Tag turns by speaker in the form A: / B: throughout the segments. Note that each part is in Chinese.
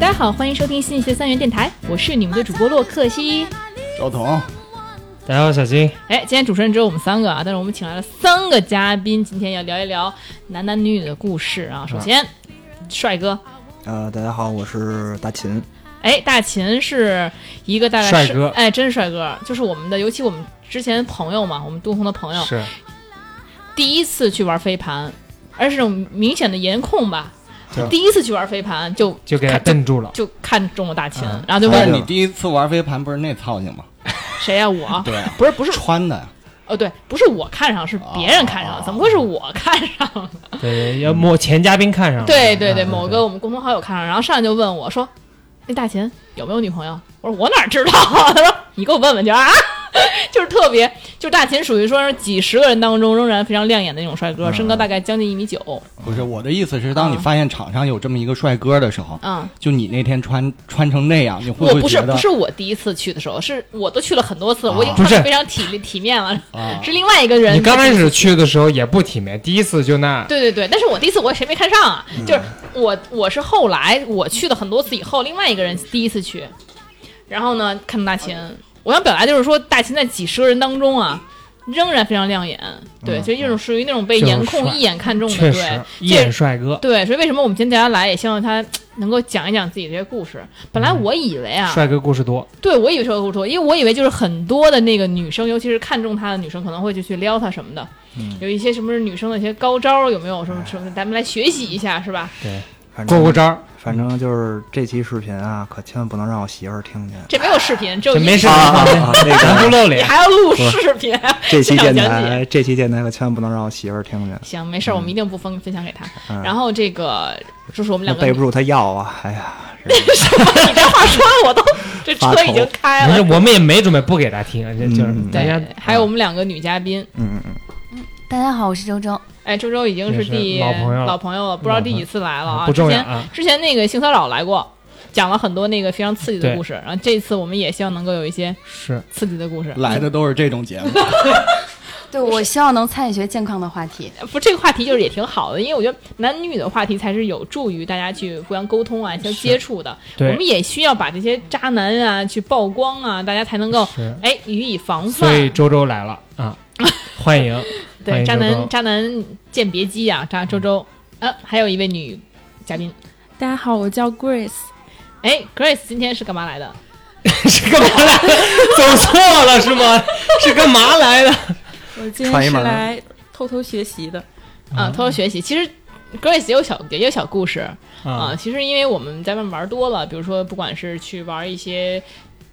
A: 家好，欢迎收听新一期的三元电台，我是你们的主播洛克西。
B: 赵彤，
C: 大家好，小金。
A: 哎，今天主持人只有我们三个啊，但是我们请来了三个嘉宾，今天要聊一聊男男女女的故事啊。首先，帅哥，
D: 呃，大家好，我是大秦。
A: 哎，大秦是一个大概是
C: 帅哥
A: 哎，真是帅哥，就是我们的，尤其我们之前朋友嘛，我们杜红的朋友，
C: 是，
A: 第一次去玩飞盘，而是这种明显的颜控吧
B: 对，
A: 第一次去玩飞盘就
C: 就给他瞪住了。
A: 就看中了大秦，
C: 嗯
A: 然后就
B: 但是
A: 问
B: 你第一次玩飞盘不是那操性吗？
A: 谁呀、我
B: 对，
A: 不是不是
B: 穿的呀，
A: 哦对，不是我看上，是别人看上，
B: 哦
A: 了，怎么会是我看上了？
C: 对，要某前嘉宾看上了。
A: 对对对，
C: 啊
A: 某个我们共同好友看上，然后上来就问我说：“那大秦有没有女朋友？”我说：“我哪知道？” 他说：“你给我问问去啊！”就是特别，就是大秦属于说是几十个人当中仍然非常亮眼的那种帅哥，身高大概将近一米九，
B: 不是我的意思是，当你
A: 嗯
B: 发现场上有这么一个帅哥的时候，
A: 嗯。
B: 就你那天穿穿成那样，你会
A: 我
B: 会
A: 不是
B: 觉得
A: 不是我第一次去的时候，是我都去了很多次，
B: 啊
A: 我已经
C: 不
A: 穿
C: 是
A: 的非常体力体面了，
B: 啊？
A: 是另外一个人。
C: 你刚开始去的时候也不体面，第一次就那。
A: 对对对，但是我第一次我谁没看上啊？
C: 嗯
A: 就是我我是后来我去了很多次以后，另外一个人第一次去，然后呢看到大秦，我想表达就是说大秦在几十个人当中啊。仍然非常亮眼，对，就一种属于那种被
C: 就是
A: 颜控
C: 帅
A: 一眼看中的，
C: 嗯
A: 对
C: 确实，，一眼帅哥，
A: 对，所以为什么我们今天大家来，也希望他能够讲一讲自己这些故事。本
C: 嗯
A: 来我以为啊，
C: 帅哥故事多。
A: 对我以为是故事多，因为我以为就是很多的那个女生，尤其是看中他的女生，可能会就去撩他什么的，
C: 嗯
A: 有一些什么女生的一些高招，有没有什么什么，咱们来学习一下，是吧？
C: 对，
D: 反
C: 过
D: 正
C: 过招儿，
D: 反正就是这期视频啊，可千万不能让我媳妇儿听见。
A: 这没有视频，只有
C: 这
A: 音
C: 没事，
A: 频
C: 没事没事
D: 啊，那
C: 咱不
D: 个
C: 露
A: 你
C: 脸。
A: 还要录视 频。
D: 这期电
A: 这样讲
D: 台，这期电台可千万不能让我媳妇儿听见。
A: 行，没事儿，我们一定不分分享给他。
D: 嗯
A: 然后这个就是我们
D: 那
A: 两个，
D: 备不住她要啊，哎呀，
A: 你这话说的我都这车
D: 发愁
A: 已经开
C: 没事，
A: 了。
C: 我们也没准备不给他听，就就是
D: 嗯
C: 大家
A: 哎对，还有我们两个女嘉宾，
D: 嗯嗯嗯，
E: 大家好，我是周周。
A: 哎，周周已经
C: 也
A: 是
C: 是
A: 第
C: 老朋友了嗯
A: 老朋友了，不知道第几次来了啊？
C: 不重要
A: 之前
C: 啊。
A: 之前那个性骚扰来过，讲了很多那个非常刺激的
C: 对
A: 故事，然后这一次我们也希望能够有一些
C: 是，
A: 刺激的故事。
B: 来的都是这 种节目，
E: 对，我哎希望能参与一些健康的话题。
A: 不，这个话题就是也挺好的，因为我觉得男女的话题才是有助于大家去互相沟通啊、相接触的。我
C: 对
A: 们，也需要把这些渣男啊去曝光啊，大家才能够
C: 是。
A: 哎予以防
C: 所以
A: 范。
C: 周周来了 啊，欢迎。欢
A: 对，
C: 迎
A: 渣
C: 周嗯
A: 男
C: 周
A: 渣男鉴别机啊，渣周周，呃，还有一位女嘉宾，
F: 大家好，我叫 Grace。
A: 哎，Grace 今天是干嘛来的？
C: 是干 嘛来？走错了是吗？是干嘛来的？
F: 我今天
D: 串一
F: 是
D: 门儿
F: 来偷偷学习的。
A: 啊，偷偷学习。其实 Grace 也有小也有小故事，啊，
C: 啊，
A: 其实因为我们在外面玩多了，比如说不管是去玩一些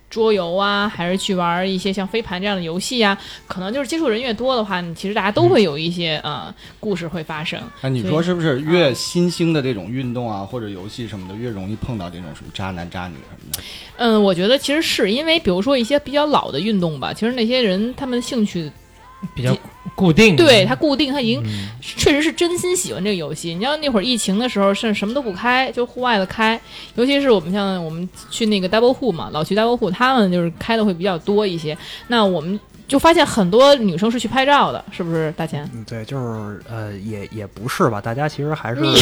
A: 桌游啊，还是去玩一些像飞盘这样的游戏啊，可能就是接触人越多的话，你其实大家都会有一些、呃故事会发生。
B: 那哎你说是不是？越新兴的这种运动啊，或者游戏什么的，越容易碰到这种什么渣男渣女什么的。
A: 嗯，我觉得其实是因为比如说一些比较老的运动吧，其实那些人他们兴趣
C: 比较固定。
A: 对他固定，他已经
C: 嗯
A: 确实是真心喜欢这个游戏。你知道那会儿疫情的时候，甚至什么都不开，就户外的开，尤其是我们像我们去那个 Double Who 嘛，老去 Double Who，他们就是开的会比较多一些。那我们就发现很多女生是去拍照的，是不是大 钱？
D: 嗯对，就是呃，也也不是吧，大家其实还是
A: 你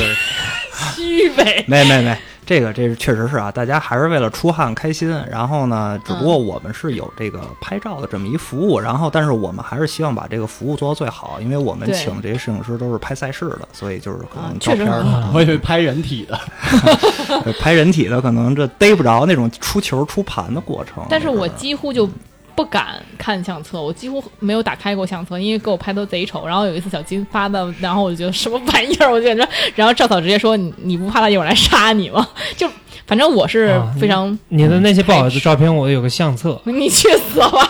A: 虚伪。
D: 没没没，这个这是确实是啊，大家还是为了出汗开心。然后呢，只不过我们是有这个拍照的这么一服务，然后但是我们还是希望把这个服务做到最好，因为我们
A: 对
D: 请这些摄影师都是拍赛事的，所以就是可
A: 啊
D: 能照
A: 确实
D: 片儿、
A: 很
C: 好
B: 我以为拍人体 的，
D: 对呃拍人体的，可能这逮不着那种出球出盘的过程。
A: 但是我
D: 这个
A: 几乎就不敢看相册，我几乎没有打开过相册，因为给我拍都贼丑。然后有一次小金发的，然后我就觉得什么玩意儿，我就感觉，然后赵嫂直接说你你不怕他一会儿来杀你吗？就反正我是
C: 啊
A: 非常、
C: 你的那些不好意思照
A: 嗯
C: 片，我有个相册。
A: 你去死吧！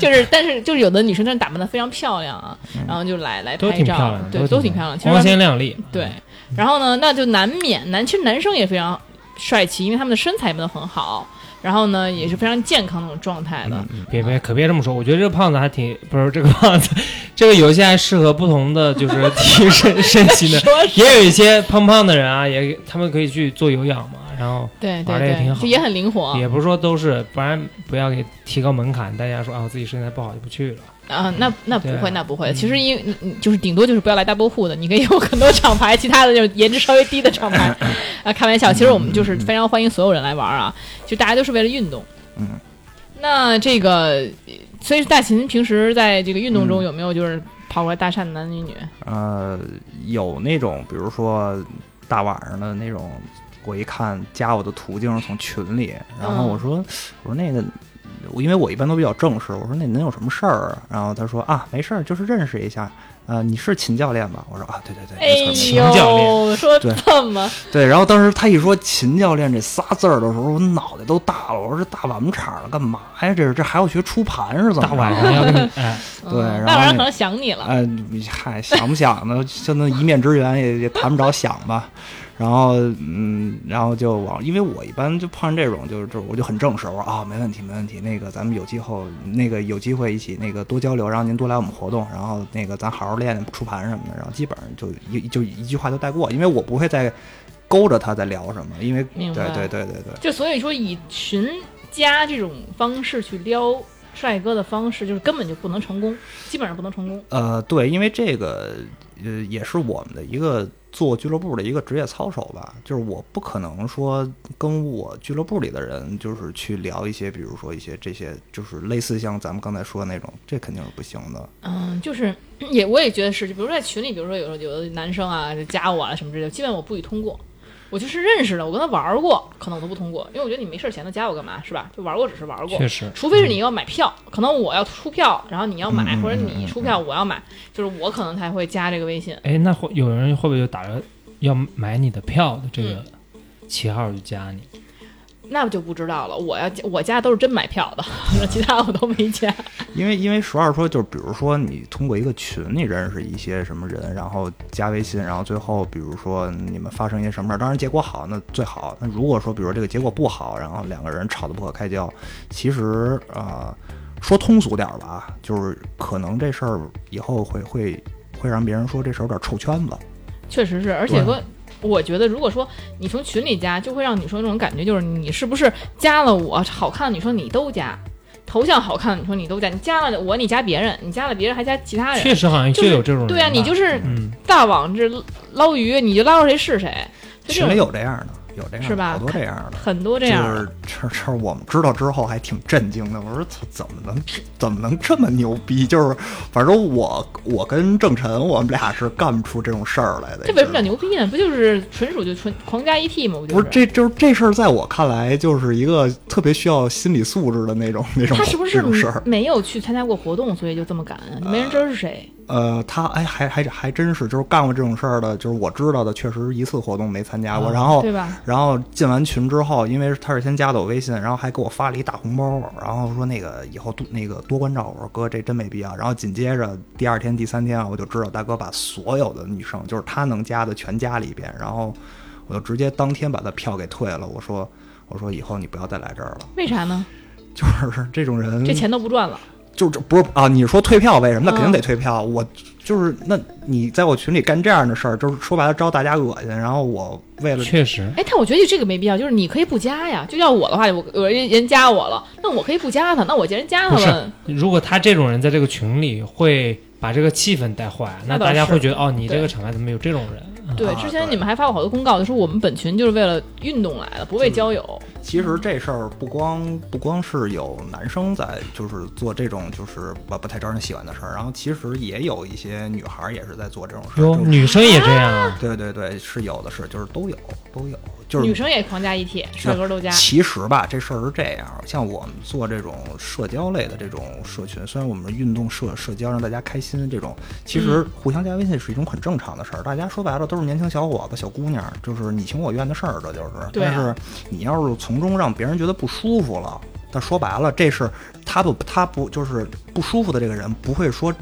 A: 就是，但是就是有的女生真的打扮的非常漂亮啊，然后就来来
C: 嗯都
A: 拍
C: 挺
A: 照，
C: 漂亮的，
A: 对，都
C: 都
A: 挺漂亮。其
C: 光
A: 实
C: 鲜亮嗯丽。
A: 对，然后呢，那就难免男，其实男生也非常帅气，因为他们的身材也都很好，然后呢也是非常健康那种状态的。
C: 别别，可别这么说。我觉得这个胖子还挺，不是这个胖子， 这个游戏还适合不同的就是体身身形的，
A: 说 是
C: 也有一些胖胖的人啊，也他们可以去做有氧嘛，然后
A: 对对
C: 玩得也挺
A: 对，
C: 好
A: 就也很灵活
C: 也不是说都是，不然不要给提高门槛，大家说啊我自己身材不好就不去了。
A: 啊。那那不
C: 对
A: 会，那不会。其实因为嗯你你就是顶多就是不要来 double 户的，你可以有很多厂牌，其他的就是颜值稍微低的厂牌。啊、啊，开玩笑，其实我们就是非常欢迎所有人来玩啊，就大家都是为了运动。
D: 嗯，
A: 那这个，所以大秦平时在这个运动中有没有就是跑过来搭讪的男女女？
D: 呃，有那种比如说大晚上的那种，我一看加我的途径是从群里，然后
A: 嗯
D: 我说、我说那个。我因为我一般都比较正式，我说那您有什么事儿啊？然后他说啊，没事儿，就是认识一下。呃，你是秦教练吧？我说啊，对对对，没错没错。
C: 秦教
A: 哎呦，
C: 练
A: 说
D: 对
A: 这么
D: 对，然后当时他一说“秦教练”这仨字儿的时候，我脑袋都大了。我说这大晚场了干嘛呀？这是这还要学出盘是怎么着？
C: 大晚上要 跟你，哎，
D: 对
A: 嗯
D: 然后
A: 大晚上
D: 那
A: 可能想你了。
D: 哎，你嗨，想不想呢？ 就那一面之缘也也谈不着想吧。然后，嗯，然后就往，因为我一般就碰上这种，就是就是我就很正式，我说啊、没问题，没问题。那个咱们有机会，那个有机会一起那个多交流，然后您多来我们活动，然后那个咱好好练练出盘什么的，然后基本上就一就一句话就带过，因为我不会再勾着他在聊什么，因为对
A: 明白
D: 对对对对。
A: 就所以说，以群加这种方式去撩帅哥的方式，就是根本就不能成功，基本上不能成功。
D: 呃，对，因为这个呃也是我们的一个做俱乐部的一个职业操守吧，就是我不可能说跟我俱乐部里的人就是去聊一些，比如说一些这些就是类似像咱们刚才说的那种，这肯定是不行的。
A: 嗯，就是也我也觉得是，就比如说在群里，比如说有时候有的男生啊就加我啊什么之类的，基本我不予通过。我就是认识的，我跟他玩过，可能我都不通过，因为我觉得你没事儿闲的加我干嘛是吧？就玩过只是玩过
C: 确，实，嗯
A: 除非是你要买票，可能我要出票，然后你要买，
D: 嗯嗯
A: 或者
D: 嗯
A: 你
D: 嗯
A: 出票我要买，就是我可能才会加这个微信。
C: 哎，那会有人会不会就打着要买你的票的这个
A: 嗯
C: 旗号就加你？
A: 那就不知道了。我要我家都是真买票的， 其他我都没加。
D: 因为因为实话说，就是比如说你通过一个群你认识一些什么人，然后加微信，然后最后比如说你们发生一些什么事儿，当然结果好那最好。那如果说比如说这个结果不好，然后两个人吵得不可开交，其实啊、呃说通俗点儿吧，就是可能这事儿以后会会会让别人说这事儿有点臭圈子。
A: 确实是，而且说，我觉得如果说你从群里加，就会让女生那种感觉，就是你是不是加了我好看的女生你都加，头像好看的女生你都加，你加了我你加别人，你加了别人还加其他人，
C: 确实好像
A: 哎就
C: 就是有这种人吧。
A: 对啊，你就是
C: 嗯，
A: 大网这捞鱼，你就捞着谁是谁，就
D: 群
A: 这
D: 里
A: 种
D: 有这样的，有这样的
A: 是吧
D: 好多这样的。
A: 很多这样的。
D: 就是这这，我们知道之后还挺震惊的。我说操怎么能怎么能这么牛逼？就是反正我我跟郑晨我们俩是干不出这种事儿来的。
A: 这为什么叫牛啊逼呢？不就是纯属就纯狂加一 T 吗？不就
D: 不
A: 是
D: 这就是这事儿，在我看来就是一个特别需要心理素质的那种那种
A: 他是不
D: 这
A: 是
D: 种事儿。
A: 没有去参加过活动，所以就这么敢啊？没人知道是谁。
D: 呃，他哎还还还真是就是干过这种事儿的，就是我知道的，确实一次活动没参加过。然后
A: 啊对吧？
D: 然后进完群之后，因为他是先加的我微信，然后还给我发了一大红包，然后说那个以后多那个多关照我。我说哥，这真没必要。然后紧接着第二天、第三天啊，我就知道大哥把所有的女生，就是他能加的全加了一遍，然后我就直接当天把他票给退了。我说我说以后你不要再来这儿了，
A: 为啥呢？
D: 嗯就是这种人，
A: 这钱都不赚了。
D: 就是这不是啊？你说退票为什么？
A: 嗯
D: 那肯定得退票。我就是那你在我群里干这样的事儿，就是说白了招大家恶心，然后我为了
C: 确实，
A: 哎，但我觉得这个没必要，就是你可以不加呀。就要我的话，我有人人加我了，那我可以不加他，那我既然加他
C: 不是
A: 了，
C: 如果他这种人在这个群里会把这个气氛带坏，
A: 那
C: 那
A: 倒
C: 大家
A: 是
C: 会觉得哦，你
A: 对
C: 这个场合怎么有这种人？嗯
A: 对。
D: 啊
A: 之前
D: 对
A: 你们还发过好多公告，就说我们本群就是为了运动来的，不为交友。
D: 其实这事儿不光不光是有男生在，就是做这种就是不不太招人喜欢的事儿，然后其实也有一些女孩儿也是在做这种事儿。
C: 哟，
D: 就是
C: 女生也这样啊？
D: 对对对，是有的是，就是都有都有，就
A: 女
D: 是
A: 生也狂加一帖，帅哥都加。
D: 其实吧，这事儿是这样，像我们做这种社交类的这种社群，虽然我们是运动社社交让大家开心这种，其实
A: 嗯
D: 互相加微信是一种很正常的事儿。大家说白了都是年轻小伙子、小姑娘，就是你情我愿的事儿，这就是。
A: 对啊
D: 但是你要是从中让别人觉得不舒服了，那说白了，这是他不他不就是不舒服的这个人不会说。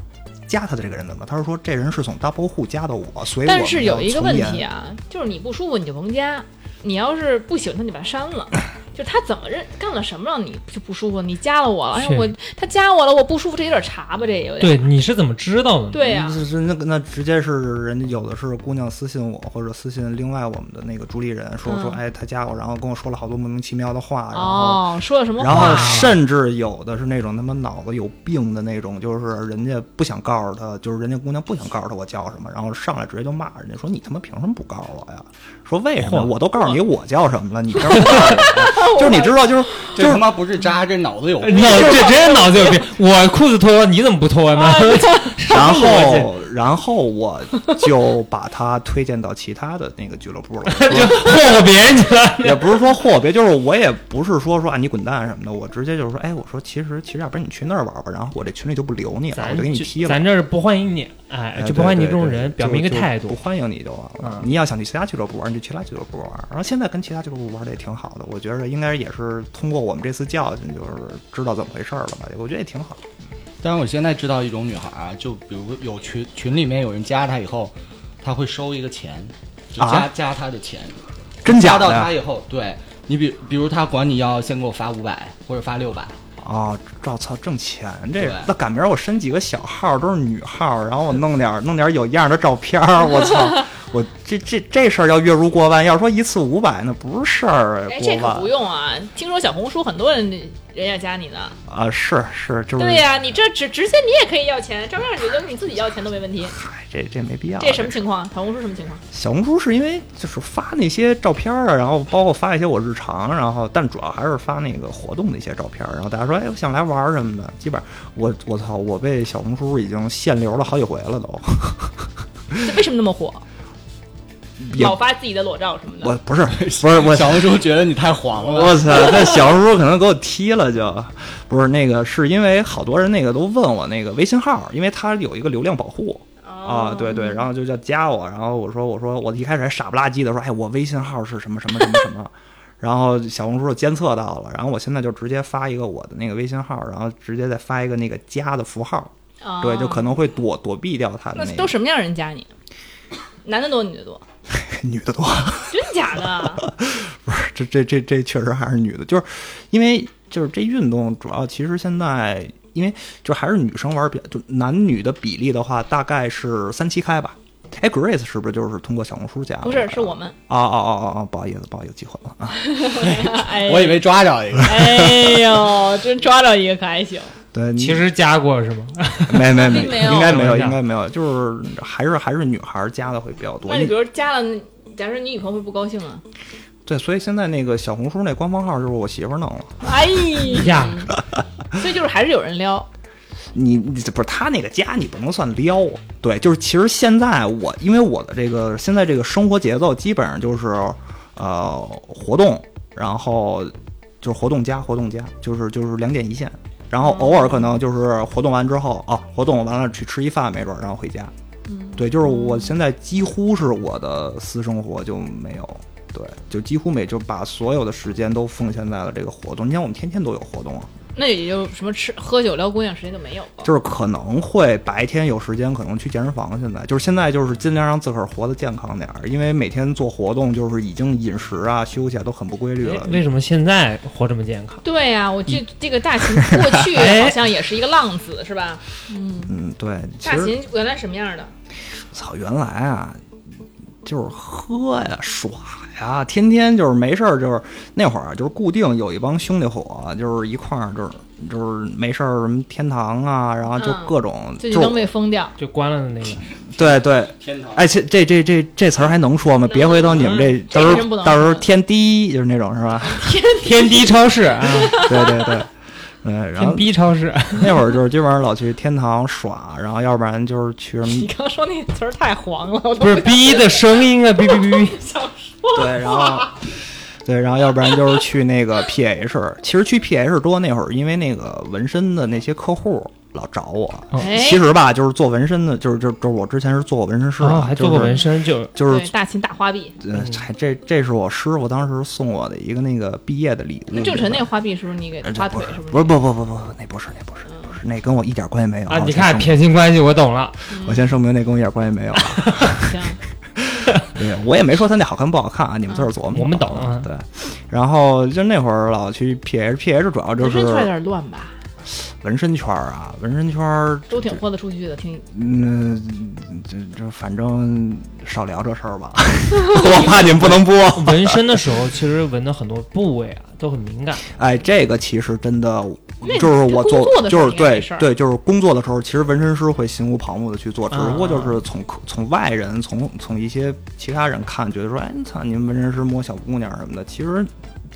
D: 加他的这个人怎么了？他是说这人是从 double 户加的我，所以我
A: 但
D: 们
A: 是
D: 要
A: 有一个
D: 从
A: 问啊
D: 严
A: 题啊，就是你不舒服你就甭加，你要是不喜欢他，你把他删了。就他怎么认干了什么让你就不舒服？你加了我了，哎呀
C: 是
A: 我他加我了，我不舒服，这有点查吧，这有点
C: 对，你是怎么知道的呢？
A: 对呀、啊
D: 嗯是是那个那直接是人家有的是姑娘私信我，或者私信另外我们的那个主理人说说，
A: 嗯
D: 哎，他加我，然后跟我说了好多莫名其妙的话，然后。
A: 哦，说了什么
D: 然后
A: 话？
D: 甚至有的是那种他妈脑子有病的那种，就是人家不想告诉他，就是人家姑娘不想告诉他我叫什么，然后上来直接就骂人家说你他妈凭什么不告诉我呀？说为什么？
C: 嚯
D: 我都告诉你我叫什 么了，你凭什么不告诉 我？就是你知道，就是就
B: 这
D: 是
B: 他妈不是渣，这脑子有病。
C: 脑哎这真是脑子有病，我裤子脱了，你怎么不脱呢？
A: 啊
D: 然后， 然后我就把他推荐到其他的那个俱乐 部了。
C: 就霍霍别人 去了。
D: 也不是说霍别，就是我也不是说说啊你滚蛋什么的，我直接就是说，哎，我说其实其实要不然你去那儿玩吧，然后我这群里就不留你了，我
C: 咱
D: 就给你
C: 就
D: 踢了。
C: 咱这儿不欢迎你，哎，
D: 哎
C: 就不欢迎你
D: 对
C: 这种
D: 对
C: 人，
D: 对
C: 表明一个
D: 就就
C: 态
D: 不
C: 度。
D: 欢迎你就完了。
C: 嗯
D: 你要想去其他俱乐部玩，你就去其他俱乐部玩。然后现在跟其他俱乐部玩的也挺好的，我觉得应该也是通过我们这次教训，就是知道怎么回事儿了吧，我觉得也挺好。
B: 但是我现在知道一种女孩啊，就比如有群群里面有人加她以后，她会收一个钱，就加、
D: 啊
B: 加她的钱，
D: 真假
B: 加到
D: 的
B: 她
D: 啊、
B: 以后，对你比比如她管你要先给我发五百或者发六百，
D: 哦？照操，挣钱这
B: 对
D: 个，那赶明儿我申几个小号，都是女号，然后我弄点儿弄点儿有样儿的照片儿，我 操！我这这这事儿要月入过万，要说一次五百那不是事儿，
A: 哎，
D: 过
A: 这可
D: 万
A: 不用啊！听说小红书很多人人要加你呢。
D: 啊，是是就是，
A: 对呀、你这直直接你也可以要钱，照样你就你自己要钱都没问题。
D: 哎，这这没必要。
A: 这什么情况？小红书什么情况？
D: 小红书是因为就是发那些照片儿啊，然后包括发一些我日常，然后但主要还是发那个活动的一些照片儿，然后大家说哎我想来玩儿什么的，基本上我我操我被小红书已经限流了好几回了都，
A: 这为什么那么火？
D: 也
A: 老发自己的裸照什么
D: 我
A: 的。
D: 不是不是我
B: 小红书觉得你太黄了，
D: 我操！那小红书可能给我踢了就，不是那个，是因为好多人那个都问我那个微信号，因为它有一个流量保护
A: 哦
D: 啊，对对，然后就叫加我，然后我说我说我一开始还傻不拉几的说，哎，我微信号是什么什么什么什么，然后小红书就监测到了，然后我现在就直接发一个我的那个微信号，然后直接再发一个那个加的符号，
A: 哦
D: 对，就可能会躲躲避掉它的
A: 那
D: 那
A: 都
D: 个
A: 什么样人加你？男的多，女的多？
D: 女的多。
A: 真假的？
D: 这这这这确实还是女的，就是因为就是这运动主要其实现在因为就还是女生玩儿比较，就男女的比例的话大概是三七开吧。哎，Grace 是不是就是通过小红书加的？
A: 不是，是我 们。
D: 啊啊啊啊啊！不好意思，不好意思，记混了啊。
A: 哎，
B: 我以。为抓着一个。
A: 哎呦，真抓着一个可还行。
D: 对，你
C: 其实加过是吗？
D: 没没没，
A: 并没有
D: 应该没有，
C: 等一下
D: 应该没有，就是还是还是女孩儿加的会比较多。
A: 那你比如加了，假如你女朋友会不高兴啊？
D: 对，所以现在那个小红书那官方号就是我媳妇儿弄了。
A: 哎
C: 呀，
A: 嗯所以就是还是有人撩。
D: 你你这不是他那个家，你不能算撩。啊对，就是其实现在我因为我的这个现在这个生活节奏基本上就是，呃，活动，然后就是活动加活动加，就是就是两点一线。然后偶尔可能就是活动完之后啊，活动完了去吃一饭，没准儿然后回家。
A: 嗯，
D: 对，就是我现在几乎是我的私生活就没有，对，就几乎每就把所有的时间都奉献在了这个活动。你像我们天天都有活动啊，
A: 那也就什么吃喝酒撩姑娘时间就没有了。
D: 就是可能会白天有时间，可能去健身房。现在就是现在就是尽量让自个儿活得健康点儿，因为每天做活动就是已经饮食啊、休息啊都很不规律了
C: 哎。为什么现在活这么健康？
A: 对呀、我这这个大秦过去
D: 哎
A: 好像也是一个浪子，是吧？
D: 嗯，对，其
A: 大
D: 实
A: 秦原来什么样的？
D: 操，原来啊，就是喝呀、耍呀，天天就是没事儿，就是那会儿啊就是固定有一帮兄弟伙，啊就是一块儿就是就是没事儿什么天堂啊，然后就
A: 嗯
D: 各种、
A: 最
D: 就
A: 近都被封掉，
C: 就关了的那个，
D: 对对
B: 天堂，
D: 哎，这这这这这词儿还能说吗？别回头你们这
A: 这
D: 到时
A: 个真不
D: 候
A: 能
D: 到时候
A: 说
D: 天低就是那种是吧？
C: 天地超市啊，
D: 对对对，嗯，然后
C: 天逼超市，
D: 那会儿就是基本上老去天堂耍，然后要不然就是去什
A: 你
D: 么
A: 刚说那个词儿太黄了，我都
C: 不是逼的声音啊，哔哔哔 哔。
A: 想说。
D: 对，然后对，然后要不然就是去那个 PH。其实去 PH 多那会儿，因为那个纹身的那些客户老找我。
C: 哦
A: 哎，
D: 其实吧，就是做纹身的，就是就是就是我之前是做过纹身师
C: 哦，
D: 啊，
C: 还
D: 就
C: 做过
D: 是
C: 纹身，就
D: 就是
A: 对大秦大花臂，
D: 呃，还这这是我师傅当时送我的一个那个毕业的礼物。
A: 那郑晨那花臂是不是你给
D: 呃这
A: 花
D: 不
A: 腿
D: 是
A: 是
D: 不
A: 是？
D: 是不不不不，那不是那不是
A: 嗯
D: 那不是，那跟我一点关系没有
C: 啊，
D: 我
C: 你
D: 先
C: 看
D: 声明
C: 撇清关系，我懂了。
D: 我先声明那跟我一点关系没有啊。
A: 行，
D: 对，我也没说它那好看不好看啊，你们自个儿琢磨。
C: 我们懂啊
D: 对，然后就那会儿老去 PH，PH 主要就
A: 纹身
D: 是
A: 圈有点乱吧，
D: 纹身圈儿啊，纹身圈儿，
A: 都挺豁得出去的，挺
D: 嗯，这这反正少聊这事儿 吧， 我怕你们不能播。
C: 纹身的时候，其实纹的很多部位啊都很敏感，
D: 哎，这个其实真的
A: 那你
D: 就是我
A: 工作
D: 做，
A: 的时
D: 就
A: 候
D: 是
A: 应该没
D: 对
A: 事儿
D: 对，就是工作的时候，其实纹身师会心无旁骛的去做，只不过就是从客从外人、从从一些其他人看，觉得说，哎，你操，你们纹身师摸小姑娘什么的，其实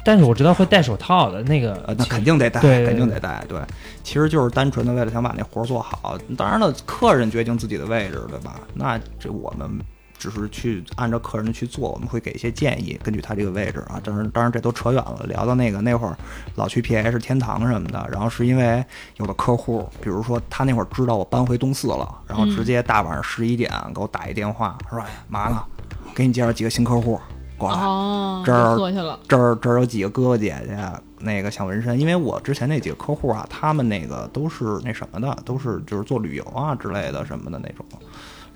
C: 但是我知道会戴手套的那个，
D: 呃，那肯定得带，
C: 对
D: 肯定得带。对，其实就是单纯的为了想把那活儿做好。当然了，客人决定自己的位置，对吧？那这我们只是去按照客人去做，我们会给一些建议，根据他这个位置啊。当然，当然这都扯远了，聊到那个那会儿老去 PH 天堂什么的，然后是因为有的客户，比如说他那会儿知道我搬回东四了，然后直接大晚上十一点给我打一电话，说哎嘛呢，给你介绍几个新客户过来。
A: 哦，
D: 啊这儿
A: 过去了，
D: 这儿这儿有几个哥哥姐姐，那个想纹身，因为我之前那几个客户啊，他们那个都是那什么的，都是就是做旅游啊之类的什么的那种，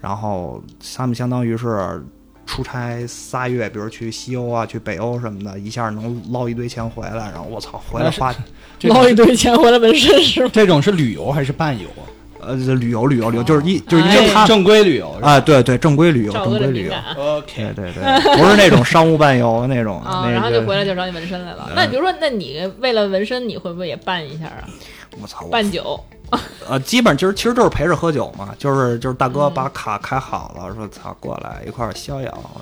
D: 然后他们相当于是出差仨月，比如去西欧啊、去北欧什么的，一下能捞一堆钱回来，然后我操，回来
B: 那是
D: 花
B: 这种
A: 捞一堆钱回来纹身是吗？
B: 这种是旅游还是伴游啊？
D: 呃旅游旅游旅游，就是一就是因
A: 哎
D: 为他
B: 正正规旅游是吧
D: 啊，对对，正规旅游，
A: 赵
D: 正
A: 哥
D: 规
A: 的
D: 旅
A: 敏
D: 游，
A: 感啊
D: 对
B: OK，
D: 对对，不是那种商务伴游 那种，
A: 啊，
D: 那
A: 然后
D: 个嗯
A: 就回来就找你纹身来了。那比如说，那你为了纹身，你会不会也办一下啊？
D: 我操，我
A: 办酒，
D: 呃，基本就是其实就是陪着喝酒嘛，就是就是大
A: 嗯
D: 哥把卡开好了，说操过来一块儿逍遥， 我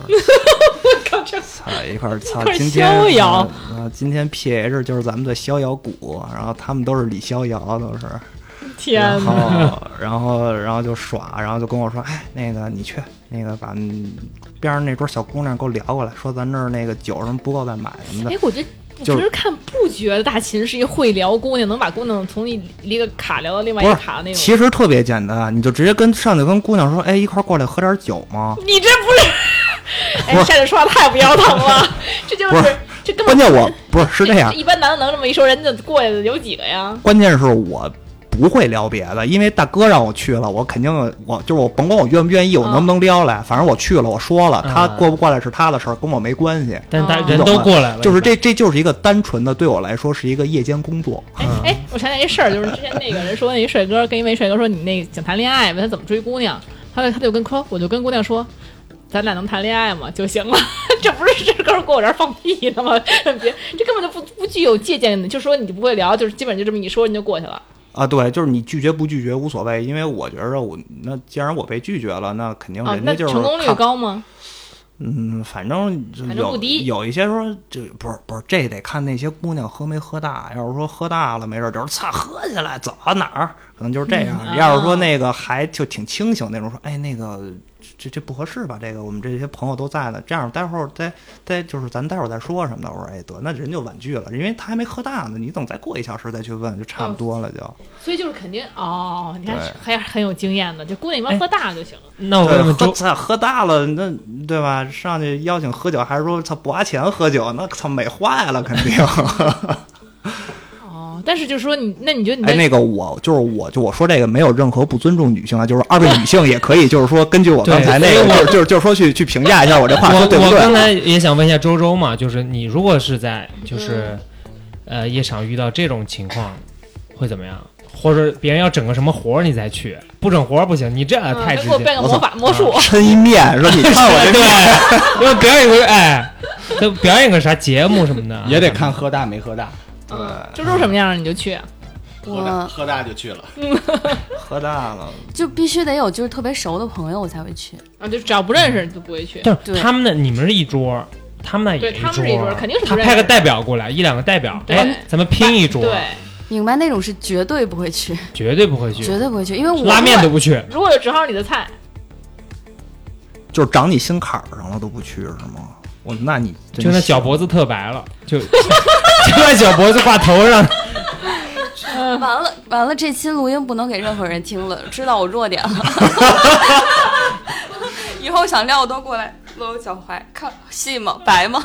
D: 说操一块儿操
A: 块儿
D: 今天
A: 逍遥
D: 呃呃今天 PH 就是咱们的逍遥谷，然后他们都是李逍遥都是，
A: 天
D: 然
A: 哪！
D: 后然后然后就耍，然后就跟我说，哎那个你去那个把嗯边上那桌小姑娘给我聊过来，说咱这儿那个酒什么不够再买什么的
A: 哎，，我觉得。我
D: 就是
A: 平时看不觉得大秦是一会聊姑娘，能把姑娘从一一个卡聊到另外一
D: 不
A: 个
D: 是
A: 卡的那种。
D: 其实特别简单，你就直接跟上去跟姑娘说，哎一块儿过来喝点酒嘛。
A: 你这不是？
D: 不
A: 哎，
D: 是
A: 晒着说话太不腰疼了，这就
D: 不
A: 是
D: 是
A: 这根本
D: 关键我不是是这样，
A: 一般男的能这么一说，人家过去的有几个呀？
D: 关键是我不会撩别的，因为大哥让我去了，我肯定我就是我甭管我愿不愿意，我
A: 嗯
D: 能不能撩来，反正我去了，我说了，
C: 嗯
D: 他过不过来是他的事儿，跟我没关系。
C: 但大
A: 哦
C: 人都过来了，
D: 啊就是这，这就是一个单纯的对我来说是一个夜间工作。
A: 哎哎，我想起来一事儿，就是之前那个人说，那一帅哥跟一位帅哥说，你那想谈恋爱，问他怎么追姑娘，他就他就跟说，我就跟姑娘说，咱俩能谈恋爱吗就行了。 这不是这哥们儿跟我这儿放屁呢吗？ 别，这根本就不不具有借鉴的，就说你不会聊，就是基本就这么一说你就过去了。
D: 啊，对，就是你拒绝不拒绝无所谓，因为我觉着我那既然我被拒绝了，那肯定
A: 啊，
D: 人
A: 那
D: 家就是
A: 成功率
D: 看
A: 高吗？
D: 嗯，反正就
A: 反正
D: 有
A: 不低
D: 有一些说这不是不是，这得看那些姑娘喝没喝大。要是说喝大了，没事儿就是擦喝起来早哪儿，可能就是这样。
A: 嗯
D: 要是
A: 啊
D: 说那个还就挺清醒那种，说哎那个这这不合适吧？这个我们这些朋友都在呢，这样待会儿再再就是咱待会儿再说什么的。我说哎得，那人就婉拒了，因为他还没喝大呢，你等再过一小时再去问就差不多了就。
A: 所以就是肯定哦，你看
D: 对
A: 还
D: 哎
A: 很有经验的，就姑娘一般喝大就行了。
C: 那我
D: 对，
C: 问问
D: 喝
C: 周，
D: 咱喝大了，那对吧？上去邀请喝酒，还是说他不花钱喝酒，那操美坏了，肯定。
A: 哦，但是就是说你，那你觉得你在
D: 哎，那个我就是我就我说这个没有任何不尊重女性啊，就是二位女性也可以，就是说根据我刚才那
C: 对
D: 个，
C: 所以
D: 就是就是就是说去去评价一下我这话
C: 我
D: 说对不啊
C: 我刚
D: 对？
C: 才也想问一下周周嘛，就是你如果是在
D: 嗯
C: 就是、呃夜场遇到这种情况，会怎么样？或者别人要整个什么活儿你再去，不整活儿不行，你这呃
A: 嗯
C: 太直
A: 给我
C: 接。
A: 变个魔法魔术，
D: 抻一面说你看我这
C: 对，要表演个哎，就表演个啥节目什么的，
B: 也得看喝大没喝大，
A: 嗯，周周什么样你 就去。啊
B: 喝大
E: 我
B: 喝大就去了。
D: 喝大了，
E: 就必须得有就是特别熟的朋友，我才会去。
A: 啊，就只要不认识就不会去。
C: 但
E: 对
C: 是他们那你们是一桌，他们那也
A: 对他们是一桌肯定是不
C: 他
A: 认识
C: 派个代表过来，一两个代表，
A: 对
C: 哎，咱们拼一桌，
A: 对，
E: 明白那种是绝对不会去，
C: 绝对不会去，
E: 绝对不会去，因为我
C: 拉面都不去，
A: 如果有正好你的菜，
D: 就是长你心坎儿上了都不去是吗？我那你真
C: 就那
D: 行
C: 小脖子特白了，就 就那小脖子挂头上，
E: 完了完了，这期录音不能给任何人听了， 知道我弱点了。以后想撩我都过来搂我脚踝，看细吗？白吗？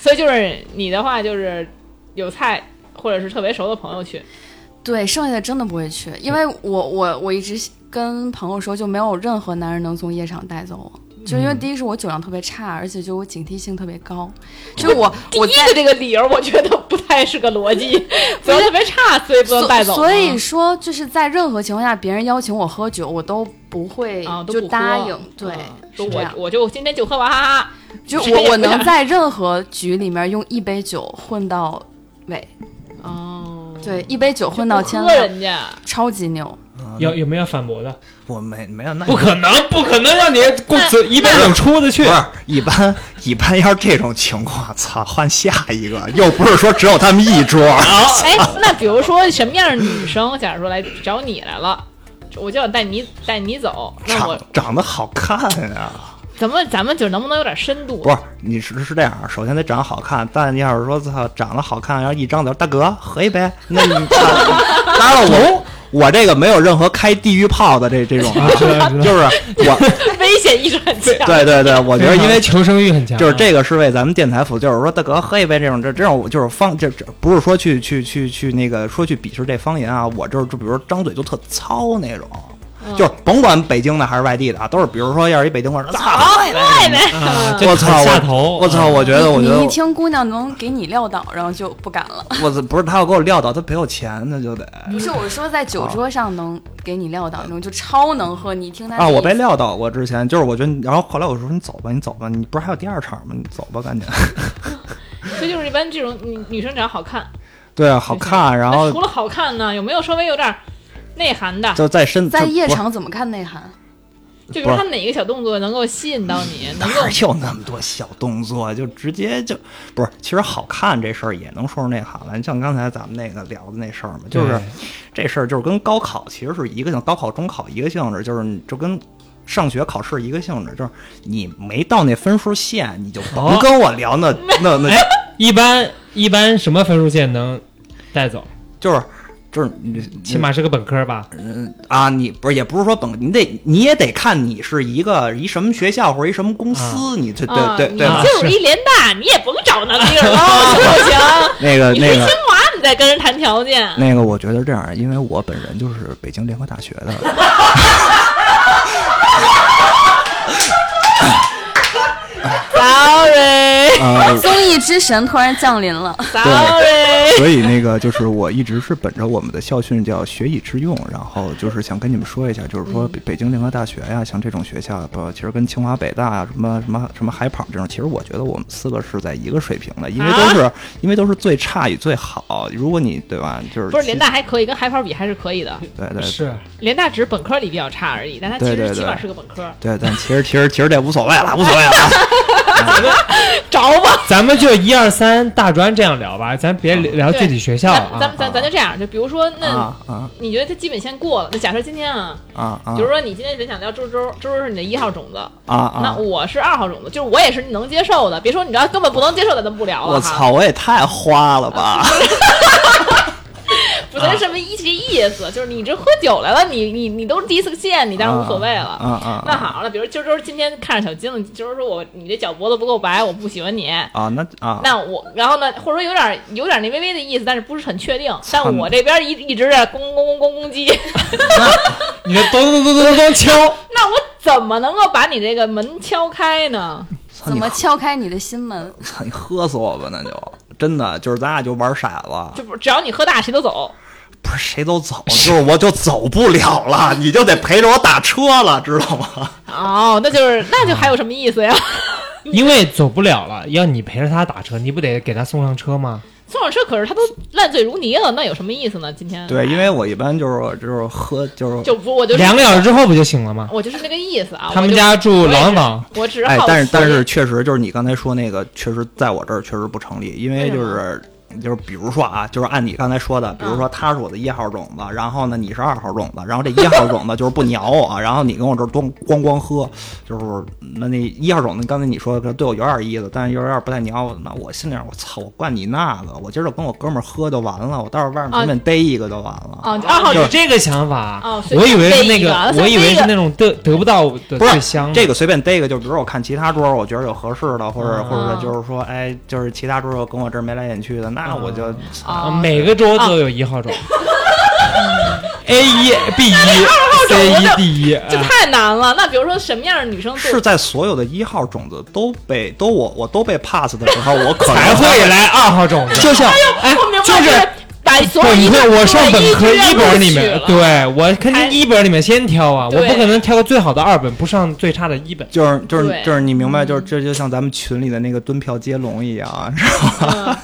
A: 所以就是你的话就是有菜或者是特别熟的朋友去，
E: 对，剩下的真的不会去，因为我我我一直跟朋友说，就没有任何男人能从夜场带走我。就
A: 嗯
E: 因为第一是我酒量特别差，而且就我警惕性特别高，就我
A: 第
E: 我
A: 一
E: 在
A: 的这个理由，我觉得不太是个逻 辑，不要特别差，所以不能带走。嗯
E: 所以说，就是在任何情况下，别人邀请我喝酒，我都不会
A: 啊，都
E: 就
A: 不
E: 答
A: 喝
E: 应。对
A: 啊，
E: 是
A: 说
E: 这样
A: 我。我就今天就喝完哈哈哈。
E: 就
A: 谁也
E: 我我
A: 不想
E: 能在任何局里面用一杯酒混到尾，
A: 哦，
E: 对，，一杯酒混到千
A: 喝
E: 万，
A: 人家，
E: 超级牛。
D: 啊
C: 有有没有反驳的？
D: 我没没有那
C: 不可能，不可能让你过嘴一辈子出得去
D: 不。是一般一般要是这种情况，操，换下一个，又不是说只有他们一桌。
C: 啊
A: 哎，那比如说什么样的女生，假如说来找你来了，我就想带你带你走，那我
D: 长长得好看啊！
A: 咱们咱们就能不能有点深度
D: 不？是，你是是这样啊，首先得长得好看，但要是说操长得好看，然后一张嘴大哥喝一杯，那 你当然了，我我这个没有任何开地狱炮的这这种啊，
C: 知道知道
D: 就是我
A: 危险意识很强。
D: 对对对，我觉得因为
C: 求生欲很强，
D: 就是这个是为咱们电台服，就是说大哥喝一杯这种这这种就是方这这不是说去去去去那个说去鄙视这方言啊，我就是就比如说张嘴就特糙那种，就是甭管北京的还是外地的啊，都是比如说要是一北京味儿，操，
A: 对呗，
C: 啊，
D: 我操
C: 下头，啊
D: 我操，我觉得我觉
E: 你
D: 得
E: 一
D: 我
E: 听姑娘能给你撂倒，然后就不敢了。
D: 我不是他要给我撂倒，他赔我钱那就得
E: 不是，我说在
D: 啊
E: 酒桌上能给你撂倒那种，就超能喝。你一听他
D: 啊，
E: 这
D: 我
E: 意
D: 被
E: 思
D: 撂倒过之前，就是我觉得，然后后来我说你走吧，你走吧，你不是还有第二场吗？你走吧，赶紧。
A: 所以就是一般这种女女生长得好看，
D: 对啊，好看，然
A: 那
D: 后
A: 除了好看呢，有没有稍微有点内涵的？
D: 就在身
E: 在
D: 就
E: 夜
D: 不是
E: 场怎么看内涵？
A: 就比如她哪个小动作能够吸引到你，能够
D: 哪有那么多小动作？就直接就不是。其实好看这事儿也能说出内涵来。像刚才咱们那个聊的那事儿嘛，就是这事儿就是跟高考其实是一个性，高考、中考一个性质，就是你就跟上学考试一个性质，就是你没到那分数线，你就甭
C: 哦
D: 跟我聊那、那那，
C: 一般一般什么分数线能带走？
D: 就是就是你
C: 起码是个本科吧？
D: 啊，你不是也不是说本，你得你也得看你是一个一什么学校或者一什么公司，你这
A: 啊
D: 对对
A: 你
D: 对吧？
A: 就是一联大，你也甭找那地儿 了，就行。
D: 那个
A: 你
D: 那
A: 是
D: 个
A: 清。华，你再跟人谈条件，
D: 那个，我觉得这样，因为我本人就是北京联合大学的，
A: Sorry，Sorry，
D: 呃，
E: 综艺之神突然降临了，
D: 所以那个就是我一直是本着我们的校训叫“学以致用”，然后就是想跟你们说一下，就是
A: 嗯
D: 说北北京联合大学呀、像这种学校，不，其实跟清华、北大啊，什么什么什么海跑这种，其实我觉得我们四个是在一个水平的，因为都
A: 啊
D: 是、因为都是最差与最好。如果你对吧，就是
A: 不是联大还可以，跟海跑比还是可以的。
D: 对对
C: 是
A: 联大只是本科里比较差而已，但它其
D: 对对
A: 实
D: 对
A: 起码是个本科。
D: 对，但其实其实其实这无所谓 了，无所谓了。
A: 着吧，
C: 咱们就一二三大专这样聊吧，咱别聊具体学校
A: 咱
C: 啊。
A: 咱咱咱就这样，就比如说，那
D: 啊啊
A: 你觉得它基本线过了？那假设今天啊，
D: 啊啊
A: 比如说你今天只想聊周周，周周是你的一号种子，
D: 啊
A: 那
D: 啊！
A: 我是二号种子，就是我也是能接受的。别说你知道根本不能接受的，咱不聊了。
D: 我！操，啊我也太花了吧！
A: 啊不是什么一这意思，就是你这喝酒来了，你你你都是第一次见，你当然无所谓了。
D: 啊啊啊
A: 那好了，比如周周今天看着小金子，周周说我你这脚脖子不够白，我不喜欢你。
D: 啊，那啊，
A: 那我，然后呢，或者说有点有点那微微的意思，但是不是很确定。
D: 操
A: 但
D: 你
A: 我这边一一直在攻攻攻攻攻击，
C: 你这咚咚咚咚咚敲，
A: 那我怎么能够把你这个门敲开呢？
D: 操
E: 怎
D: 你
E: 么敲开你的心门？
D: 操 你喝死我吧，那就真的就是咱俩就玩骰子，
A: 就不只要你喝大，谁都走。
D: 不是谁都走，就是我就走不了了，你就得陪着我打车了，知道吗？
A: 哦，那就是那
C: 啊
A: 就还有什么意思呀？
C: 因为走不了了，要你陪着他打车，你不得给他送上车吗？
A: 宋老师可是他都烂醉如泥了，那有什么意思呢？今天
D: 对，因为我一般就是就是喝就 是
A: 就不我就是
C: 两个小时之后不就行了吗？
A: 我就是那个意思啊。
C: 他们
A: 我就
C: 家住廊坊，
A: 我只是
D: 哎
A: 好，奇，
D: 但是但是确实就是你刚才说那个，确实在我这儿确实不成立，因为
A: 为什
D: 就
A: 么嗯
D: 是就是比如说啊，就是按你刚才说的，比如说他是我的一号种子，然后呢你是二号种子，然后这一号种子就是不鸟我，啊然后你跟我这儿咣咣咣喝，就是那那一号种子刚才你说的对我有点意思，但是有点不太鸟我，那我心里我操，我惯你那个，我今儿就跟我哥们儿喝就完了，我到时候外面随便逮一个就完了。
A: 啊，二号
C: 哦，
A: 种
C: 有这个想法，
A: 哦随
C: 我
A: 便
C: 以为是那
A: 逮一个啊
C: 我以
A: 随便逮一
C: 为是
A: 个
C: 那种得得不到的
D: 不是
C: 最香的。
D: 这个随便逮一个，就比如我看其他桌儿，我觉得有合适的，或
C: 嗯
D: 者、或者就是说，哎，就是其他桌儿又跟我这儿眉来眼去的，那那我就
A: 啊，
C: 每个州都有一号种。A 一 B 一 C 一 D 一，
A: 哦这
C: 啊
A: 太难了。那比如说什么样的女生
D: 是
A: 最
D: 在所有的一号种子都被都我我都被 pass 的时候，我可能
C: 才啊会来二号种子。
D: 就像
C: 哎
A: 不明白？
C: 就是
A: 把所有
C: 对，你
A: 一
C: 看我上本科
A: 一
C: 一本里
A: 录取
C: 面
A: 了，
C: 对我肯
A: 还
C: 定一本里面先挑啊，我
A: 对
C: 不可能挑个最好的二本，不上最差的一 本。
D: 就是 就是
A: 对
D: 就是你明白，就是这就像咱们群里的那个蹲票接龙一样，是吧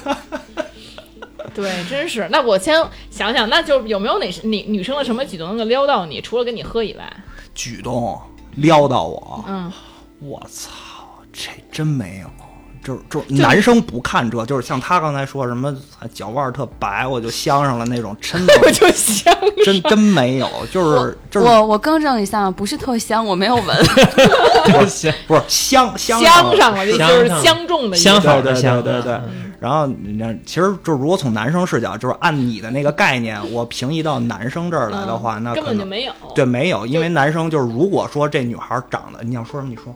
A: 对，真是。那我先想想，那就有没有哪女女生的什么举动能够撩到你？除了跟你喝以外，
D: 举动撩到我，
A: 嗯，
D: 我操，这真没有。就是 就是男生不看这，就是像他刚才说什么哎脚腕儿特白，我就香上了那种，真 的
A: 我就想，
D: 真真没有，就是就是
E: 我我更正一下，不是特香，我没有 闻。
C: 不行，
D: 不是香香
A: 香上了，这
C: 香
A: 就是
C: 上了
A: 相中的一
C: 香
A: 个。
C: 好的
D: 对对
C: 香
D: 对对对。然后你看，其实就是如果从男生视角，就是按你的那个概念，我平移到男生这儿来的话，
A: 嗯
D: 那
A: 根
D: 可
A: 本就
D: 能
A: 没有。
D: 对没有，因为男生就是如果说这女孩长得，你想说什么你说，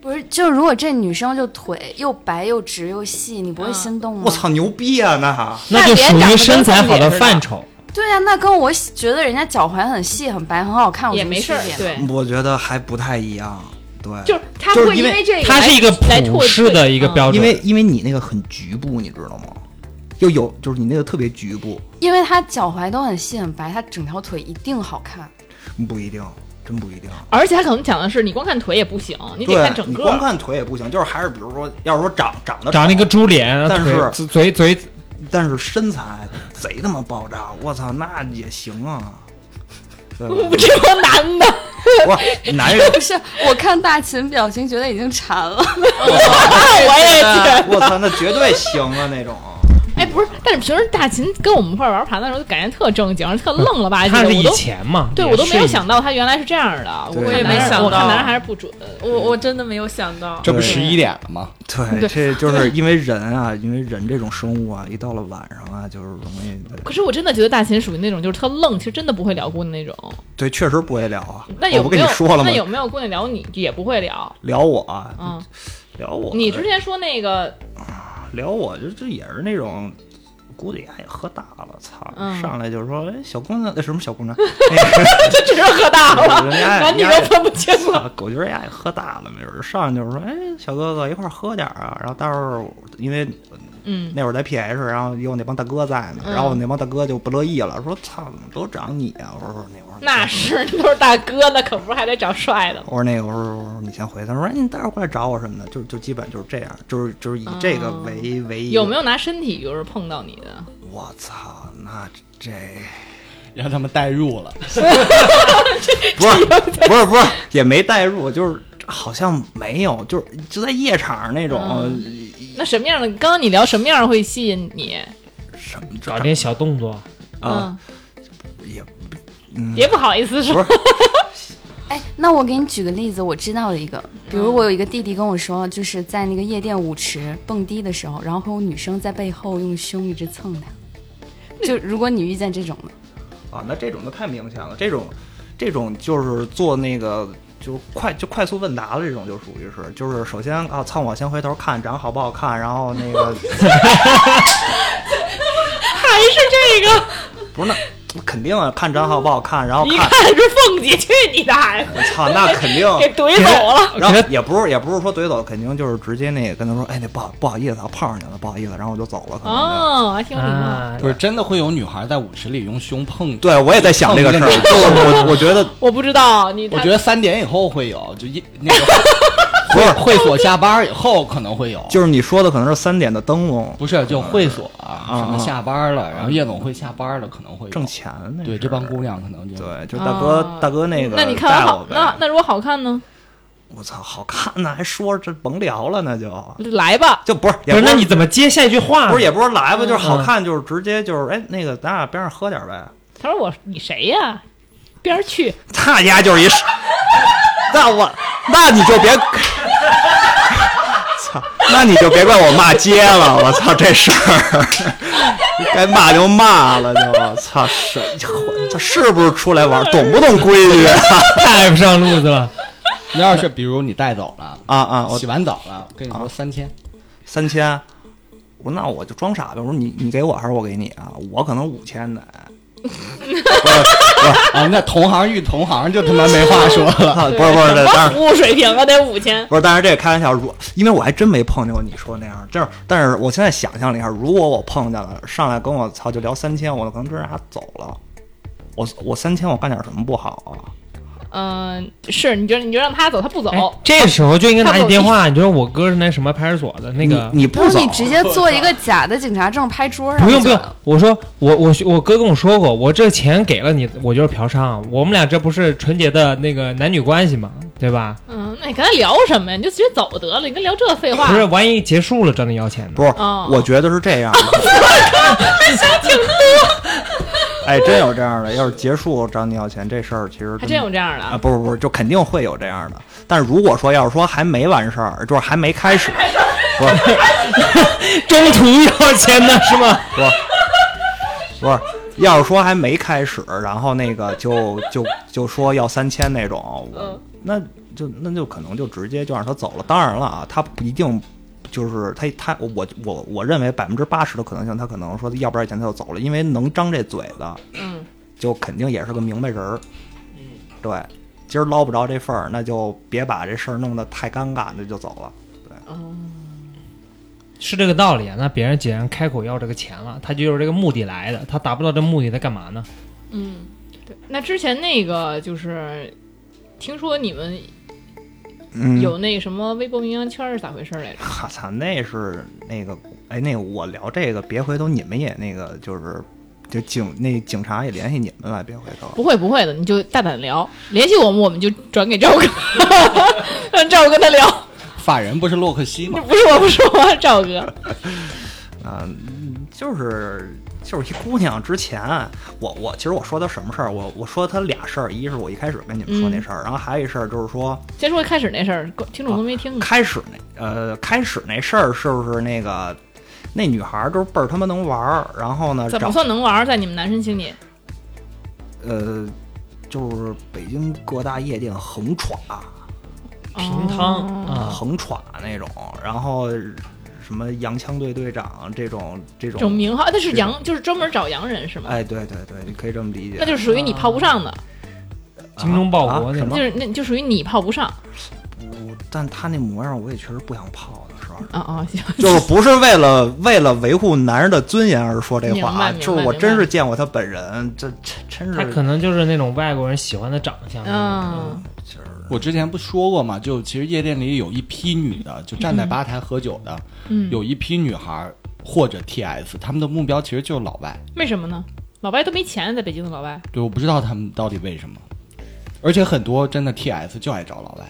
E: 不是，就是如果这女生就腿又白又直又细，你不会
A: 嗯
E: 心动吗？
D: 我！操牛逼啊那！
A: 那
C: 就
A: 脸
C: 属
A: 长
C: 于
A: 得
C: 身
A: 跟
C: 材
A: 凤
C: 好
A: 姐
C: 的
A: 似的
C: 范 畴。
E: 对呀、那跟我喜觉得人家脚踝很细很白很好看，我
A: 也没事儿，对，
D: 我觉得还不太一样，对，
A: 就是他
D: 就是
A: 会
D: 因为
A: 为这个来，
C: 它是一个
A: 来
C: 普
A: 唾
C: 世的
A: 弃
C: 一个
A: 嗯
C: 标准，
D: 因为因为你那个很局部，你知道吗？就有就是你那个特别局部，
E: 因为她脚踝都很细很白，她整条腿一定好看。
D: 不一定，真不一定。
A: 而且他可能讲的是，你光看腿也不行，你得
D: 对
A: 看整
D: 你
A: 个
D: 光
A: 儿。
D: 看腿也不行，就是还是比如说，要是说长长得
C: 长了一个猪脸，啊
D: 但
C: 腿
D: 是
C: 嘴嘴嘴
D: 但是身材贼他妈爆炸，我操，那也行啊。对吧
A: 只有男的，
D: 不是男人，
E: 不是，我看大秦表情觉得已经馋了。
A: 我也觉得。
D: 我操，那绝对行啊那种。
A: 哎，不是，但是平时大秦跟我们一块儿玩盘的时候，就感觉特正经，特愣了吧唧的。
C: 嗯他是
A: 哎我
C: 以
A: 都
C: 前嘛，
A: 对
C: 也
A: 我都没有
C: 是以
A: 想到他原来是这样的，
D: 对
A: 看
D: 我也
A: 男
F: 没
A: 人
F: 想
A: 我看
F: 到
A: 男人还是不准。
F: 我我真的没有想到，
B: 这不
D: 对
B: 十一点了吗？
D: 对，
A: 对
D: 这就是因为人啊，因为人这种生物啊，一到了晚上啊，就是容易。
A: 可是我真的觉得大秦属于那种就是特愣，其实真的不会聊姑娘那种。
D: 对，确实不会聊啊。
A: 那
D: 我
A: 有
D: 不
A: 没
D: 跟你
A: 有
D: 说了吗
A: 那？有没有姑娘聊你也不会聊？
D: 聊我啊，
A: 嗯，
D: 聊我，
A: 你之前说那个
D: 聊我，就这也是那种。估计也喝大了，操！
A: 嗯
D: 上来就说，哎，小姑娘，那什么小姑娘，
A: 就 只是喝大了，
D: 人家
A: 男女
D: 人
A: 都
D: 家
A: 分不清了。
D: 啊，狗觉儿呀也喝大了，没准儿上去就是说，哎，小哥哥一块儿喝点儿啊。然后待会儿因为
A: 嗯，
D: 那会儿在 PS，然后有我那帮大哥在呢，
A: 嗯
D: 然后我那帮大哥就不乐意了，说操，怎么都长你啊！我说那会儿
A: 那是都是大哥，那可不是还得找帅的 吗？
D: 我说那个，我说我说你先回，他说哎你待会儿过来找我什么的，就就基本就是这样，就是就是以这个
A: 哦
D: 为、为
A: 有没
D: 有？
A: 有拿身体就是碰到你的？
D: 我操，那这
B: 让他们代入了。
D: 不 是不是不是也没带入，就是好像没有，就是就在夜场那种、
A: 那什么样的？刚刚你聊什么样会吸引你？嗯
D: 什么
C: 搞点小动作，
D: 啊、也嗯
A: 别不好意思说
D: 不，是
E: 哎，那我给你举个例子，我知道的一个，比如我有一个弟弟跟我说，就是在那个夜店舞池蹦迪的时候，然后会有女生在背后用胸一直蹭他。就如果你遇见这种 的，
D: 啊，那这种就太明显了，这种这种就是做那个。就快就快速问答了，这种就属于是，就是首先啊，操我先回头看长得好不好看，然后那 个
A: 还是这个？
D: 不是那肯定啊，看长得好不好看，然后
A: 一
D: 看
A: 看是凤姐，去你大爷，
D: 我操，那肯定。
A: 给怼走了。
D: 然后也不是也不是说怼走，肯定就是直接那个跟他说，哎，那不好不好意思啊，碰上你了，不好意思，然后我就走了。可能就
A: 哦，还挺有礼貌。
C: 啊
B: 不，是真的会有女孩在舞池里用胸碰，
D: 对，我也在想这个事 儿，就是我我觉得
A: 我不知道你，
B: 我觉得三点以后会有，就一那个 会会所下班以后可能会有，
D: 就是你说的可能是三点的灯笼
B: 不是就会所啊
D: 啊
B: 什么下班了，然后夜总会下班了可能会有
D: 挣钱那
B: 对
D: 是
B: 这帮姑娘可能就
D: 对，就大哥、
A: 哦
D: 大哥那个
A: 那你看
D: 带
A: 完
D: 我
A: 好，那
D: 呗。
A: 那如果好看呢？
D: 我操，好看呢，还说这甭聊了，那就
A: 来吧，
D: 就不是也
C: 不是，那
D: 是
C: 你嗯怎么接下一句话呢？
D: 不是也不是来吧，就是好看，就是直接就是哎那个咱俩边上喝点呗。
A: 他说我你谁呀？边儿去，
D: 他家就是一，那我那你就别，操，那你就别怪我骂街了，我操这事儿，该骂就骂了就，我操是，这是不是出来玩，懂不懂规矩啊
C: 太不上路子了。
B: 那要是比如你带走了，
D: 啊啊！我
B: 洗完澡了，跟你说三千，
D: 三千，我说那我就装傻呗，我说你你给我还是我给你啊？我可能五千的。不是
B: 啊，那同行遇同行就他妈没话说 了。
D: 啊不是不是，
A: 什
D: 这当
A: 么
D: 然
A: 服务水平啊，得五千。
D: 不是，但是这个开玩笑，如因为我还真没碰见过你说那样，就是但是我现在想象了一下，如果我碰见了，上来跟我操就聊三千，我可能跟人家走了。我我三千，我干点什么不好啊？
A: 嗯、是，你就你就让他走，他不走。
C: 哎，这时候就应该拿起电话，你就说我哥是那什么派出所的那个，
D: 你你不
E: 然后
D: 走
E: 你，直接做一个假的警察证拍桌上，
C: 啊 不用不用，我说我我我哥跟我说过，我这钱给了你，我就是嫖娼，我们俩这不是纯洁的那个男女关系嘛，对吧？
A: 嗯，那你跟他聊什么呀？你就直接走得了，你跟他聊这废话。
C: 不是，万一结束了找你要钱呢？
D: 不是，
A: 哦
D: 我觉得是这样的。哎，真有这样的，要是结束找你要钱这事儿，其实
A: 还真有这样的
D: 啊，不是不是，就肯定会有这样的。但是如果说要是说还没完事儿，就是还没开始，不是
C: 中途要钱 的是吗？
D: 不是不是，要是说还没开始，然后那个就就就说要三千那种，
A: 嗯
D: 我那就那就可能就直接就让他走了。当然了啊，他不一定。就是他，他我我我认为百分之八十的可能性，他可能说要不要钱他就走了，因为能张这嘴的，
A: 嗯，
D: 就肯定也是个明白人儿。对，今儿捞不着这份儿，那就别把这事儿弄得太尴尬，那就走了。
C: 是这个道理啊。那别人既然开口要这个钱了，他就是这个目的来的，他达不到这目的，他干嘛呢？
A: 嗯，对。那之前那个就是，听说你们
D: 嗯
A: 有那什么微博名扬圈是咋回事来着？
D: 我 操，那是那个，哎，那个我聊这个，别回头你们也那个，就是就警那警察也联系你们了，别回头。
A: 不会不会的，你就大胆聊，联系我们，我们就转给赵哥， 让赵哥他聊。
B: 法人不是洛克希吗？
A: 不是我，不是我，赵哥。
D: 啊、就是就是一姑娘。之前啊我我其实我说她什么事儿，我我说她俩事儿，一是我一开始跟你们说
A: 嗯
D: 那事儿，然后还有一事儿就是说
A: 先说开始那事儿，听众都没听呢。
D: 开始那呃开始那事儿是不是那个那女孩儿就是倍儿他妈能玩儿，然后呢
A: 怎么
D: 找
A: 算能玩儿？在你们男生心里，
D: 呃就是北京各大夜店横啊耍。
C: 平汤啊，
D: 横闯那种，然后什么洋枪队队长这种这
A: 这
D: 种，
A: 种名号，那是
D: 是
A: 洋，就是专门找洋人是吗？
D: 哎，对对对，你可以这么理解，
A: 那就是属于你泡不上的，
C: 精忠报国
D: 啊
C: 那
D: 什
C: 种
D: 么
A: 就是那就属于你泡不上。
D: 我但他那模样，我也确实不想泡的，是吧？
A: 啊啊，行，
D: 就是不是为了为了维护男人的尊严而说这话
A: 明白
D: 啊，
A: 明白
D: 就是我
A: 明白
D: 真是见过他本人，这真真
C: 他可
D: 是
C: 能就是那种外国人喜欢的长相。
A: 嗯，
D: 就是
B: 我之前不说过嘛，就其实夜店里有一批女的，就站在吧台喝酒的，
A: 嗯
B: 有一批女孩儿或者 TS，他们的目标其实就是老外。
A: 为什么呢？老外都没钱，在北京的老外，
B: 对，我不知道他们到底为什么，而且很多真的 TS 就爱找老外，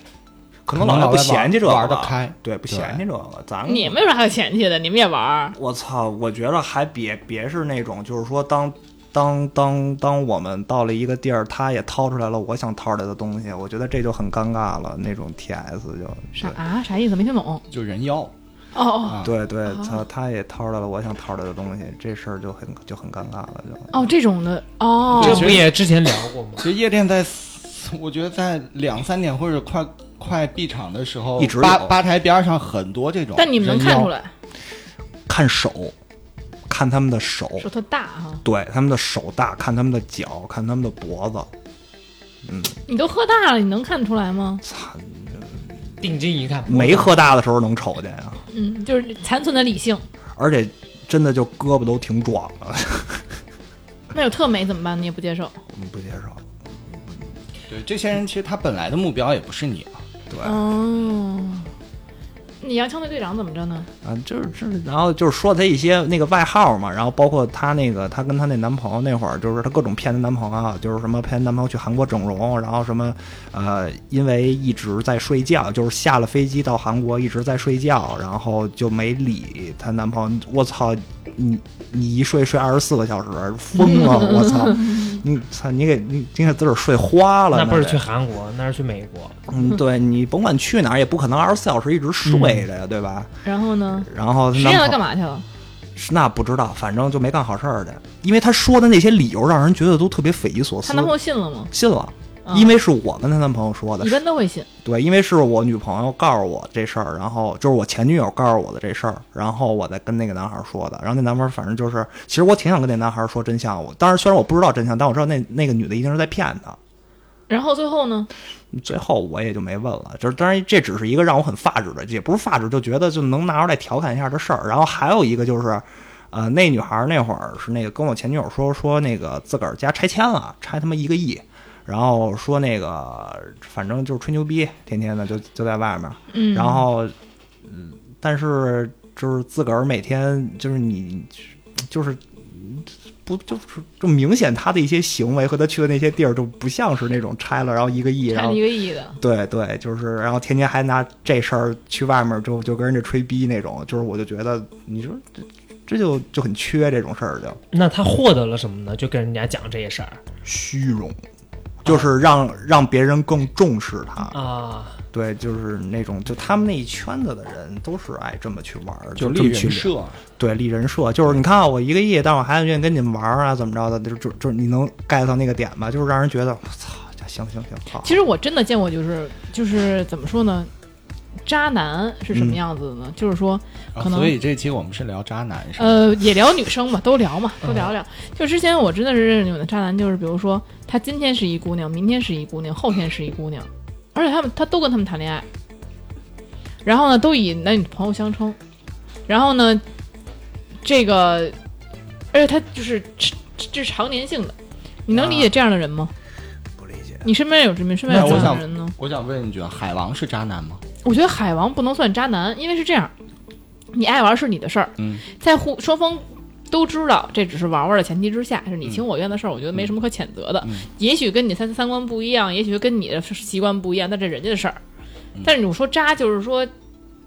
D: 可
B: 能
D: 能老
B: 老
D: 外
B: 外
D: 不嫌弃这个
B: 玩得
D: 吧
B: 开
D: 对，不
B: 对
D: 嫌弃这个，咱
A: 你们有啥可嫌弃的？你们也玩儿，
D: 我操！我觉得还别别是那种，就是说当当当当我们到了一个地儿，他也掏出来了我想掏出来的东西，我觉得这就很尴尬了。那种 T S 就
A: 啥啊？啥意思？没听懂。哦
B: 就人妖。
A: 哦
D: 对对，他他也掏出来了我想掏出来的东西，这事儿就很就很尴尬了。就
A: 哦，这种的哦，
C: 这不也之前聊过吗？
B: 其实夜店在，我觉得在两三点或者快快闭场的时候，
D: 一直
B: 吧
D: 有
B: 吧台边上很多这种人妖，
A: 但你们能看出来，
D: 看手，看他们的手，
A: 说它大哈，
D: 对他们的手大，看他们的脚，看他们的脖子。
A: 你都喝大了，你能看得出来吗？
D: 操，
C: 定睛一看，
D: 没喝大的时候能瞅见啊！
A: 嗯，就是残存的理性。
D: 而且真的就胳膊都挺壮的，
A: 那有特美怎么办？你也不接受？
D: 不接受。
B: 对这些人，其实他本来的目标也不是你嘛。啊
A: 哦，你洋枪队队长怎么着呢？
D: 啊，就是就是，然后就是说她一些那个外号嘛，然后包括她那个她跟她那男朋友那会儿，就是她各种骗她男朋友啊，就是什么骗她男朋友去韩国整容，然后什么呃，因为一直在睡觉，就是下了飞机到韩国一直在睡觉，然后就没理她男朋友。我操，你你一睡睡二十四个小时，疯了！我操，你操你给你你给自个儿睡花了，
C: 那不是
D: 得
C: 去韩国，那是去美国。
D: 嗯，对你甭管去哪儿，也不可能二十四小时一直
C: 嗯
D: 睡着呀，对吧？
A: 然后呢？
D: 然后她
A: 实际上他
D: 男朋友
A: 干嘛去了？
D: 那不知道，反正就没干好事儿去，因为他说的那些理由让人觉得都特别匪夷所思
A: 她男。朋友信了吗？
D: 信了，
A: 嗯
D: 因为是我跟她男朋友说的
A: 一，般都会信。
D: 对，因为是我女朋友告诉我这事儿，然后就是我前女友告诉我的这事儿，然后我再跟那个男孩儿说的。然后那男孩儿反正就是，其实我挺想跟那男孩儿说真相，我当然虽然我不知道真相，但我知道那那个女的一定是在骗他。
A: 然后最后呢？
D: 最后我也就没问了，就是当然这只是一个让我很发指的，也不是发指，就觉得就能拿出来调侃一下这事儿。然后还有一个就是，呃，那女孩儿那会儿是那个跟我前女友说说那个自个儿家拆迁了，拆他妈一个亿，然后说那个反正就是吹牛逼，天天的就就在外面，
A: 嗯，
D: 然后，嗯，但是就是自个儿每天就是你就是不就是就明显他的一些行为和他去的那些地儿就不像是那种拆了然后一个亿，然
A: 差
D: 后
A: 一个亿的，
D: 对对，就是然后天天还拿这事儿去外面就就跟人家吹逼那种，就是我就觉得你说这这就就很缺这种事儿就。
C: 那他获得了什么呢？就跟人家讲这些事儿
D: 虚荣，就是让让别人更重视他。
C: 啊，
D: 对，就是那种就他们那一圈子的人都是爱这么去玩儿，
B: 就
D: 这
B: 立
D: 么去
B: 人啊
D: 聊
B: 设，
D: 对立人设，就是你看啊我一个亿，但我还愿意跟你们玩儿啊，怎么着的？就就就是你能 get 到那个点吧？就是让人觉得我操，行行行，好。
A: 其实我真的见过，就是就是怎么说呢？渣男是什么
D: 嗯
A: 样子的呢？就是说，
B: 啊
A: 可能
B: 所以这期我们是聊渣男是吧？
A: 呃，也聊女生嘛，都聊嘛，都
B: 嗯
A: 聊聊。就之前我真的是认识有的渣男，就是比如说他今天是一姑娘，明天是一姑娘，后天是一姑娘，而且他们他都跟他们谈恋爱，然后呢都以男女朋友相称，然后呢这个，而且他就是这这这是常年性的，你能理解这样的人吗？
D: 不理解，
A: 你身边有你身边有这
B: 啊那
A: 样的
B: 我想
A: 人呢？
B: 我想问一句，啊，海王是渣男吗？
A: 我觉得海王不能算渣男，因为是这样，你爱玩是你的事儿，
B: 嗯，
A: 在互双方都知道这只是玩玩的前提之下，是你情我愿的事儿，我觉得没什么可谴责的。
B: 嗯
A: 也许跟你三三观不一样，也许跟你的习惯不一样，那这人家的事儿。
B: 嗯
A: 但是我说渣，就是说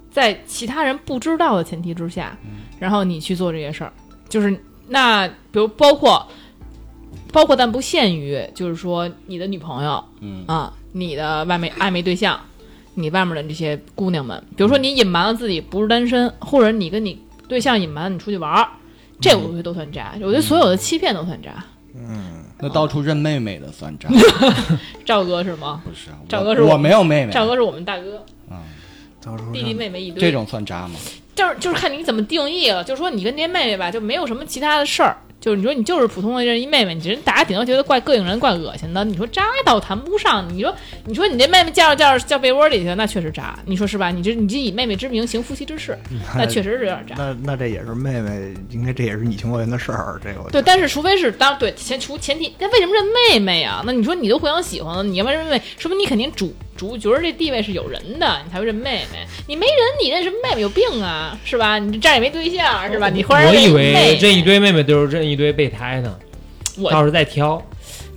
A: 在其他人不知道的前提之下，
B: 嗯
A: 然后你去做这些事儿，就是那比如包括包括但不限于，就是说你的女朋友，
B: 嗯
A: 啊，你的外面暧昧对象，你外面的这些姑娘们，比如说你隐瞒了自己不是单身，或者你跟你对象隐瞒了你出去玩儿，这
B: 嗯
A: 我觉得都算渣。我觉得所有的欺骗都算渣。
B: 那到处认妹妹的算渣？
A: 赵哥是吗？
B: 不是啊，
A: 赵
B: 我
A: 哥是我
B: 我没有妹妹，啊
A: 赵哥是我们大哥，
D: 到时候
A: 弟弟妹妹一堆。
B: 这种算渣吗？
A: 就是就是看你怎么定义了。就是说你跟这些妹妹吧，就没有什么其他的事儿。就是你说你就是普通的这一妹妹，你人大家顶多觉得怪膈应人、怪恶心的。你说渣倒谈不上，你说你说你这妹妹叫着叫着叫被窝里去了，那确实渣。你说是吧？你这你这以妹妹之名行夫妻之事， 那确实是有点渣。
D: 那那这也是妹妹，应该这也是你情我愿的事儿，这个我觉
A: 对，
D: 得
A: 但是除非是当对前除前提，那为什么认妹妹啊？那你说你都互相喜欢了，你要不然认妹妹，说明你肯定主主角这地位是有人的，你才会认妹妹。你没人，你认什么妹妹有病啊？是吧？你这儿也没对象，是吧？你忽然
C: 我
A: 认
C: 以
A: 一
C: 为
A: 妹
C: 这一
A: 妹
C: 堆妹妹都是认一堆备胎呢，
A: 我
C: 到时候再挑。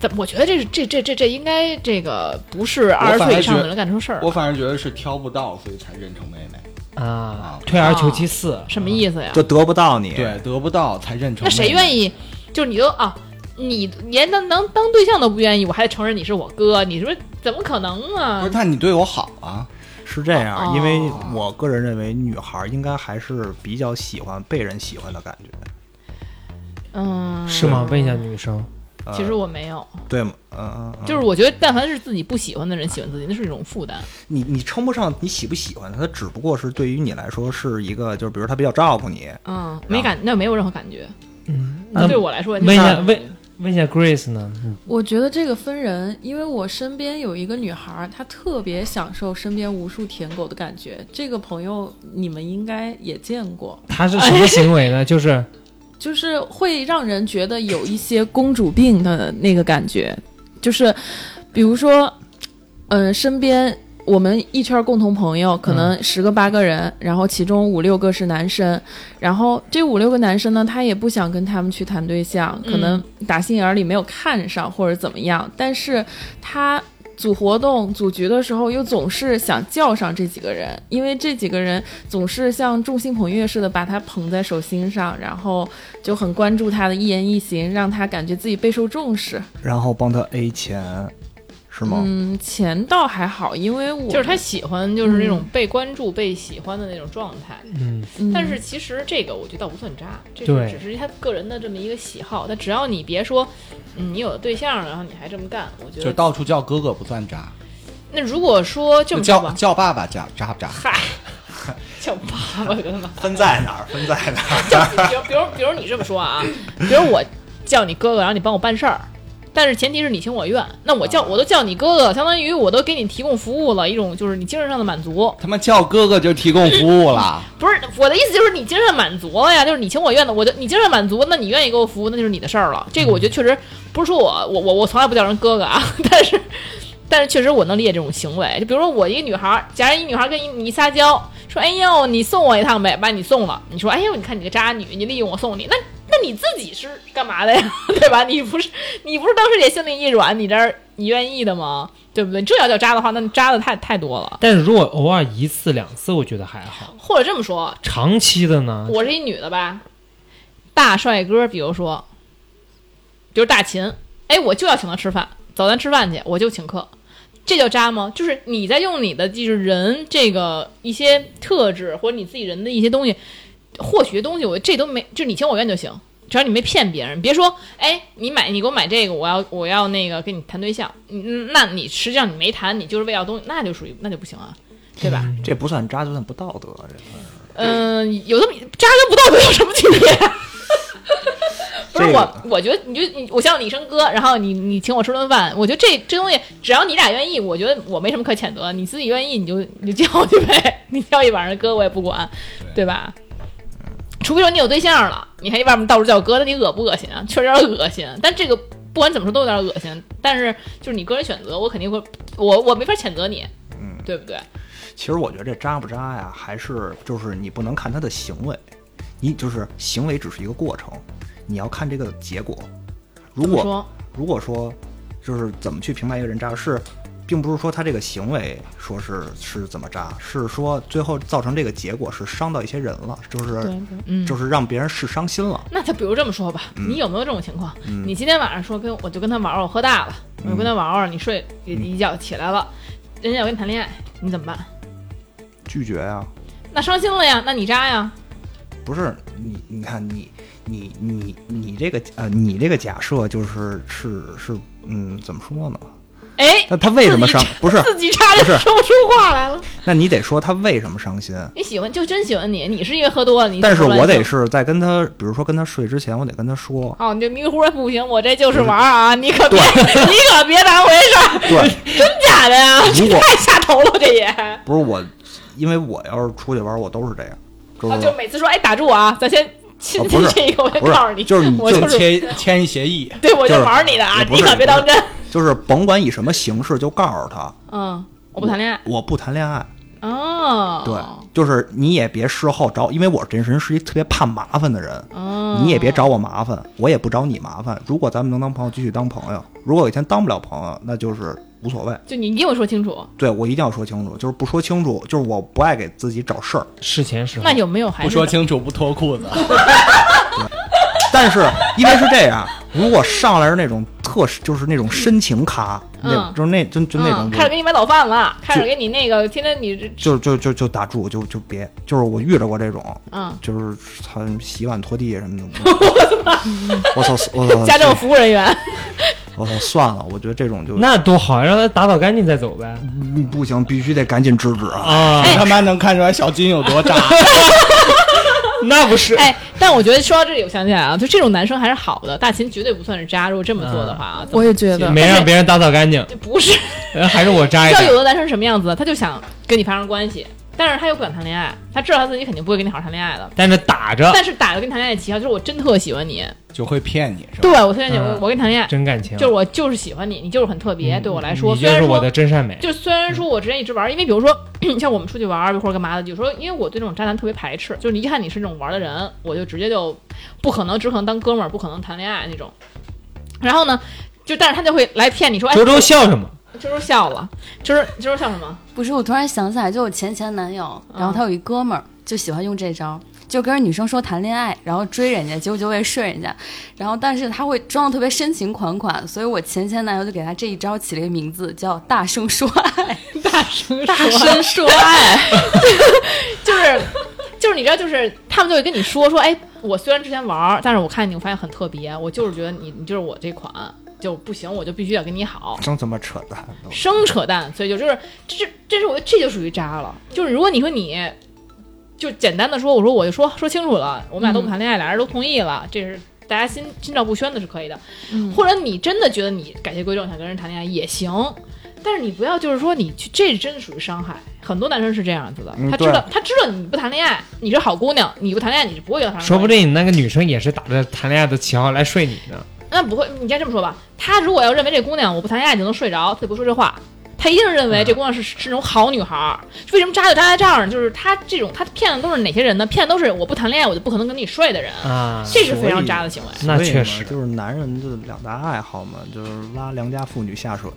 A: 怎么？我觉得这是这这这这应该这个不是二十
B: 反
A: 岁
B: 而
A: 以上
B: 觉
A: 的人干出事儿
B: 我，反而觉得是挑不到，所以才认成妹妹。
C: 啊，退而求其次，
A: 什么意思呀？
D: 就得不到你。
B: 对，得不到才认成。
A: 那谁愿？意？就是你都啊，你连当当当对象都不愿意，我还承认你是我哥，你说怎么可能
B: 不
A: 啊
B: 是，？但你对我好啊，
D: 是这
A: 哦
D: 样，因为我个人认为女孩应该还是比较喜欢被人喜欢的感觉。
A: 嗯，
C: 是吗？问一下女生，
D: 呃
A: 其实我没有，
D: 对吗？嗯嗯，嗯
A: 就是我觉得，但凡是自己不喜欢的人喜欢自己，那是一种负担。
D: 你你称不上你喜不喜欢他，他只不过是对于你来说是一个，就是比如他比较照顾你，
A: 嗯，没感，那没有任何感觉。
C: 嗯，那
A: 那对我来说，啊
C: 问一下
A: 那
C: 问问一下 Grace 呢？嗯
F: 我觉得这个分人，因为我身边有一个女孩儿，她特别享受身边无数舔狗的感觉。这个朋友你们应该也见过，
C: 她是什么行为呢？ 就是
F: 就是会让人觉得有一些公主病的那个感觉，就是比如说，嗯，身边。我们一圈儿共同朋友可能十个八个人，然后其中五六个是男生，然后这五六个男生呢，他也不想跟他们去谈对象，可能打心眼儿里没有看上或者怎么样，但是他组活动、组局的时候又总是想叫上这几个人，因为这几个人总是像众星捧月似的把他捧在手心上，然后就很关注他的一言一行，让他感觉自己备受重视。
D: 然后帮他 A 钱，是吗？
F: 嗯，钱倒还好，因为我
A: 就是他喜欢就是那种被关注、被喜欢的那种状态。
C: 嗯，
F: 嗯
A: 但是其实这个我觉得倒不算渣，这
C: 对
A: 是只是他个人的这么一个喜好。但只要你别说，嗯，你有了对象了，然后你还这么干，我觉
B: 就
A: 得
B: 到处叫哥哥不算渣，
A: 那如果说这
B: 就
A: 么说
B: 叫
A: 吧，
B: 叫爸爸渣渣不渣？
A: 嗨，叫爸爸干 嘛？
D: 分在哪儿？分在哪儿？
A: 就比如比如比如你这么说啊，比如我叫你哥哥，然后你帮我办事儿。但是前提是你情我愿，那我叫我都叫你哥哥，相当于我都给你提供服务了，一种就是你精神上的满足。
B: 他妈叫哥哥就提供服 务了，
A: 不是我的意思，就是你精神满足了呀，就是你情我愿的，我就你精神满足，那你愿意给我服务，那就是你的事儿了。这个我觉得确实不是说我我我我从来不叫人哥哥啊， 但是但是确实我能理解这种行为。就比如说我一个女孩儿，假如一女孩儿跟一你撒娇说：“哎呦，你送我一趟呗，把你送了。”你说：“哎呦，你看你个渣女，你利用我送你。”那那你自己是干嘛的呀？ 对吧？你不是你不是当时也心里一软，你这儿你愿意的吗？对不对？这要叫渣的话，那你渣的太太多了。
C: 但是如果偶尔一次两次，我觉得还好。
A: 或者这么说，
C: 长期的呢，
A: 我是一女的吧，大帅哥，比如说，比如大秦，哎，我就要请他吃饭，走，咱吃饭去，我就请客，这叫渣吗？就是你在用你的就是人这个一些特质或者你自己人的一些东西获取的东西，我这都没，就是你情我愿就行。只要你没骗别人，别说，哎，你买你给我买这个，我要我要那个跟你谈对象，嗯，那你实际上你没谈，你就是为要东西，那就属于那就不行啊，对吧？
D: 这不算渣，就算不道德。啊这
A: 嗯、有这么渣跟不道德有什么区 别？不是
D: 这
A: 我
D: 个，
A: 我觉得你就你，我叫你一声哥，然后你你请我吃顿饭，我觉得这这东西只要你俩愿意，我觉得我没什么可谴责，你自己愿意你就你就 叫去呗，你叫一晚上哥我也不管，对吧？除非说你有对象了，你还外面到处叫哥，那你恶不恶心啊？确实有点恶心，但这个不管怎么说都有点恶心，但是就是你个人选择，我肯定会，我我没法谴责你，
D: 嗯
A: 对不对？
D: 其实我觉得这渣不渣呀，还是就是你不能看他的行为，你就是行为只是一个过程，你要看这个结果。如
A: 怎么
D: 果呃
A: 说？
D: 如果说就是怎么去评判一个人渣是。并不是说他这个行为说是是怎么渣，是说最后造成这个结果是伤到一些人了，就是
A: 嗯，
D: 就是让别人是伤心了。
A: 那就比如这么说吧，
D: 嗯
A: 你有没有这种情况？
D: 嗯
A: 你今天晚上说跟我就跟他玩玩，我喝大了，我就跟他玩玩，你睡一
D: 嗯
A: 一觉起来了，人家要跟你谈恋爱，你怎么办？
D: 拒绝呀、
A: 那伤心了呀，那你渣呀，
D: 不是你，你看你，你你你这个呃，你这个假设就是是是，嗯，怎么说呢？
A: 哎，
D: 那他为什 么伤？不是，
A: 自己渣就
D: 不是
A: 说不出话来了。
D: 那你得说他为什么伤心。
A: 你喜欢就真喜欢你，你是因为喝多了，你
D: 但是
A: 胡乱
D: 我得
A: 说
D: 是在跟他，比如说跟他睡之前，我得跟他说，
A: 哦，你这迷糊不行，我这就是玩啊，你可别你可别当回事儿，
D: 对，
A: 真假的呀？
D: 如
A: 这
D: 果
A: 太下头了，这也啊，
D: 不是我，因因为我要是出去玩，我都是这样，就是
A: 就每次说哎打住啊，咱先亲
D: 啊
A: 亲
D: 不 是
A: 这一个，我先
D: 不是
A: 告诉你，
D: 就是你
A: 我
D: 就
A: 就是
B: 签签一协议，
A: 对，我就
D: 就是
A: 玩儿你的啊，
D: 也不
A: 你
D: 是
A: 可别当真。
D: 就是甭管以什么形式，就告诉他
A: 嗯，我不谈恋爱。
D: 我不谈恋爱。
A: 哦，
D: 对，就是你也别事后找，因为我这人是一特别怕麻烦的人，
A: 哦，
D: 你也别找我麻烦，我也不找你麻烦。如果咱们能当朋友，继续当朋友；如果有一天当不了朋友，那就是无所谓。
A: 就你给我说清楚。
D: 对我一定要说清楚，就是不说清楚，就是我不爱给自己找事儿。
C: 事前时候
A: 那有没有还
B: 不
A: 是
B: 说清楚不脱裤子。
D: 但是因为是这样，如果上来是那种特就是那种深情咖，那
A: 嗯
D: 就是那就就那种
A: 嗯，开始给你买早饭了，开始给你那个天天你
D: 就就就就打住，就就别，就是我遇着过这种，
A: 嗯，
D: 就是他洗碗拖地什么 的。我操！我操！
A: 家政服务人员，
D: 我操！算了，我觉得这种就
C: 那多好，让他打扫干净再走
A: 啊
C: 呗。
D: 嗯不行，必须得赶紧制止啊！
C: 啊，
A: 哎
B: 他妈能看出来小金有多 渣，
C: 那不是
A: 哎，但我觉得说到这里，我想起来啊，就这种男生还是好的，大秦绝对不算是渣，如果这么做的
B: 嗯
A: 话啊，
F: 我也觉得
C: 没让别人打扫干净，
A: 这不是，
C: 呃还是我渣一
A: 知道
C: 点
A: 有。的男生是什么样子，他就想跟你发生关系，但是他又不想谈恋爱，他知道他自己肯定不会跟你好好谈恋爱
B: 啊
A: 的，
C: 但是打着
A: 但是打着跟你谈恋爱的旗号，就是我真特喜欢你，
B: 就会骗你是吧？
A: 对我特别喜欢，
C: 嗯
A: 我跟你谈恋爱，
C: 真感情，
A: 就是我就是喜欢你，你就是很特别，
C: 嗯
A: 对我来说，
C: 你
A: 虽
C: 就
A: 然
C: 是
A: 说
C: 我的真善美。
A: 就虽然说我之前一直玩，因为比如说像我们出去玩或者干嘛的，有时候因为我对这种渣男特别排斥，就是你一看你是那种玩的人，我就直接就不可能，只可能当哥们儿，不可能谈恋爱那种。然后呢，就但是他就会来骗你说，哎，
C: 周周笑什么？
A: 周周笑了，周周周周笑什么？
C: 嗯
E: 不是，我突然想起来，就我前前男友，然后他有一哥们儿就喜欢用这招，就跟女生说谈恋爱，然后追人家，结果就为睡人家，然后但是他会装的特别深情款款，所以我前前男友就给他这一招起了一个名字叫“大声说爱
A: 大声大
F: 深说爱，
A: 就是就是你知道，就是他们就会跟你说说，哎，我虽然之前玩儿，但是我看你，我发现很特别，我就是觉得你你就是我这款就不行，我就必须要跟你好。
D: 真他妈扯淡！都
A: 生扯淡，所以就就是这这这是我觉得这就属于渣了。就是如果你说你，就简单的说，我说我就说说清楚了，我们俩都不谈恋爱，俩人都同意了，这是大家心心照不宣的是可以的。
F: 嗯
A: 或者你真的觉得你改邪归正想跟人谈恋爱也行，但是你不要就是说你去，这真的属于伤害。很多男生是这样子的，
D: 嗯
A: 他知道他知道你不谈恋爱，你是好姑娘，你不谈恋爱你是不会跟他谈恋爱的。
C: 说不定你那个女生也是打着谈恋爱的旗号来睡你呢。
A: 那不会，你应该这么说吧？他如果要认为这姑娘我不谈恋爱就能睡着，他就不说这话。他一定认为这姑娘是是那种好女孩儿。为什么渣就渣在这儿呢？就是他这种他骗的都是哪些人呢？骗的都是我不谈恋爱我就不可能跟你睡的人，
C: 啊，
A: 这是非常渣的行为。
C: 那
D: 所以
C: 确
D: 嘛
C: 实
D: 就是男人的两大爱好嘛，就是拉良家妇女下水，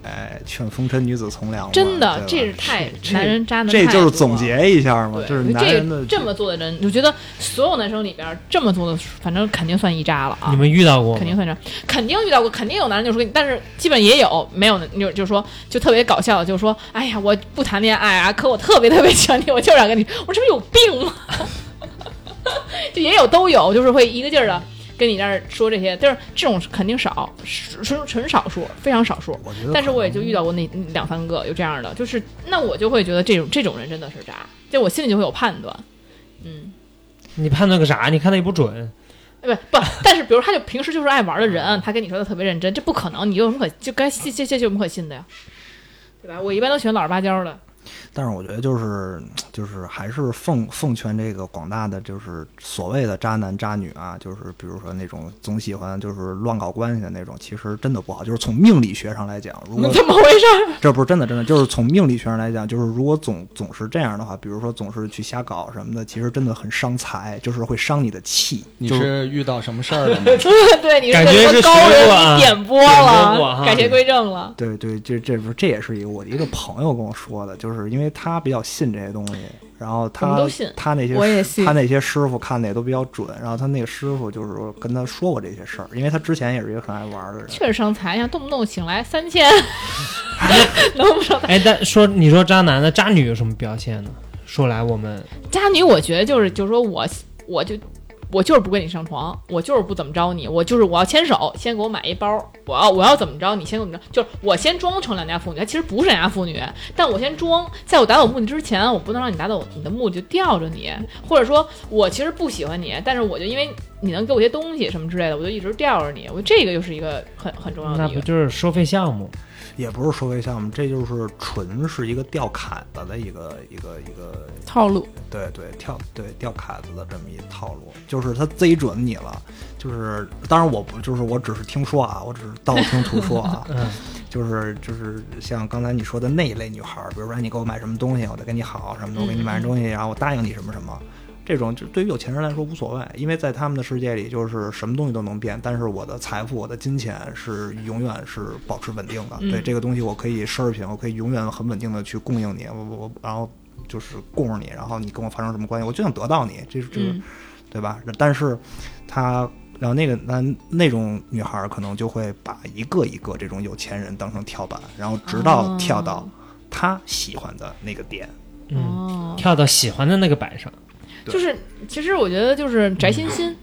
D: 劝风尘女子从良嘛。
A: 真的，这
D: 对
A: 是
D: 吧
A: 太
D: 这
A: 男人渣男
D: 这
A: 太
D: 就是
A: 多
D: 总
A: 了。
D: 结一下嘛，
A: 对，
D: 哦就是
A: 这
D: 男人的
A: 这么做的人，我觉得所有男生里边儿这么做的，反正肯定算一渣了啊。
C: 你们遇到过
A: 肯
C: 吗？
A: 定算这样，肯定遇到过，肯定有男人就说跟你，但是基本也有没有的，就就说就特别搞笑的，就说哎呀，我不谈恋爱啊，可我特别特别喜欢你，我就想跟你，我这不是有病吗？ 就也有都有，就是会一个劲儿的跟你那儿说这些，就是这种肯定少，纯纯少数，非常少数。
D: 我觉得，
A: 但是我也就遇到过那嗯两三个有这样的，就是那我就会觉得这种这种人真的是渣，就我心里就会有判断，嗯。
C: 你判断个啥？你看的也 不准。
A: 不呃不，但是比如他就平时就是爱玩的
C: 嗯
A: 人，他跟你说他特别认真，这不可能，你有什么可就该信这这这有什么可信的呀？对吧？我一般都喜欢老实巴交的，
D: 但是我觉得就是就是还是奉奉劝这个广大的就是所谓的渣男渣女啊，就是比如说那种总喜欢就是乱搞关系的那种，其实真的不好。就是从命理学上来讲，如 果
A: 怎么回事儿？
D: 这不是真的，真的就是从命理学上来讲，就是如果总总是这样的话，比如说总是去瞎搞什么的，其实真的很伤财，就是会伤你的气。
B: 你
D: 就是
B: 是遇到什么事儿了吗？
A: 对，你
C: 感
A: 被
C: 觉
A: 什么
C: 是
A: 高
C: 学
A: 人
C: 过啊
A: 给点拨
C: 点拨过
A: 了，
C: 哈
A: 改邪归正了。
D: 对对，这这不是这也是一个我的一个朋友跟我说的，就是因为他比较信这些东西，然后
A: 我
D: 他
A: 们都信
D: 他那些
F: 我也
D: 师
F: 信
D: 他那些师傅看的也都比较准，然后他那个师傅就是跟他说过这些事儿，因为他之前也是一个很爱玩的人。
A: 确实伤财呀，动不动醒来三 千， 能不能？
C: 哎，但说你说渣男的渣女有什么表现呢？说来我们
A: 渣女，我觉得就是就是说我我就。我就是不跟你上床，我就是不怎么着你，我就是我要牵手，先给我买一包，我要我要怎么着，你先给我怎么着，就是我先装成良家妇女，她其实不是良家妇女，但我先装，在我达到我目的之前，我不能让你达到我你的目的，就吊着你，或者说我其实不喜欢你，但是我就因为你能给我一些东西什么之类的，我就一直吊着你，我觉得这个就是一个很很重要
C: 那
A: 的一
C: 不
A: 个，
C: 就是收费项目？
D: 也不是收费项目，这就是纯是一个吊坎子的一个一个一个，
F: 套路。
D: 对对跳对吊坎子的这么一套路，就是他贼准你了，就是当然我不就是我只是听说啊，我只是道听途说啊，
C: 嗯，
D: 就是就是像刚才你说的那一类女孩儿，比如说哎你给我买什么东西，我再给你好什么的，我给
A: 嗯
D: 你买什么东西，然后我答应你什么什么。这种就对于有钱人来说无所谓，因为在他们的世界里，就是什么东西都能变，但是我的财富、我的金钱是永远是保持稳定的。
A: 嗯
D: 对这个东西，我可以奢侈品，我可以永远很稳定的去供应你，我我我然后就是供着你，然后你跟我发生什么关系，我就想得到你，这是这是、
A: 嗯
D: 对吧？但是他，然后那个男那种女孩儿可能就会把一个一个这种有钱人当成跳板，然后直
A: 哦
D: 到跳到她喜欢的那个点。
C: 嗯，
A: 哦，
C: 跳到喜欢的那个板上。
D: 对
A: 就是其实我觉得就是翟欣欣，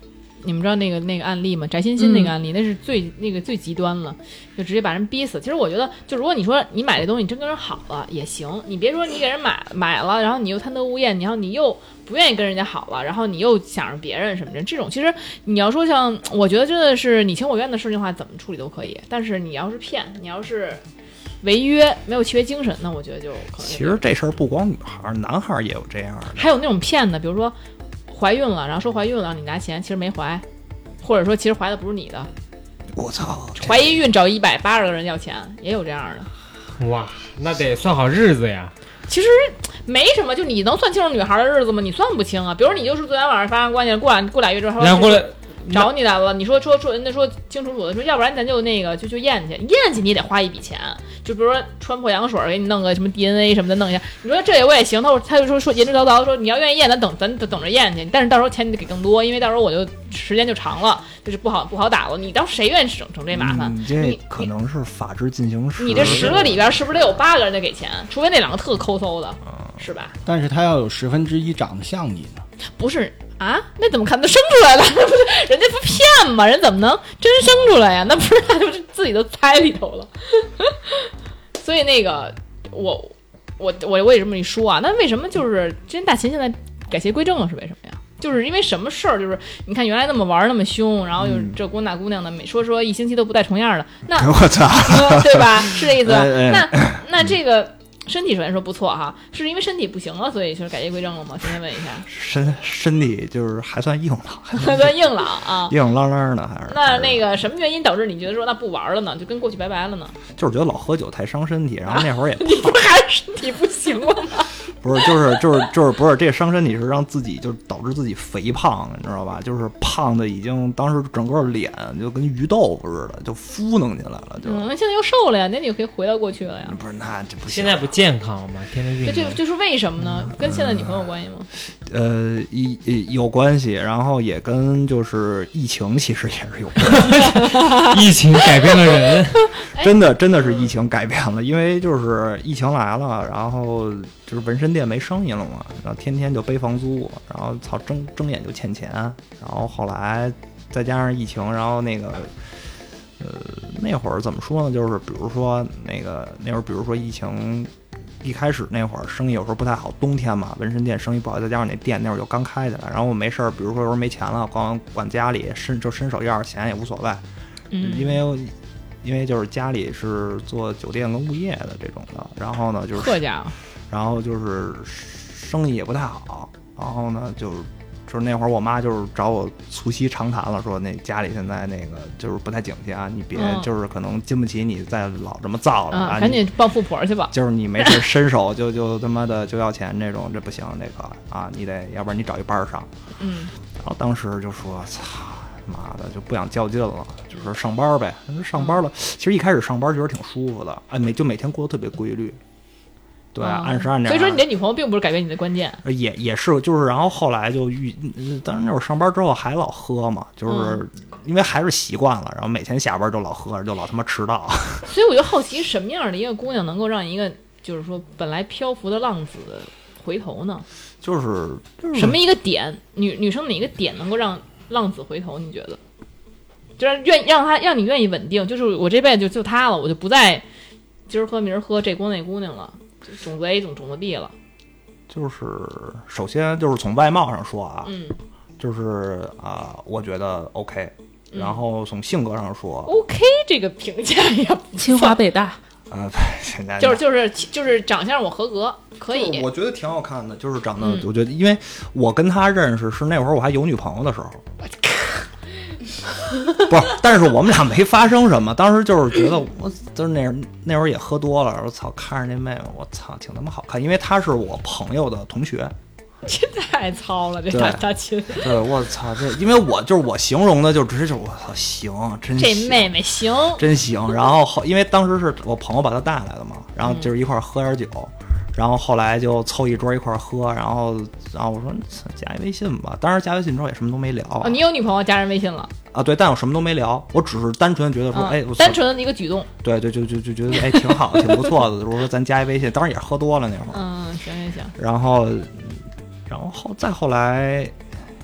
A: 你们知道那个那个案例吗？翟欣欣那个
D: 嗯
A: 案例，那是最那个最极端了，就直接把人逼死。其实我觉得，就如果你说你买这东西你真跟人好了也行，你别说你给人买买了，然后你又贪得无厌，然后你又不愿意跟人家好了，然后你又想着别人什么的，这种其实你要说像，我觉得真的是你情我愿的事情的话，怎么处理都可以。但是你要是骗，你要是违约，没有契约精神，那我觉得就可能
D: 其实这事儿不光女孩儿，男孩儿也有这样的。
A: 还有那种骗的，比如说怀孕了，然后说怀孕了，你拿钱，其实没怀，或者说其实怀的不是你的，
D: 我操，这
A: 怀一孕找一百八十个人要钱，也有这样的。
C: 哇，那得算好日子呀。
A: 其实没什么，就你能算清楚女孩的日子吗？你算不清啊。比如你就是昨天晚上发生关系，过两过俩月之后，
C: 然后过来，
A: 找你来了，你说说说，人家说清楚楚的说，要不然咱就那个就就验去，验去你得花一笔钱，就比如说穿破羊水儿给你弄个什么 DNA 什么的弄一下，你说这我也行，他说他就说说言之凿凿说你要愿意验，咱等咱等着验去，但是到时候钱你得给更多，因为到时候我就时间就长了，就是不好不好打了，你到时候谁愿意整整这麻烦？
D: 你嗯这
A: 你
D: 可能是法制进行时。
A: 你这十个里边是不是得有八个人得给钱？除非那两个特抠搜的，
D: 嗯
A: 是吧？
B: 但是他要有十分之一长得像你呢，
A: 不是啊？那怎么看？那生出来了， 不是人家不骗吗？人怎么能真生出来呀？那不是他就是自己都猜里头了。 所以那个我我我我也这么一说啊，那为什么就是真大秦现在改邪归正了？是为什么呀？就是因为什么事儿？就是你看原来那么玩儿那么凶，然后就是
D: 嗯
A: 这姑那姑娘的，每说说一星期都不带重样儿的，那
D: 我操！
A: 对吧？是这意思吧？
D: 哎哎
A: 那那这个身体首先说不错哈，是因为身体不行了，所以就是改邪归正了吗？首先问一下，
D: 身身体就是还算硬朗，
A: 算硬朗啊。
D: 硬朗朗的还是。
A: 那那个什么原因导致你觉得说那不玩了呢？就跟过去拜拜了呢？
D: 就是觉得老喝酒太伤身体，然后那会儿也
A: 你不是还是身体不行了吗？
D: 不是，就是就是就是不是这伤身体是让自己就是导致自己肥胖，你知道吧？就是胖的已经当时整个脸就跟鱼豆腐似的，就敷弄进来了，就、
A: 嗯，现在又瘦了呀，那你就可以回到过去了呀。
D: 不是那这不行。
C: 现在不健康吗？天天运
A: 这这
C: 动，
A: 就是为什么呢？跟现在女朋友有关系吗？
D: 呃，一一有关系，然后也跟就是疫情其实也是有关系，
C: 疫情改变 了人。
D: 真的真的是疫情改变了，因为哎就是疫情来了，然后就是纹身店没生意了嘛，然后天天就背房租，然后操睁睁眼就欠钱，然后后来再加上疫情，然后那个。呃，那会儿怎么说呢？就是比如说那个呃那会儿，比如说疫情一开始那会儿，生意有时候不太好，冬天嘛，纹身店生意不好，再加上那店那会儿就刚开起来，然后我没事儿，比如说有时候没钱了，光管家里伸就伸手要点钱也无所谓，因
A: 嗯，
D: 为因为就是家里是做酒店跟物业的这种的，然后呢就
A: 客
D: 是
A: 家伙啊
D: 然后就是生意也不太好，然后呢就就是那会儿我妈就是找我促膝长谈了，说那家里现在那个就是不太景气啊，你别
A: 嗯
D: 就是可能经不起你再老这么造了
A: 啊，
D: 啊，
A: 赶
D: 你
A: 紧抱富婆去吧。
D: 就是你没事伸手就就他妈的就要钱这种，这不行，这个啊，你得要不然你找一班儿上。
A: 嗯，
D: 然后当时就说：“操，妈的，就不想较劲了，就是上班呗。”上班
A: 嗯
D: 了，其实一开始上班觉得挺舒服的，哎，每就每天过得特别规律，对，
A: 啊
D: 按时按点
A: 所
D: 儿。
A: 以说你的女朋友并不是改变你的关键。
D: 呃也也是，就是然后后来就遇，嗯当然那会儿上班之后还老喝嘛，
A: 嗯
D: 就是因为还是习惯了，然后每天下班就老喝，就老他妈迟到。
A: 所以我就好奇，什么样的一个姑娘能够让一个就是说本来漂浮的浪子回头呢？
D: 就是
A: 什么一个点，女女生哪一个点能够让浪子回头？你觉得？就是愿让他让你愿意稳定，就是我这辈子就就他了，我就不再今儿喝明儿喝这姑那姑娘了，就种子 A 种种子 B 了。
D: 就是，首先就是从外貌上说啊，
A: 嗯
D: 就是啊、我觉得 OK。
A: 嗯哦
D: 然后从性格上说，
A: ，OK，这个评价呀，
F: 清华北大，
D: 呃， 现在
A: 就是就是就是长相我合格，可
D: 就是
A: 以
D: 我觉得挺好看的，就是长得，
A: 嗯
D: 我觉得，因为我跟他认识是那会儿我还有女朋友 的时候，不是，但是我们俩没发生什么，当时就是觉得我就是那那会儿也喝多了，我操，看着那妹妹，我操，挺他妈好看，因为她是我朋友的同学，
A: 这太糙了，这大
D: 对
A: 大亲，
D: 对，我操，这因为我就是我形容的就直接就是我操，行，真
A: 这
D: 行
A: 妹妹行，
D: 真行。然后后，因为当时是我朋友把他带来的嘛，然后就是一块儿喝点酒，然后后来就凑一桌一块儿喝，然后然后我说操加一微信吧，当时加微信之后也什么都没聊啊
A: 哦，你有女朋友加人微信了，
D: 啊对，但我什么都没聊，我只是单纯觉得说，
A: 嗯
D: 哎，我
A: 单纯的一个举动，
D: 对对，就就就觉得哎挺好，挺不错的。 我说咱加一微信，当时也是喝多了那会儿，
A: 嗯，行行行，
D: 然后然后后再后来。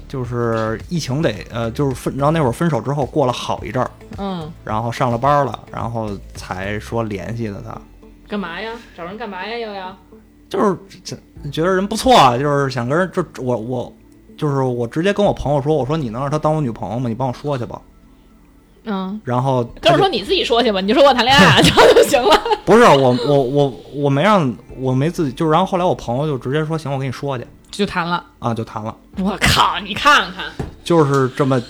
D: 就是疫情得呃，就是分，然后那会儿分手之后过了好一阵儿，
A: 嗯，
D: 然后上了班了，然后才说联系的他，
A: 干嘛呀？找人干嘛呀？又要？
D: 就是这觉得人不错啊，就是想跟人，就我我就是我直接跟我朋友说，我说你能让她当我女朋友吗？你帮我说去吧。
A: 嗯，
D: 然后
A: 跟
D: 他
A: 我
D: 就
A: 说你自己说去吧，你就说我谈恋爱啊，这样就行了。
D: 不是我我我我没让我没自己，就是然后后来我朋友就直接说行，我跟你说去
A: 就谈了，
D: 啊，就谈了，
A: 我靠，你看看，
D: 就是这么。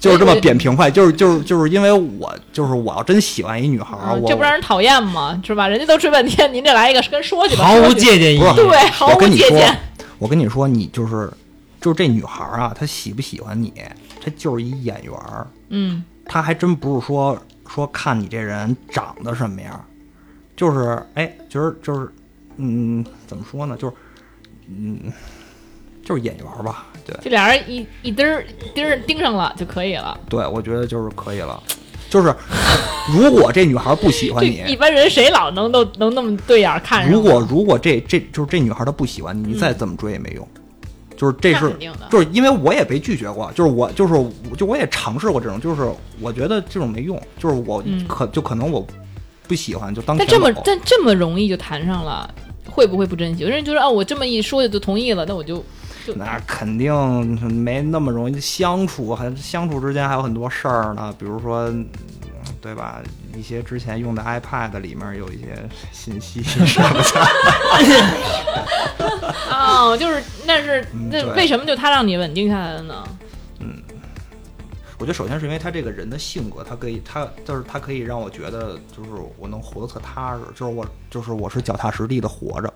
D: 就是这么扁平快，就是就是就是因为我就是我要真喜欢一女孩儿，
A: 嗯
D: 啊我
A: 这不让人讨厌吗？是吧？人家都追半天，您这来一个跟说去吧，
C: 毫无
A: 说去
C: 借鉴意义
D: 不。是
A: 对，毫
D: 我
A: 无
D: 跟你
A: 借
D: 说
A: 鉴。，
D: 我跟你说，你就是就是这女孩儿啊，她喜不喜欢你，她就是一眼缘儿，
A: 嗯
D: 她还真不是说说看你这人长得什么样儿，就是哎，觉得就是嗯，怎么说呢，就是嗯，就是眼缘儿吧，对。
A: 就俩人一一盯儿盯儿盯上了就可以了。
D: 对，我觉得就是可以了。就是如果这女孩不喜欢
A: 这一
D: 你，
A: 般人谁老能都能那么对眼儿看上？
D: 如果如果这这就是这女孩她不喜欢你，你再怎么追也没用。就是这
A: 嗯那
D: 是
A: 肯定的
D: 就是因为我也被拒绝过，就是我就是我就我也尝试过这种，就是我觉得这种没用，就是我
A: 嗯
D: 可、就可能我不喜欢就当
A: 但
D: 舔
A: 这
D: 狗
A: 么但这么容易就谈上了，会不会不珍惜？有些人觉得啊，我这么一说就同意了，那我就就
D: 那肯定没那么容易相处，还相处之间还有很多事儿呢，比如说，嗯对吧？一些之前用的 iPad 里面有一些信 息上的
A: 哦，就是那是
D: 嗯
A: 那
D: 对
A: 为什么就他让你稳定下来了呢？
D: 我觉得首先是因为他这个人的性格，他可以，他就是他可以让我觉得，就是我能活得特踏实，就是我就是我是脚踏实地的活着，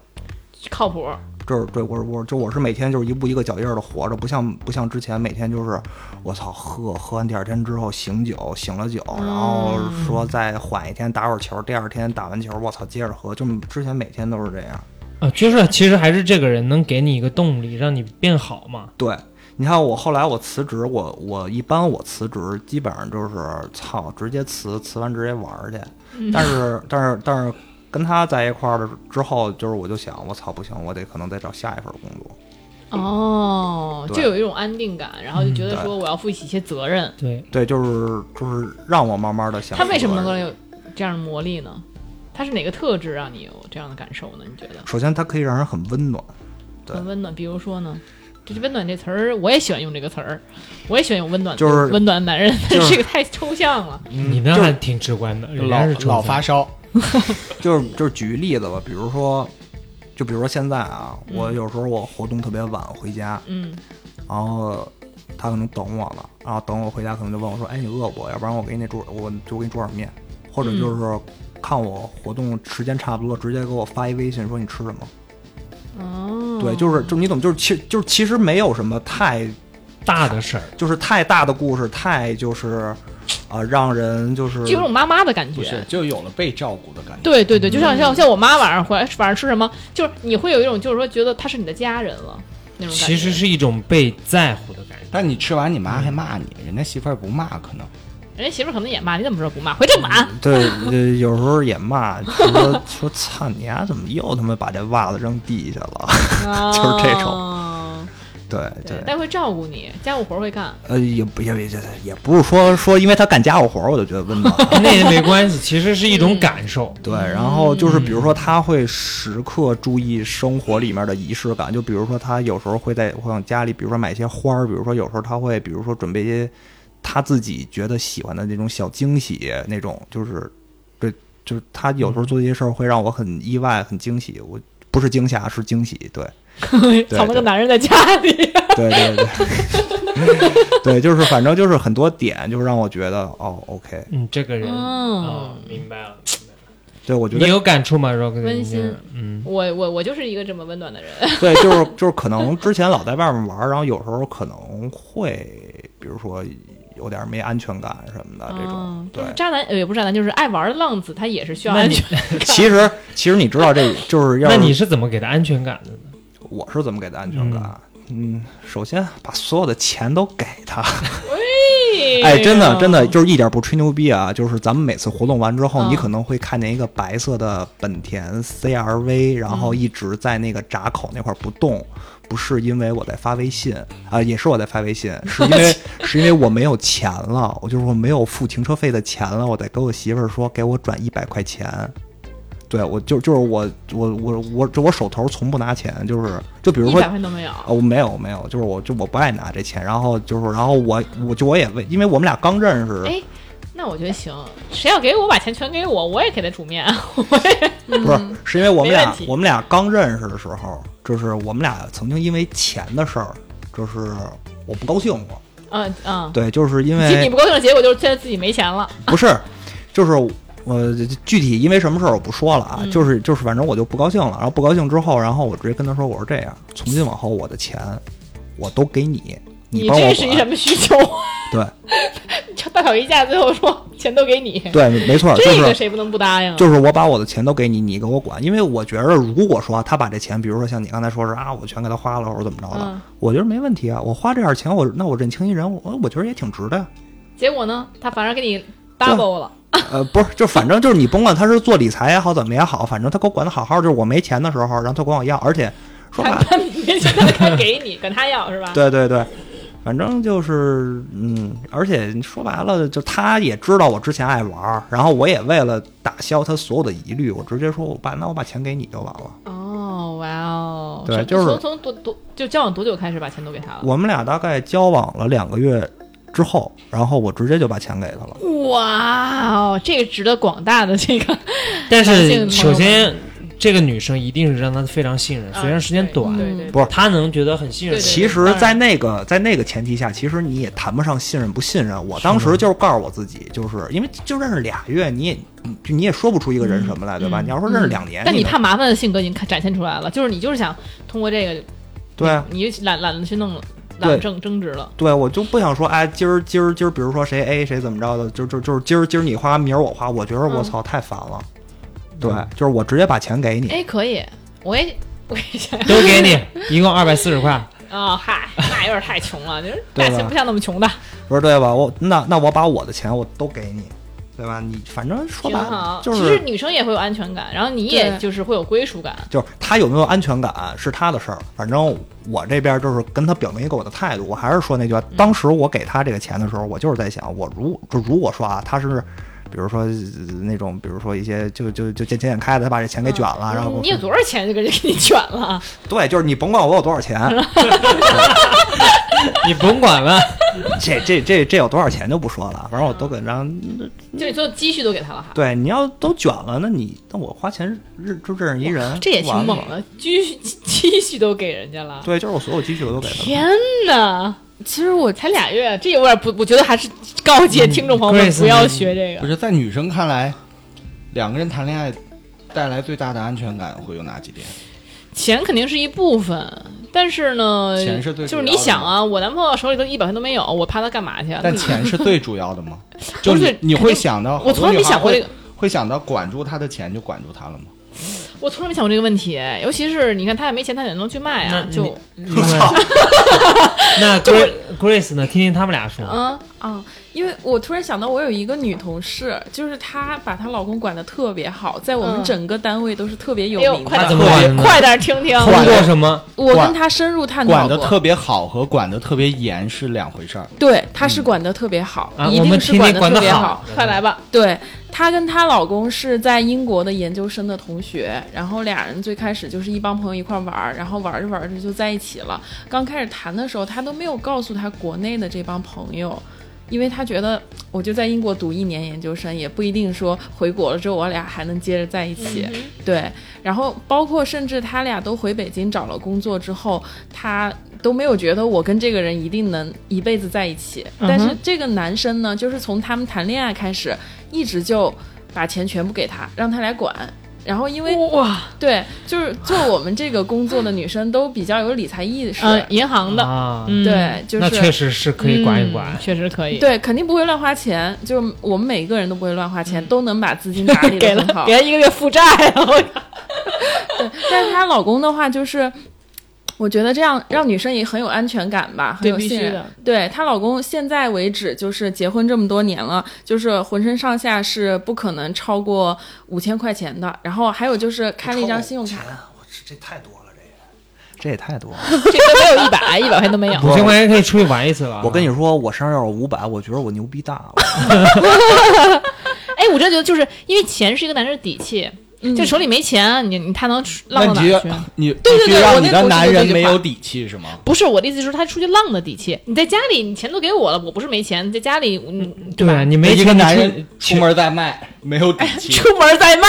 A: 靠谱，
D: 就是对我我就我是每天就是一步一个脚印儿的活着，不像不像之前每天就是我操喝喝完第二天之后醒酒醒了酒，然后说再缓一天打会儿球，第二天打完球我操接着喝，就之前每天都是这样。
C: 啊，就是其实还是这个人能给你一个动力，让你变好嘛。
D: 对，你看我后来我辞职，我我一般我辞职基本上就是操直接辞，辞完直接玩儿去。
A: 嗯
D: 但是但是但是跟他在一块儿的之后，就是我就想我操不行，我得可能再找下一份工作。
A: 哦，就
D: 对
A: 有一种安定感，然后就觉得
D: 嗯
A: 说我要负起一些责任。
C: 对，
D: 对，就是就是让我慢慢的想
A: 他为什么
D: 这
A: 能
D: 个
A: 够
D: 人
A: 有这样的魔力呢？他是哪个特质让你有这样的感受呢？你觉得
D: 首先它可以让人很温暖，对
A: 很温暖？比如说呢？这温暖这词儿，我也喜欢用这个词儿，我也喜欢用温暖，
D: 就是
A: 温暖男人，
D: 就
A: 但
D: 是
A: 是这个太抽象了。
C: 你那还挺直观的，人
B: 嗯老
C: 家是
B: 老发烧，
D: 就是就是举个例子吧，比如说，就比如说现在啊，我有时候我活动特别晚回家，
A: 嗯，
D: 然后他可能等我了，然后等我回家可能就问我说，哎，你饿不？要不然我给你煮，我就给你煮点面，或者就是看我活动时间差不多，直接给我发一微信说你吃什么？
A: 哦，
D: 对，就是就是你怎么就是其就是其实没有什么太
C: 大的事儿，
D: 就是太大的故事，太就是啊、让人就是
A: 就有种妈妈的感
B: 不是
A: 觉。
B: 就有了被照顾的感觉。
A: 对对对，就
D: 嗯
A: 像像像我妈晚上回来晚上吃什么，就是你会有一种就是说觉得她是你的家人了那种感觉。
C: 其实是一种被在乎的感觉。
B: 但你吃完，你妈还骂你，人家媳妇儿不骂，可能
A: 人家媳妇儿可能也骂，你怎么知道不骂？回正版。
D: 对，呃有时候也骂，说 说操你丫、怎么又他妈把这袜子扔地下了？ 就是这种
A: 哦种。
D: 对
A: 对，但会照顾你，家务活儿会 干。
D: 呃，也不也也也不是说说因为他干家务活儿我就觉得温暖，
C: 那也没关系，其实是一种感受。
D: 对，然后就是比如说他会时刻注意生活里面的仪式感，就比如说他有时候会在会往家里，比如说买一些花儿，比如说有时候他会比如说准备一些他自己觉得喜欢的那种小惊喜，那种就是对，就是他有时候做这些事儿会让我很意外、很惊喜，我不是惊吓是惊喜，对。
A: 藏了个男人在家里。
D: 对对 对，对，就是反正就是很多点，就是让我觉得哦，OK，
C: 嗯，这个人
A: 哦
C: 哦，明白了。明白了
D: 对我觉
C: 你
D: 得
C: 有感触吗，Rock？
A: 温馨
C: 嗯，
A: 我我我就是一个这么温暖的人。
D: 对，就是就是可能之前老在外面玩儿，然后有时候可能会，比如说有点没安全感什么的这种
A: 嗯，，就是
D: 对。
A: 渣男呃也不是渣男，就是爱玩的浪子，他也是需要
C: 那
A: 安
C: 你
A: 全。
D: 其实其实你知道这就是要
C: 那你
D: 是
C: 是怎么给他安全感的呢？
D: 我是怎么给的安全感？嗯，首先把所有的钱都给他。哎，真的真的就是一点不吹牛逼啊！就是咱们每次活动完之后，
A: 嗯
D: 你可能会看见一个白色的本田 CRV，然
A: 嗯
D: 后一直在那个闸口那块儿不动，不是因为我在发微信啊、也是我在发微信，是因 为是因为我没有钱了，我就是我没有付停车费的钱了，我得给我媳妇儿说给我转一百块钱。对，我就就是我我我我这我手头从不拿钱，就是就比如
A: 一
D: 说
A: 百块都没有。
D: 哦，我没有没有，就是我就我不爱拿这钱，然后就是然后我我就我也为，因为我们俩刚认识，
A: 哎那我觉得行，谁要给我把钱全给我，我也给他煮面，啊我 也
D: 不是是因为我
A: 嗯
D: 们
A: 没
D: 俩
A: 问题
D: 我们俩刚认识的时候，就是我们俩曾经因为钱的事儿，就是我不高兴过，
A: 嗯嗯。
D: 对，就是因
A: 其实你
D: 为
A: 不高兴的结果就是现在自己没钱了。
D: 不是，就是我具体因为什么事儿我不说了啊，
A: 嗯
D: 就是就是反正我就不高兴了，然后不高兴之后，然后我直接跟他说我说这样，从今往后我的钱我都给你，
A: 你
D: 帮我
A: 这是一什
D: 管。
A: 么需求？
D: 对，
A: 大吵一架，最后说钱都给你，
D: 对，没啊错，就
A: 这个
D: 是
A: 谁不能不答应啊？
D: 就是我把我的钱都给你，你给我管。因为我觉得，如果说他把这钱，比如说像你刚才说是啊，我全给他花了或者怎么着的，
A: 嗯
D: 我觉得没问题啊。我花这点钱，我那我认清一人，我我觉得也挺值的呀。
A: 结果呢，他反而给你 double 了，
D: 呃，不是，就反正就是你甭管他是做理财也好，怎么也好，反正他给我管的好好，就是我没钱的时候，然后他管我要，而且说白
A: 他
D: 了，
A: 他没钱他给你，管他要是吧？
D: 对对对，反正就是嗯，而且你说白了，就他也知道我之前爱玩儿，然后我也为了打消他所有的疑虑，我直接说我把那我把钱给你就完了。
A: 哦，哇哦，
D: 对
A: 什
D: 就是
A: 从从多多就交往多久开始把钱都给他了？
D: 我们俩大概交往了两个月之后，然后我直接就把钱给他了。
A: 哇哦，这个值得广大的这 个
C: 但
A: 男性朋友
C: 是
A: 们
C: 首先，这这个女生一定是让他非常信任，虽然时间短，
A: 啊对对对
D: 不是
C: 他能觉得很信任
A: 对。对
D: 其
A: 当
D: 实，
A: 然
D: 在那个在那个前提下，其实你也谈不上信任不信任。我当时就是告诉我自己，就是因为就认识俩月，你也就你也说不出一个人什么来，对吧？你要说认识两年，
A: 嗯但你
D: 能
A: 怕麻烦的性格已经看展现出来了，就是你就是想通过这个，
D: 对啊，
A: 你懒懒得去弄了，懒得
D: 对
A: 争争执了。
D: 对啊我就不想说，哎，今儿今儿今儿，比如说谁 A 谁怎么着的，就就就是今儿今儿你花，明儿我花，我觉得
A: 嗯
D: 我操太烦了。对，就是我直接把钱给你，
A: 哎，可以，我也我也想
C: 都给你，一共二百四十块，
A: 啊、嗨，那有点太穷了，就是
D: 对
A: 大
D: 吧
A: 钱不像那么穷的，
D: 我说对吧？我那那我把我的钱我都给你，对吧？你反正说
A: 挺
D: 白
A: 好
D: 了。就
A: 其实
D: 是
A: 女生也会有安全感，然后你也
F: 对
A: 就是会有归属感。
D: 就是他有没有安全感是他的事儿，反正我这边就是跟他表明一个我的态度。我还是说那句话，
A: 嗯
D: 当时我给他这个钱的时候，我就是在想，我如就如果说啊，他是。比如说呃那种，比如说一些就就就见钱眼开的，他把这钱给卷了，然后
A: 嗯你有多少钱就给人给你卷 了？
D: 对，就是你甭管我有多 少钱，
C: 你甭管了。
D: 这这这这有多少钱就不说了，反正我都给让。
A: 就你所有积蓄都给他了，哈，
D: 对，你要都卷了，那你那我花钱认就认识一人，
A: 这也挺
D: 完了
A: 猛。的，积蓄积蓄都给人家了。
D: 对，就是我所有积蓄我都给他。
A: 天哪，
F: 其实我
A: 才俩月，这有点不，我觉得还是告诫
C: 嗯
A: 听众朋友们
C: Grace，
A: 不要学这
B: 不
A: 个。
B: 是在女生看来，两个人谈恋爱带来最大的安全感会有哪几点？
A: 钱肯定是一部分，但是呢，
B: 钱是最主
A: 就
B: 要
A: 是
B: 的
A: 你想啊，我男朋友手里都一百块都没有，我怕他干嘛去啊？
B: 但钱是最主要 的吗？就
A: 不是
B: 你你
A: 肯
B: 会
A: 定
B: 想到，
A: 我从来没想过这个，
B: 会想到管住他的钱就管住他了吗？
A: 我从来没想过这个问题，尤其是你看他也没钱，他也能去卖
C: 那
A: 啊，
C: 你
A: 就
C: 另外， 那 Grace Grace 呢？听听他们俩说，
A: 嗯，
F: 啊，因为我突然想到，我有一个女同事，就是她把她老公管得特别好，在我
A: 嗯
F: 们整个单位都是特别有
A: 哎呦，
F: 名
A: 快
C: 他
A: 点
C: 怎
F: 的。
C: 么管
A: 快
C: 的呢
A: 快点听听，嗯
C: 通过什么？
F: 我
B: 管
F: 跟她深入探讨
B: 管的
F: 过，
B: 特别好和管的特别严是两回事儿。
F: 对，她是管得特别好，
C: 嗯啊，
F: 一
C: 我们
F: 定是
C: 听听
F: 得
C: 管
F: 特
C: 得
F: 别
C: 好。的，
A: 快来吧，
F: 对她跟她老公是在英国的研究生的同学，然后俩人最开始就是一帮朋友一块玩儿，然后玩着玩着就在一起了。刚开始谈的时候，她都没有告诉她国内的这帮朋友，因为她觉得我就在英国读一年研究生，也不一定说回国了之后我俩还能接着在一起。
A: 嗯
F: 对，然后包括甚至他俩都回北京找了工作之后，他都没有觉得我跟这个人一定能一辈子在一起。但
A: 嗯
F: 是
A: 哼
F: 这个男生呢，就是从他们谈恋爱开始，一直就把钱全部给他，让他来管。然后因为
A: 哇，
F: 对，就是做我们这个工作的女生都比较有理财意识，
A: 嗯，银行的，
C: 啊，
A: 嗯，
F: 对，就是
C: 那确实是可以管一管
A: 嗯。确实可以，
F: 对，肯定不会乱花钱，就是我们每一个人都不会乱花钱，都能把资金打 理
A: 嗯给
F: 得
A: 了
F: 很好。
A: 给了一个月负债了，我靠
F: 对，但是她老公的话就是。我觉得这样让女生也很有安全感吧，很
A: 对
F: 有
A: 必
F: 信
A: 须
F: 任。
A: 的
F: 对她老公现在为止就是结婚这么多年了，就是浑身上下是不可能超过五千块钱的。然后还有就是开了一张信用卡，
D: 我这这太多了，这也这也太多了。
A: 这都没有一百，一百块都没有。
C: 五千块钱可以出去玩一次了。
D: 我跟你说，我身上要是五百，我觉得我牛逼大了。
A: 哎，我真觉得就是因为钱是一个男人的底气，就手里没钱，你你他能浪到
B: 问
A: 哪
B: 题
A: 儿去？
B: 你
F: 对对
B: 必须
F: 对我
B: 让你
F: 那
B: 的
F: 同事
B: 男
F: 就这
B: 人
F: 句
B: 没
F: 话
B: 有底气是吗？
A: 不是我的意思，是他出去浪的底气。你在家里，你钱都给我了，我不是没钱，你在家里，嗯，
C: 对啊，
A: 吧？
C: 你没
B: 一
C: 钱
B: 个
C: 你
B: 男
C: 出
B: 人出
C: 去
B: 门在外 没有底气，
A: 出门再卖，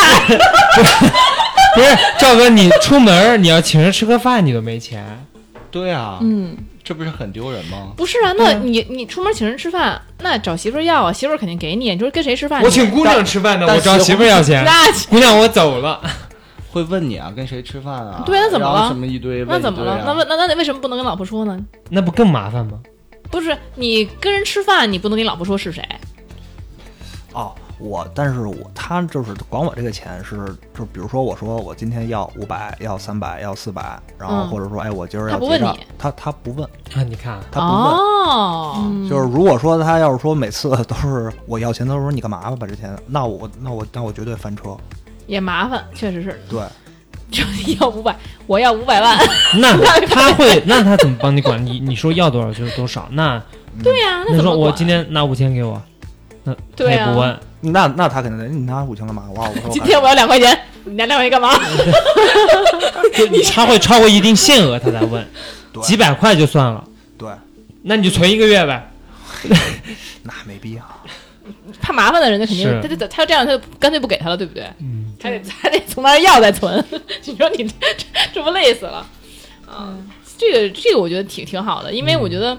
C: 不是赵哥，你出门你要请人吃个饭你都没钱，
B: 对啊，
F: 嗯，
B: 这不是很丢人吗？
A: 不是啊？那你你出门请人吃饭，那找媳妇儿要啊，媳妇儿肯定给你。你说跟谁吃饭？
C: 我请姑娘吃饭呢，
B: 但
C: 我找媳妇儿要钱，
A: 那
C: 姑娘我走了，
B: 会问你啊，跟谁吃饭啊？
A: 对那怎么
B: 然后
A: 了
B: 什么一堆？
A: 那怎么了？那
B: 问一堆啊
A: 问那那你为什么不能跟老婆说呢？
C: 那不更麻烦吗？
A: 不是你跟人吃饭，你不能跟你老婆说是谁，
D: 哦，我但是我他就是管我这个钱是，就比如说我说我今天要五百，要三百，要四百，然后
A: 嗯
D: 或者说哎我今儿
A: 他
D: 要
A: 不
D: 结
A: 问
D: 账
A: 你，
D: 他他不问，
C: 啊，你看，
D: 他不问。嗯
A: 哦，
D: 就是如果说他要是说每次都是我要钱，他说你干嘛吧把这钱，那我那我那我绝对翻车。
A: 也麻烦，确实是，
D: 对，
A: 就要五百，我要五百万，
C: 那他会，那他怎么帮你管？你你说要多少就是多少。那
A: 对 呀、那
C: 那
A: 怎么
C: 说我
A: 管
C: 今天拿五千给我，那他
A: 对
C: 也
A: 啊
C: 不问，
D: 那那他肯定得你拿五千干嘛？我我说哎
A: 今天我要两块钱，你拿两块钱干嘛？
C: 就他会超过一定限额他才问，
D: 对
C: 几百块就算了，
D: 对，
C: 那你就存一个月呗。
D: 那没必要。
A: 怕麻烦的人，他肯定
C: 是
A: 他就他要这样，他就干脆不给他了，对不对？嗯，还得还得从那儿要再存， 你说你这这 这不累死了？啊，这个这个我觉得挺挺好的，因为我觉得，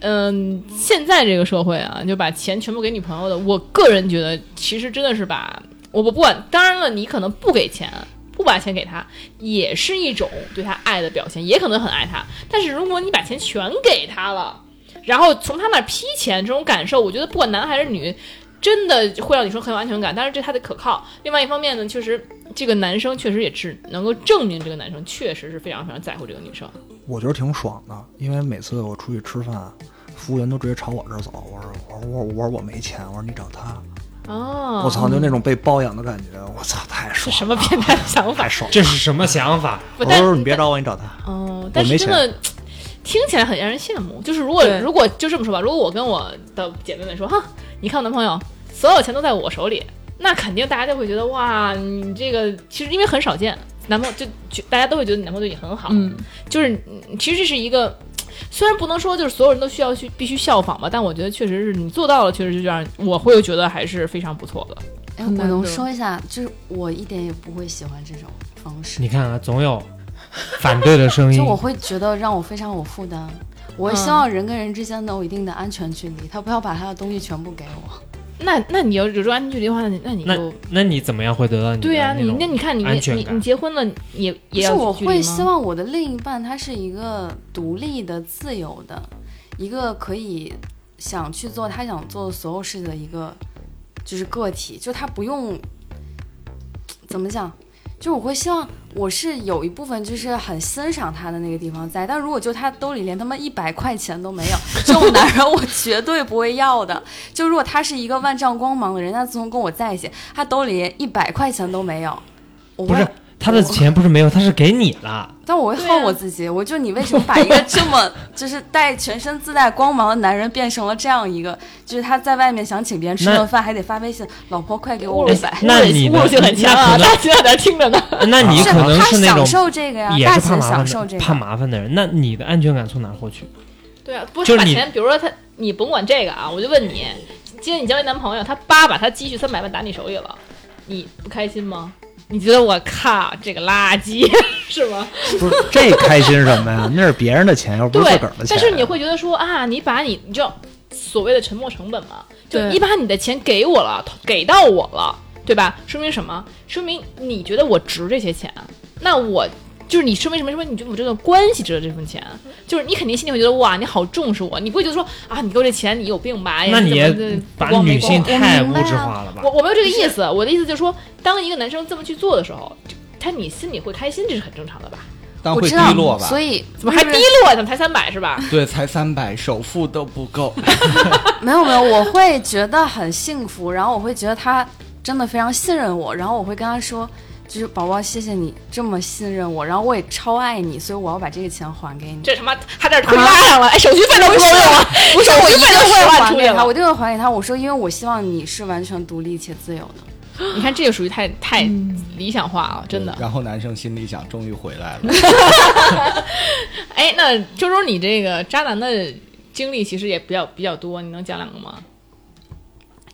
A: 嗯、现在这个社会啊，就把钱全部给女朋友的，我个人觉得其实真的是把我不不管，当然了，你可能不给钱。不把钱给他，也是一种对他爱的表现，也可能很爱他。但是如果你把钱全给他了，然后从他那儿批钱，这种感受，我觉得不管男还是女，真的会让你说很有安全感。但是这他的可靠。另外一方面呢，确实这个男生确实也只能够证明这个男生确实是非常非常在乎这个女生。
D: 我觉得挺爽的，因为每次我出去吃饭，服务员都直接朝我这儿走。我说我说我我说我没钱，我说你找他。
A: 哦
D: 我操，就那种被包养的感觉，我操，太
A: 是
D: 爽
A: 什
D: 了，
A: 么变态想法
D: 太？爽了。
C: 这是什么想法？
A: 不
D: 我
A: 但
D: 说你别找我，你找他。
A: 哦，但
D: 我
A: 是
D: 没
A: 真的。听起来很让人羡慕，就是如果
F: 对
A: 如果就这么说吧，如果我跟我的姐妹们说，哈，你看我男朋友，所有钱都在我手里，那肯定大家就会觉得哇，你这个其实因为很少见，男朋友就就大家都会觉得你男朋友对你很好，
F: 嗯，
A: 就是嗯其实这是一个，虽然不能说就是所有人都需要去必须效仿吧，但我觉得确实是你做到了，确实是让我会觉得还是非常不错的。
E: 哎，我
F: 很难
E: 能
F: 得
E: 说一下，就是我一点也不会喜欢这种方式，
C: 你看啊，总有反对的声音
E: 就。我会觉得让我非常有负担。我希望人跟人之间能有一定的安全距离，他不要把他的东西全部给我。
A: 那那你要有这个安全距离的话，那你那你
C: 那
A: 就
C: 那你怎么样会得到你的
A: 对呀、
C: 那
A: 你
C: 种
A: 那你看你
C: 安全
A: 你
C: 感
A: 你结婚了也也
E: 是
A: 要
E: 我
A: 有距离
E: 会
A: 吗
E: 希望我的另一半他是一个独立的、自由的，一个可以想去做他想做的所有事的一个就是个体，就他不用怎么讲。就我会希望我是有一部分就是很欣赏他的那个地方在，但如果就他兜里连他妈一百块钱都没有，这种男人我绝对不会要的。就如果他是一个万丈光芒的人，他自从跟我在一起，他兜里连一百块钱都没有，我
C: 不
E: 会
C: 是他的钱不是没有，他是给你 了。
E: 但我会
A: 对啊
E: 恨我自己，我就你为什么把一个这 么就是带全身自带光芒的男人变成了这样一个，就是他在外面想请别人吃
C: 那
E: 顿饭还得发微信，老婆快给我
A: 侮
E: 五
A: 辱
E: 百。
C: 那
A: 侮辱
C: 你
A: 侮辱
C: 的
A: 性很强啊！
C: 那可能
A: 大家在那儿听着呢。
C: 那你
E: 是
C: 可能
E: 他
C: 那
E: 享
C: 种
E: 受这个呀，
C: 也
E: 大
C: 是
E: 型
C: 怕麻
E: 享受
C: 烦
E: 这
C: 的
E: 个，
C: 怕麻烦的人。那你的安全感从哪儿获取？
A: 对啊，不
C: 就是
A: 是把
C: 你
A: 钱，比如说他，你甭管这个啊，我就问你，今天你交一男朋友，他爸把他积蓄三百万打你手里了，你不开心吗？你觉得我靠这个垃圾 是吗？
D: 不是这开心什么呀？那是别人的钱，又不
A: 对
D: 是自个儿的钱。
A: 但是你会觉得说啊，你把你你知道所谓的沉没成本嘛，就
F: 对
A: 你把你的钱给我了，给到我了，对吧？说明什么？说明你觉得我值这些钱，那我。就是你说明什么？说明你觉得我这段关系值得这份钱，就是你肯定心里会觉得哇，你好重视我，你不会觉得说啊，你给我这钱你有病吧？哎呀
C: 那
A: 你
C: 也
A: 怎么
C: 把
A: 光没
C: 女性
A: 光
C: 太
E: 我
C: 物
E: 明白
C: 质
E: 啊
C: 化了吧
A: 我？我没有这个意思，我的意思就是说，当一个男生这么去做的时候，就他你心里会开心，这是很正常的吧？
B: 但
E: 我
B: 会
E: 知道
B: 低落，吧
E: 所？以
A: 怎么还
E: 不
A: 低
E: 是
A: 落？怎么才三百是吧？
B: 对，才三百，首付都不够。
E: 没有没有，我会觉得很幸福，然后我会觉得他真的非常信任我，然后我会跟他说，就是宝宝，谢谢你这么信任我，然后我也超爱你，所以我要把这个钱还给你。
A: 这他妈还在这推拉上了，哎，手续费都不够用啊！
E: 不是
A: 手
E: 我一
A: 续
E: 定
A: 费都
E: 会
A: 十万
E: 还
A: 出去
E: 给他，
A: 了
E: 我一。定会还给他。我说，因为我希望你是完全独立且自由的。
A: 你看，这就属于 太太理想化啊， 真的。
B: 然后男生心里想，终于回来了。
A: 哎，那周周，你这个渣男的经历其实也比较比较多，你能讲两个吗？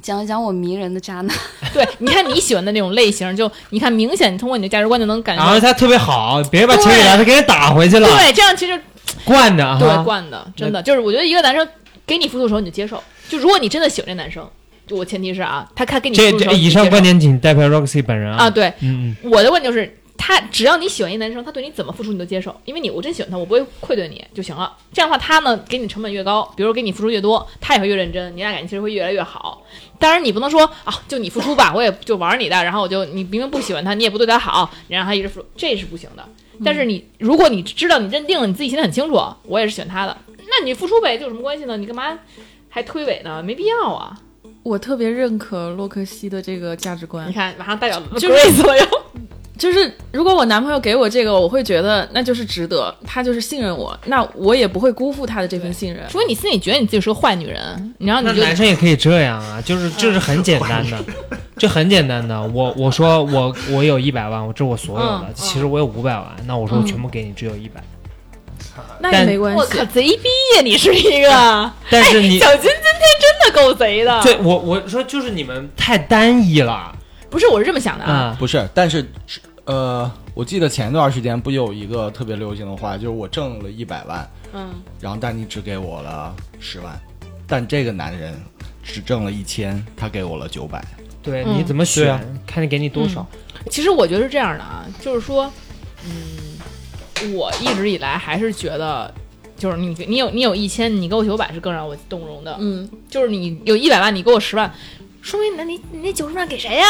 E: 讲一讲我迷人的渣男，
A: 对，你看你喜欢的那种类型，就你看明显通过你的价值观就能感觉
C: 然后
A: 到，
C: 他特别好，别把钱给
A: 对
C: 他，他给人打回去了，
A: 对，这样其实
C: 惯着啊。
A: 对惯的，真的就是我觉得一个男生给你付出的时候你就接受，就如果你真的喜欢这男生，就我前提是啊，他他给你付
C: 这
A: 出的时
C: 这
A: 候你就
C: 以
A: 接
C: 上
A: 受
C: 观点仅代表 Roxy 本人
A: 啊，，对，
C: 嗯嗯，
A: 我的问题就是，他只要你喜欢一男生，他对你怎么付出你都接受，因为你我真喜欢他，我不会愧对你就行了。这样的话，他呢给你成本越高，比如说给你付出越多，他也会越认真，你俩感情其实会越来越好。当然，你不能说啊，就你付出吧，我也就玩你的，然后我就你明明不喜欢他，你也不对他好，你让他一直付出，这是不行的。但是你如果你知道你认定了，你自己心里很清楚，我也是选他的，那你付出呗，这有什么关系呢？你干嘛还推诿呢？没必要啊！
F: 我特别认可洛克希的这个价值观
A: 你，看，马上代表
F: 就是
A: Grace 了又。
F: 就是如果我男朋友给我这个，我会觉得那就是值得，他就是信任我，那我也不会辜负他的这份信任。
A: 除非你心里觉得你自己是个坏女人，然后
C: 那
A: 你就
C: 男生也可以这样啊，就是这是很简 单的，这很简单的。我我说我我有一百万，我这是我所有的
A: 嗯，
C: 其实我有五百万，那我说我全部给你，只有一百。
F: 那也
C: 但
F: 没关
A: 我
F: 系
A: 靠，，贼逼呀！你是一个
C: 但是你
A: 小金，今天真的够贼的。
C: 对我我说就是你们太单一了
A: 不是，我是这么想的啊。
C: 啊。
B: 不是，但是，呃，我记得前段时间不有一个特别流行的话，就是我挣了一百万，
A: 嗯，
B: 然后但你只给我了十万，但这个男人只挣了一千，他给我了九百。
C: 对，
A: 嗯
C: 你怎么
B: 是啊
C: 选？看你给你多少。
A: 其实我觉得是这样的啊，就是说，嗯，我一直以来还是觉得，就是你你有你有一千，你给我九百是更让我动容的。
F: 嗯，
A: 就是你有一百万，你给我十万，说明那你你那九十万给谁呀、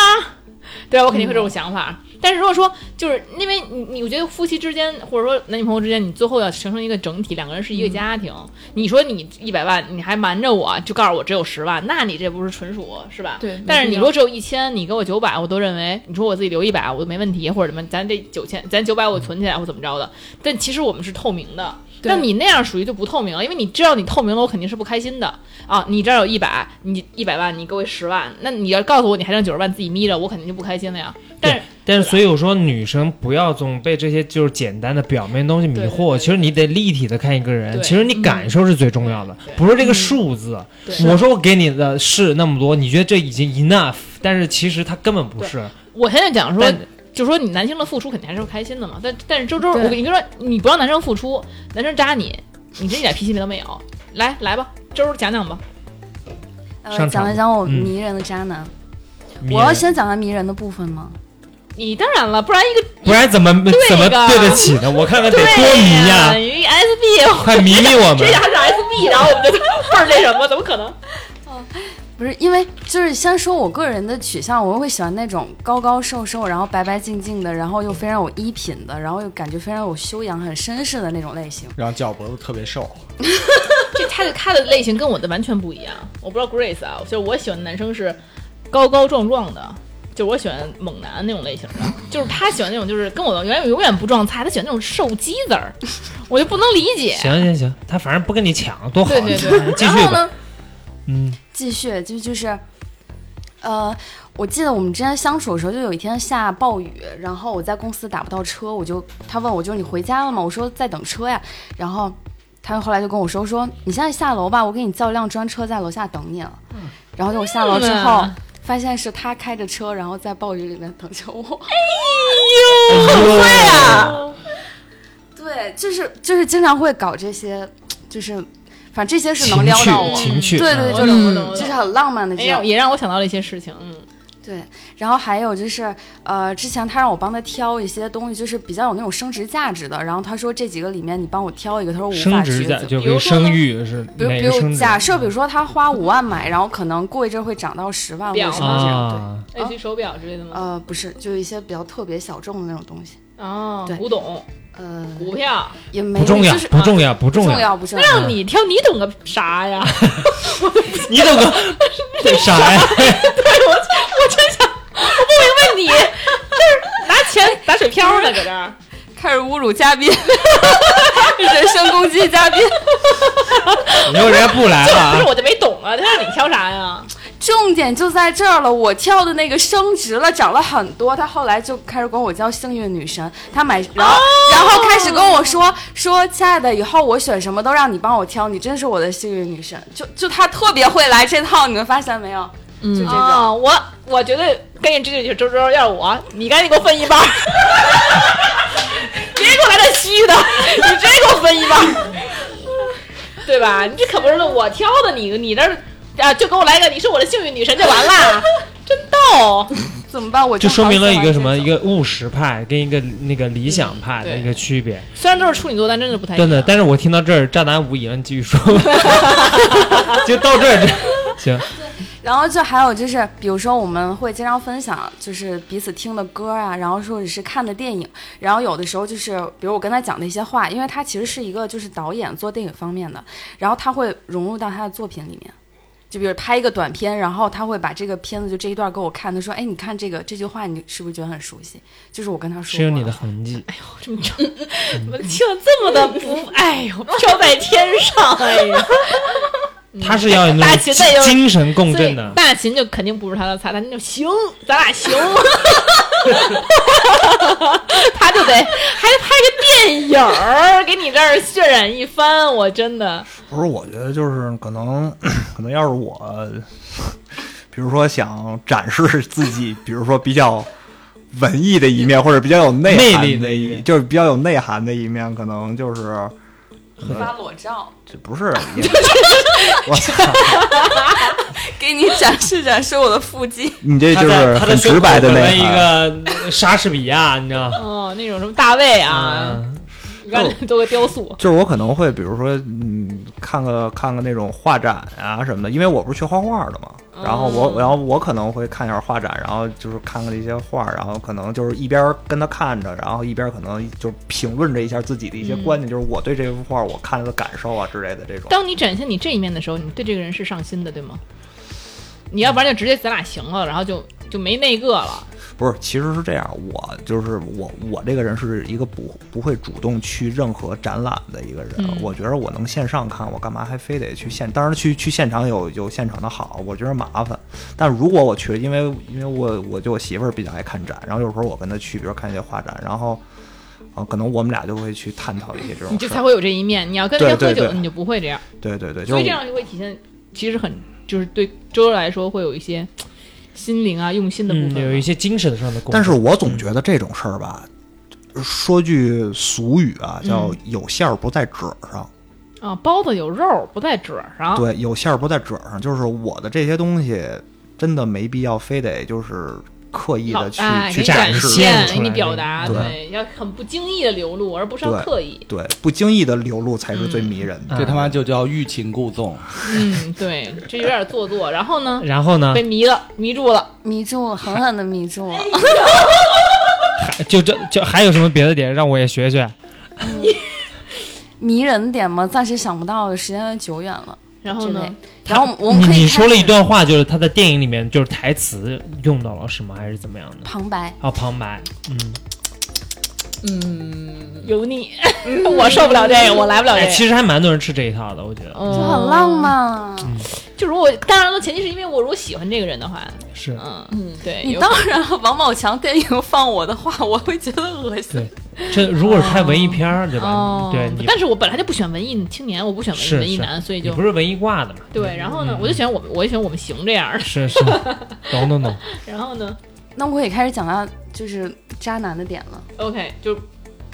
A: 对吧？啊我肯定会这
F: 嗯
A: 种想法。但是如果说就是因为你你，我觉得夫妻之间或者说男女朋友之间，你最后要形成一个整体，两个人是一
F: 嗯
A: 个家庭。你说你一百万，你还瞒着我，就告诉我只有十万，那你这不是纯属是吧？
F: 对没
A: 但是
F: 必
A: 你
F: 要
A: 说只有一千，你给我九百，我都认为你说我自己留一百，我都没问题，或者什么，咱这九千，咱九百我存起来或怎么着的。但其实我们是透明的。
F: 对
A: 但你那样属于就不透明了，因为你知道你透明了，我肯定是不开心的啊！你这儿有一百，你一百万，你给我十万，那你要告诉我你还剩九十万自己眯着，我肯定就不开心了呀。但是
C: 但是，所以我说，女生不要总被这些就是简单的表面东西迷
A: 对对
C: 惑。
A: 对
C: 其实你得立体的看一个人，
A: 对嗯
C: 其实你感受是最重要的
A: 对对，嗯
C: 不是这个数字。
A: 对
C: 我说我给你的是那么多，你觉得这已经 enough，但是其实它根本不是。
A: 我现在讲说
C: 但，
A: 就说你男生的付出肯定还是会开心的嘛。但但是周周，
F: 对
A: 我跟你说，你不让男生付出，男生扎你，你这一点脾气都没有。来来吧，周周讲讲吧。
E: 呃，
C: 上场
E: 讲一讲我
C: 嗯
E: 迷人的渣男。
C: 迷
E: 我要
C: 人
E: 先讲他迷人的部分吗？
A: 你当然了，不然一个
C: 不然怎么
A: 对
C: 怎么
A: 的
C: 对得起呢？我看看得
A: 对
C: 多迷
A: 呀、
C: 呀！
A: 一 SB，
C: 快迷迷我 们
A: 这！家是 SB，然后我们就 倍儿那什么，怎么可能？
E: 不是，因为就是先说我个人的取向，我会喜欢那种高高瘦瘦，然后白白净净的，然后又非常有衣品的，然后又感觉非常有修养、很绅士的那种类型。
B: 然后脚脖子特别瘦，
A: 这他的他的类型跟我的完全不一样。我不知道 Grace 啊，就是我喜欢的男生是高高壮壮的，就是我喜欢猛男那种类型的，就是他喜欢那种就是跟我永远永远不撞菜，他喜欢那种瘦鸡子儿，我就不能理解。
C: 行行行，他反正不跟你抢，多好！，
A: 对对对
C: 继
A: 然
C: 续
A: 后
C: 吧。
A: 呢？
C: 嗯，
E: 继续，就就是，呃，我记得我们之前相处的时候，就有一天下暴雨，然后我在公司打不到车，我就他问我就是你回家了吗？我说在等车呀，然后他后来就跟我说说你现在下楼吧，我给你叫辆专车在楼下等你了。然后就我下楼之后
A: 嗯。
E: 发现是他开着车，然后在暴雨里面等着我。
C: 哎
E: 啊对，就是就是经常会搞这些，就是反正这些是
C: 情
E: 能撩
C: 趣
E: 到我，哎
C: 情趣，
E: 对对，
C: 嗯
E: 就是
A: 嗯
E: 就
A: 就是
E: 是很浪漫的这
A: 也让
E: 种。
A: 哎也让我想到了一些事情，嗯，
E: 对，然后还有就是，呃，之前他让我帮他挑一些东西，就是比较有那种升值价值的。然后他说这几个里面你帮我挑一个，他说我无
C: 生
E: 法
C: 殖
E: 抉
C: 价
E: 择。
C: 就
A: 比
C: 跟
A: 如说呢
C: 生育是
E: 比如，
C: 哪
E: 比
C: 个生
E: 如
C: 殖
E: 假设，比如说他花五万买，然后可能过一阵儿会涨到十万或者
A: 表
E: 什么这样。对，
C: 啊？
A: 类似于手表之类的吗？
E: 呃，不是，就一些比较特别小众的那种东西。
A: 哦
E: 对，
A: 古董、
E: 呃，
A: 股票，
E: 也没
C: 不重要
E: 就是，啊
C: 不重要，不
E: 不
C: 重
E: 重。要，不重 要。
A: 让你挑，你懂个啥呀？
C: 你怎 么 这啥呀？
A: 我不明白你，就是拿钱打水漂呢，搁这儿。
E: 开始侮辱嘉宾， 人身攻击嘉宾。
C: 以后人家不来了
A: 不是，
C: 啊！
A: 我就没懂啊，他让你挑啥呀？
E: 重点就在这儿了，我跳的那个升值了，涨了很多。他后来就开始管我叫幸运女神，他买，然后、然后开始跟我说说，亲爱的，以后我选什么都让你帮我挑，你真是我的幸运女神。就就他特别会来这套，你们发现没有？嗯，就这种、
A: 啊，我我觉得跟你这就是周周，要是我，你赶紧给我分一半儿， 别给我来点虚的，你直接给我分一半儿，对吧？你这可不是我挑的，你你这儿啊，就给我来个你是我的幸运女神就完啦，真逗。
E: 怎么办？我
C: 就
E: 好
C: 说明了
E: 喜
C: 一
E: 欢
C: 个什么？
E: 这
C: 一
E: 种
C: 个
E: 嗯
C: 务实派跟一个那个理想派的
A: 对
C: 一个区别，
A: 虽然都是处女座，但真的不太
E: 哎
A: 一样
C: 真的。但是我听到这儿，渣男无疑了， 你继续说吧，就到这 儿就行。
E: 然后就还有就是，比如说我们会经常分享，就是彼此听的歌啊，然后或者是看的电影，然后有的时候就是，比如我跟他讲的一些话，因为他其实是一个就是导演做电影方面的，然后他会融入到他的作品里面。就比如拍一个短片，然后他会把这个片子就这一段给我看，他说：“哎，你看这个这句话，你是不是觉得很熟悉？”就是我跟他说
C: 是有
E: 过
C: 你的 痕迹，
E: 哎
A: 这么着，我听了这么的不，哎呦，飘在天上，哎呀，
C: 他是要有
A: 大
C: 那
A: 姐
C: 种
A: 在有
C: 精神共
A: 所以
C: 振嗯的。
A: 大秦就肯定不是他的菜，他就行， 咱俩行，他就得还得拍个电影儿，给你这儿渲染一番，我真的
D: 不是，我觉得就是可能，可能要是我，比如说想展示自己，比如说比较文艺的一面，或者比较有内
C: 魅
D: 涵
C: 力的
D: 的
C: 一
D: 一，
C: 面
D: 就是比较有内涵的一面，可能就是
E: 发裸照，
D: 这不 是，也我操，
E: 给你展示展示我的腹肌。
D: 你这
C: 他
D: 就
C: 在
D: 是
C: 他在
D: 很
C: 胸
D: 直白
C: 口
D: 的
C: 纹了
D: 内
C: 一
D: 涵。
C: 个莎士比亚，你知道吗？
A: 哦，那种什么大卫啊，
C: 嗯，
A: 你看这做个雕塑，
D: 就是我可能会，比如说，嗯，看个看个那种画展啊什么的，因为我不是学画画的嘛，
C: 哦
D: 然后我，然后我可能会看一下画展，然后就是看看这些画，然后可能就是一边跟他看着，然后一边可能就评论着一下自己的一些
C: 嗯
D: 观点，就是我对这幅画我看了的感受啊之类的这种。
A: 当你展现你这一面的时候，你对这个人是上心的，对吗？你要不然就直接咱俩行了，然后就就没那个了。
D: 不是，其实是这样，我就是我，我这个人是一个不不会主动去任何展览的一个人。
A: 嗯
D: 我觉得我能线上看，我干嘛还非得去现？当然去去现场有有现场的好，我觉得麻烦。但如果我去，因为因为我我就我媳妇儿比较爱看展，然后有时候我跟她去，比如看一些画展，然后。啊，可能我们俩就会去探讨一些这
A: 你
D: 种
A: 就
D: 事
A: 才
D: 儿。
A: 会有这一面。你要跟人家
D: 对
A: 喝
D: 对
A: 酒，
D: 对
A: 你就不会这样，
D: 对对对，就
A: 所
D: 是
A: 以这样就会体现，其实很就是对周周来说会有一些心灵啊用心的部分
C: 嗯
A: 嘛。
C: 有一些精神上的共振。
D: 但是我总觉得这种事儿吧，说句俗语啊，叫
A: 嗯
D: “有馅儿不在褶儿上”
A: 啊，包子有肉不在褶儿上。
D: 对，有馅儿不在褶儿上，就是我的这些东西真的没必要非得就是刻意
A: 老
D: 的去、
A: 哎，给
D: 去
A: 你
C: 展
A: 展
C: 示
A: 现，
C: 出
A: 给你
C: 来
A: 表
C: 那个
A: 达，
D: 对
A: 对，要很不经意的流露，而不是要
D: 对
A: 刻意。
D: 对，不经意的流露才是最迷人的。
C: 嗯
B: 这他妈就叫欲擒故纵。
A: 嗯，对，这有点做作。然后呢，
C: 然后呢
A: 被，迷了，迷住了。
E: 迷住我，狠狠的迷住我。
C: 还就这就还有什么别的点让我也学学？
E: 迷人点吗？暂时想不到，时间有点久远了。
A: 然后
E: 之
A: 呢
E: 类？然后我们
C: 你
E: 可以
C: 你
E: 开
C: 说了
E: 始
C: 一段话，就是他在电影里面就是台词用到了是吗？还是怎么样的？
E: 旁白，
C: 哦，旁白，嗯，
A: 油腻，我受不了这个，我来不了这
C: 哎，
A: 个。
C: 其实还蛮多人吃这一套的，我觉得
E: 就很浪漫。啊
A: 就如果当然了，前提是因为我如果喜欢这个人的话，
C: 是。
A: 嗯嗯，对，
E: 你
A: 有
E: 当然了，王宝强电影放我的话，我会觉得恶心。
C: 这如果是拍文艺片儿，对吧嗯
A: 哦？，
C: 对你
A: 但是我本来就不喜欢文艺青年，我不喜欢
C: 是
A: 文文艺
C: 是
A: 男，所以
C: 你
A: 就
C: 不是文艺挂的嘛？
A: 对。然后呢，
C: 嗯
A: 我就喜欢我们，我也喜欢我们行这样儿。
C: 是是，懂懂懂。
A: 然后 呢
E: 那我也开始讲到就是渣男的点了。
A: ，OK，就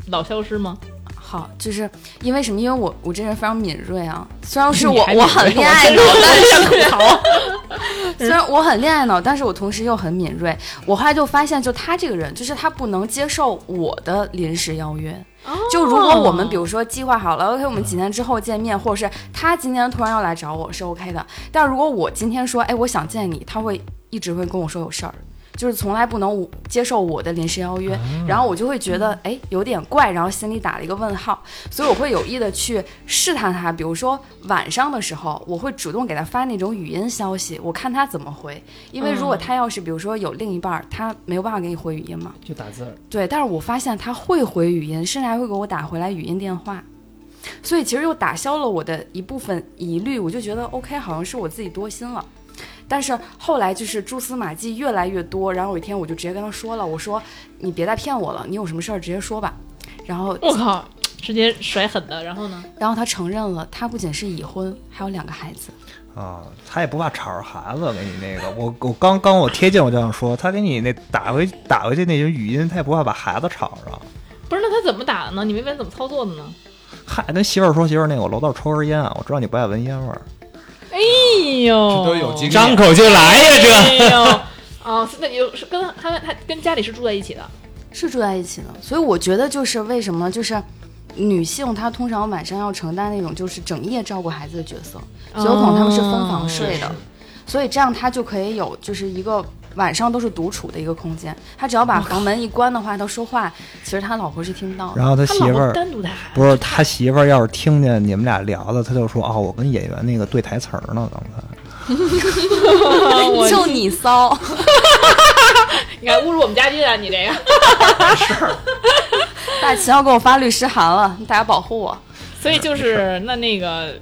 A: 老消失吗？
E: 好，就是因为什么？因为我我这人非常敏锐啊，虽然是
A: 你
E: 我
A: 还
E: 我
A: 敏锐
E: 很恋爱
A: 我
E: 脑，但是 虽然我很恋爱脑，但是我同时又很敏锐。我后来就发现，就他这个人，就是他不能接受我的临时邀约。就如果我们比如说计划好了，OK，我们几天之后见面，或者是他今天突然要来找我是 OK 的，但如果我今天说，哎，我想见你，他会一直会跟我说有事儿，就是从来不能我接受我的临时邀约，然后我就会觉得，哎，有点怪，然后心里打了一个问号，所以我会有意的去试探他，比如说晚上的时候，我会主动给他发那种语音消息，我看他怎么回，因为如果
A: 嗯
E: 他要是比如说有另一半儿，他没有办法给你回语音嘛，
C: 就打字儿，
E: 对，但是我发现他会回语音，甚至还会给我打回来语音电话，所以其实又打消了我的一部分疑虑，我就觉得 OK，好像是我自己多心了。但是后来就是蛛丝马迹越来越多，然后有一天我就直接跟他说了，我说你别再骗我了，你有什么事儿直接说吧。然后，
A: 我靠，直接甩狠的。然后呢？
E: 然后他承认了，他不仅是已婚，还有两个孩子。
D: 啊，他也不怕吵着孩子给你那个，我我刚刚我贴近我就想说，他给你那打回打回去那些语音，他也不怕把孩子吵着。
A: 不是，那他怎么打的呢？你明白怎么操作的呢？
D: 嗨，跟媳妇儿说，媳妇儿那个我楼道抽根烟啊，我知道你不爱闻烟味儿。
A: 哎呦，
B: 这都有经验
C: 张口就来呀，
A: 哎呦，哦，是那你就是跟他他跟家里是住在一起的，
E: 是住在一起的，所以我觉得就是为什么就是女性她通常晚上要承担那种就是整夜照顾孩子的角色，所有可能他们是分房睡的，所以这样她就可以有就是一个晚上都是独处的一个空间。她只要把房门一关的话，她说话其实她老婆是听不到的。
D: 然后他
A: 他
D: 媳
A: 老
D: 妇
A: 婆
D: 儿
A: 单独带孩子，
D: 不是他媳妇儿，要是听见你们俩聊的，他就说啊、我跟演员那个对台词儿呢，刚才。
A: 啊 我
E: 就你骚，
A: 你看侮辱我们家俊啊，你这个。
E: 大齐要给我发律师函了，大家保护我。
A: 所以就是那那个，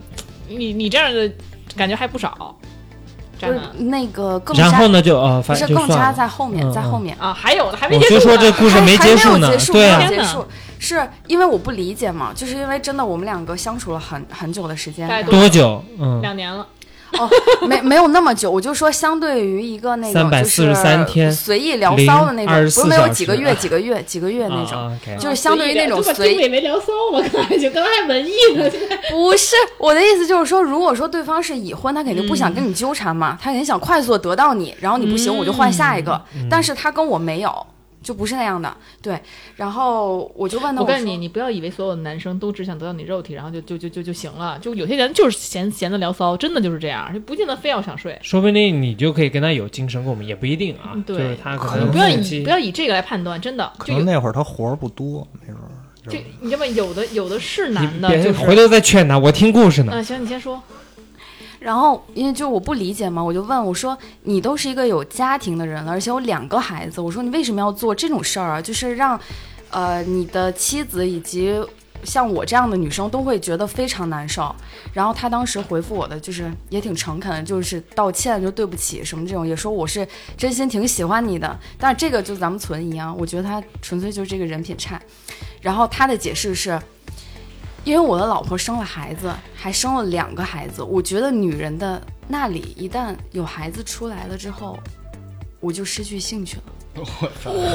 A: 你你这样的感觉还不少，
E: 不
A: 渣
E: 是
A: 男
E: 那个更
C: 然后
E: 加
C: 呢，就呃，
E: 不
C: 反
E: 是
C: 就
E: 更
C: 算
E: 加
C: 了。
E: 在后面，
C: 嗯
E: 在后
C: 嗯
E: 面。
A: 啊，还有的还没
C: 我
A: 结
C: 就
A: 束
C: 说
A: 呢。
C: 这故事
E: 还还
C: 结
E: 有
C: 束呢
E: 结，束，
C: 对
E: 没
C: 啊
E: 有，
A: 天
E: 结
A: 哪
E: 束，是因为我不理解嘛，就是因为真的我们两个相处了很很久的时间，
A: 大概
E: 然后
C: 多久？嗯，
A: 两年了，
E: 哦，没没有那么久，我就说相对于一个那个就是
C: 343天
E: 随意聊骚的那
C: 零24
E: 种，不是没有
C: 小时
E: 几个月、几个月、几个月那种，
C: 啊，OK
E: 就是相对于那种
A: 随嗯
E: 随
A: 意的就把经理没聊骚嘛，刚才就刚才还文艺呢，现在
E: 不是我的意思就是说，如果说对方是已婚，他肯定不
A: 嗯
E: 想跟你纠缠嘛，他肯定想快速的得到你，然后你不行，我就换下一个。
C: 嗯
E: 但是他跟我没有，就不是那样的。对，然后我就问他，
A: 我告诉
E: 说
A: 你，你不要以为所有的男生都只想得到你肉体，然后就就就就就行了。就有些人就是闲闲的聊骚，真的就是这样，就不见得非要想睡。
C: 说不定你就可以跟他有精神共鸣，也不一定啊。
A: 嗯对
C: 就是他可
D: 可
C: 能
D: 能
A: 不要
C: 后
B: 嗯
A: 以
C: 期
A: 不要以这个来判断，真的
D: 可
A: 就
D: 能
A: 有
D: 那会儿他活儿不多，没准儿。
A: 就你知道吗？有的有的是男
C: 你
A: 的，
C: 别
A: 就
C: 回
A: 是
C: 头再劝他，我听故事呢。
A: 啊，行，你先说。
E: 然后因为就我不理解嘛，我就问我说：“你都是一个有家庭的人了，而且有两个孩子，我说你为什么要做这种事儿啊？就是让，呃，你的妻子以及像我这样的女生都会觉得非常难受。”然后他当时回复我的就是也挺诚恳的，就是道歉，就对不起什么这种，也说我是真心挺喜欢你的，但是这个就咱们存疑啊，我觉得他纯粹就是这个人品差。然后他的解释是，因为我的老婆生了孩子，还生了两个孩子，我觉得女人的那里一旦有孩子出来了之后，我就失去兴趣了。
B: 嗯
A: 我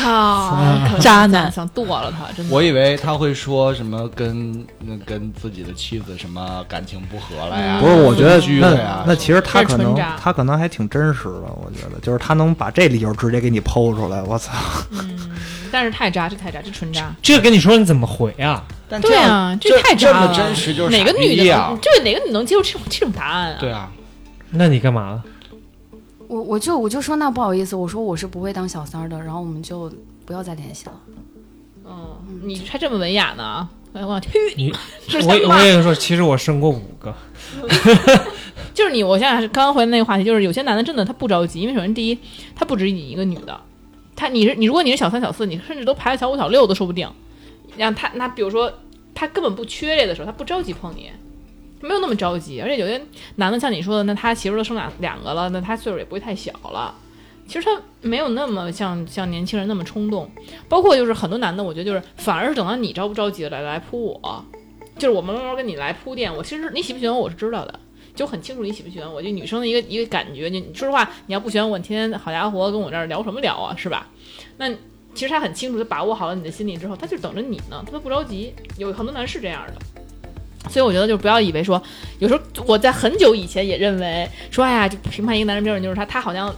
A: 靠，
F: 渣男
A: 想剁了他，真的。
B: 我以为他会说什么跟那跟自己的妻子什么感情不和了呀？
D: 嗯不是，我觉得
B: 聚了呀
D: 那那其实他可能
A: 啊这是纯渣
D: 他可能还挺真实的，我觉得就是他能把这理由直接给你剖出来，我操！
A: 但是太渣，这太渣，这纯渣。
C: 这跟你说你怎么回啊？
B: 但这
A: 对
B: 样
A: 啊，
B: 这
A: 太
B: 这
A: 渣
B: 么
A: 了。
B: 真实就是
A: 哪个
B: 傻
A: 女
B: 逼
A: 的
B: 啊
A: 能，这哪个女能接受这种这种答案啊？
B: 对啊，
C: 那你干嘛了？
E: 我我就我就说那不好意思，我说我是不会当小三儿的，然后我们就不要再联系了。
A: 嗯，你还这么文雅呢啊？哎我去，
C: 你
A: 是
C: 我
A: 想骂
C: 我也说，其实我生过五个，
A: 就是你，我现在刚刚回那个话题，就是有些男的真的他不着急，因为首先第一，他不止你一个女的，他你是你，如果你是小三小四，你甚至都排到小五小六都说不定。让他那比如说他根本不缺这个时候，他不着急碰你，没有那么着急。而且有些男的像你说的，那他媳妇儿都生两两个了，那他岁数也不会太小了。其实他没有那么像像年轻人那么冲动，包括就是很多男的，我觉得就是反而是等到你着不着急的来来扑我，就是我慢慢慢跟你来铺垫。我其实你喜不喜欢我是知道的，就很清楚你喜不喜欢我，就女生的一个一个感觉。你你说实话，你要不喜欢我，你天天好家伙跟我这儿聊什么聊啊，是吧？那其实他很清楚，他把握好了你的心理之后，他就等着你呢，他都不着急。有很多男是这样的，所以我觉得就不要以为说，有时候我在很久以前也认为说，哎呀，就评判一个男人标准就是他，他好像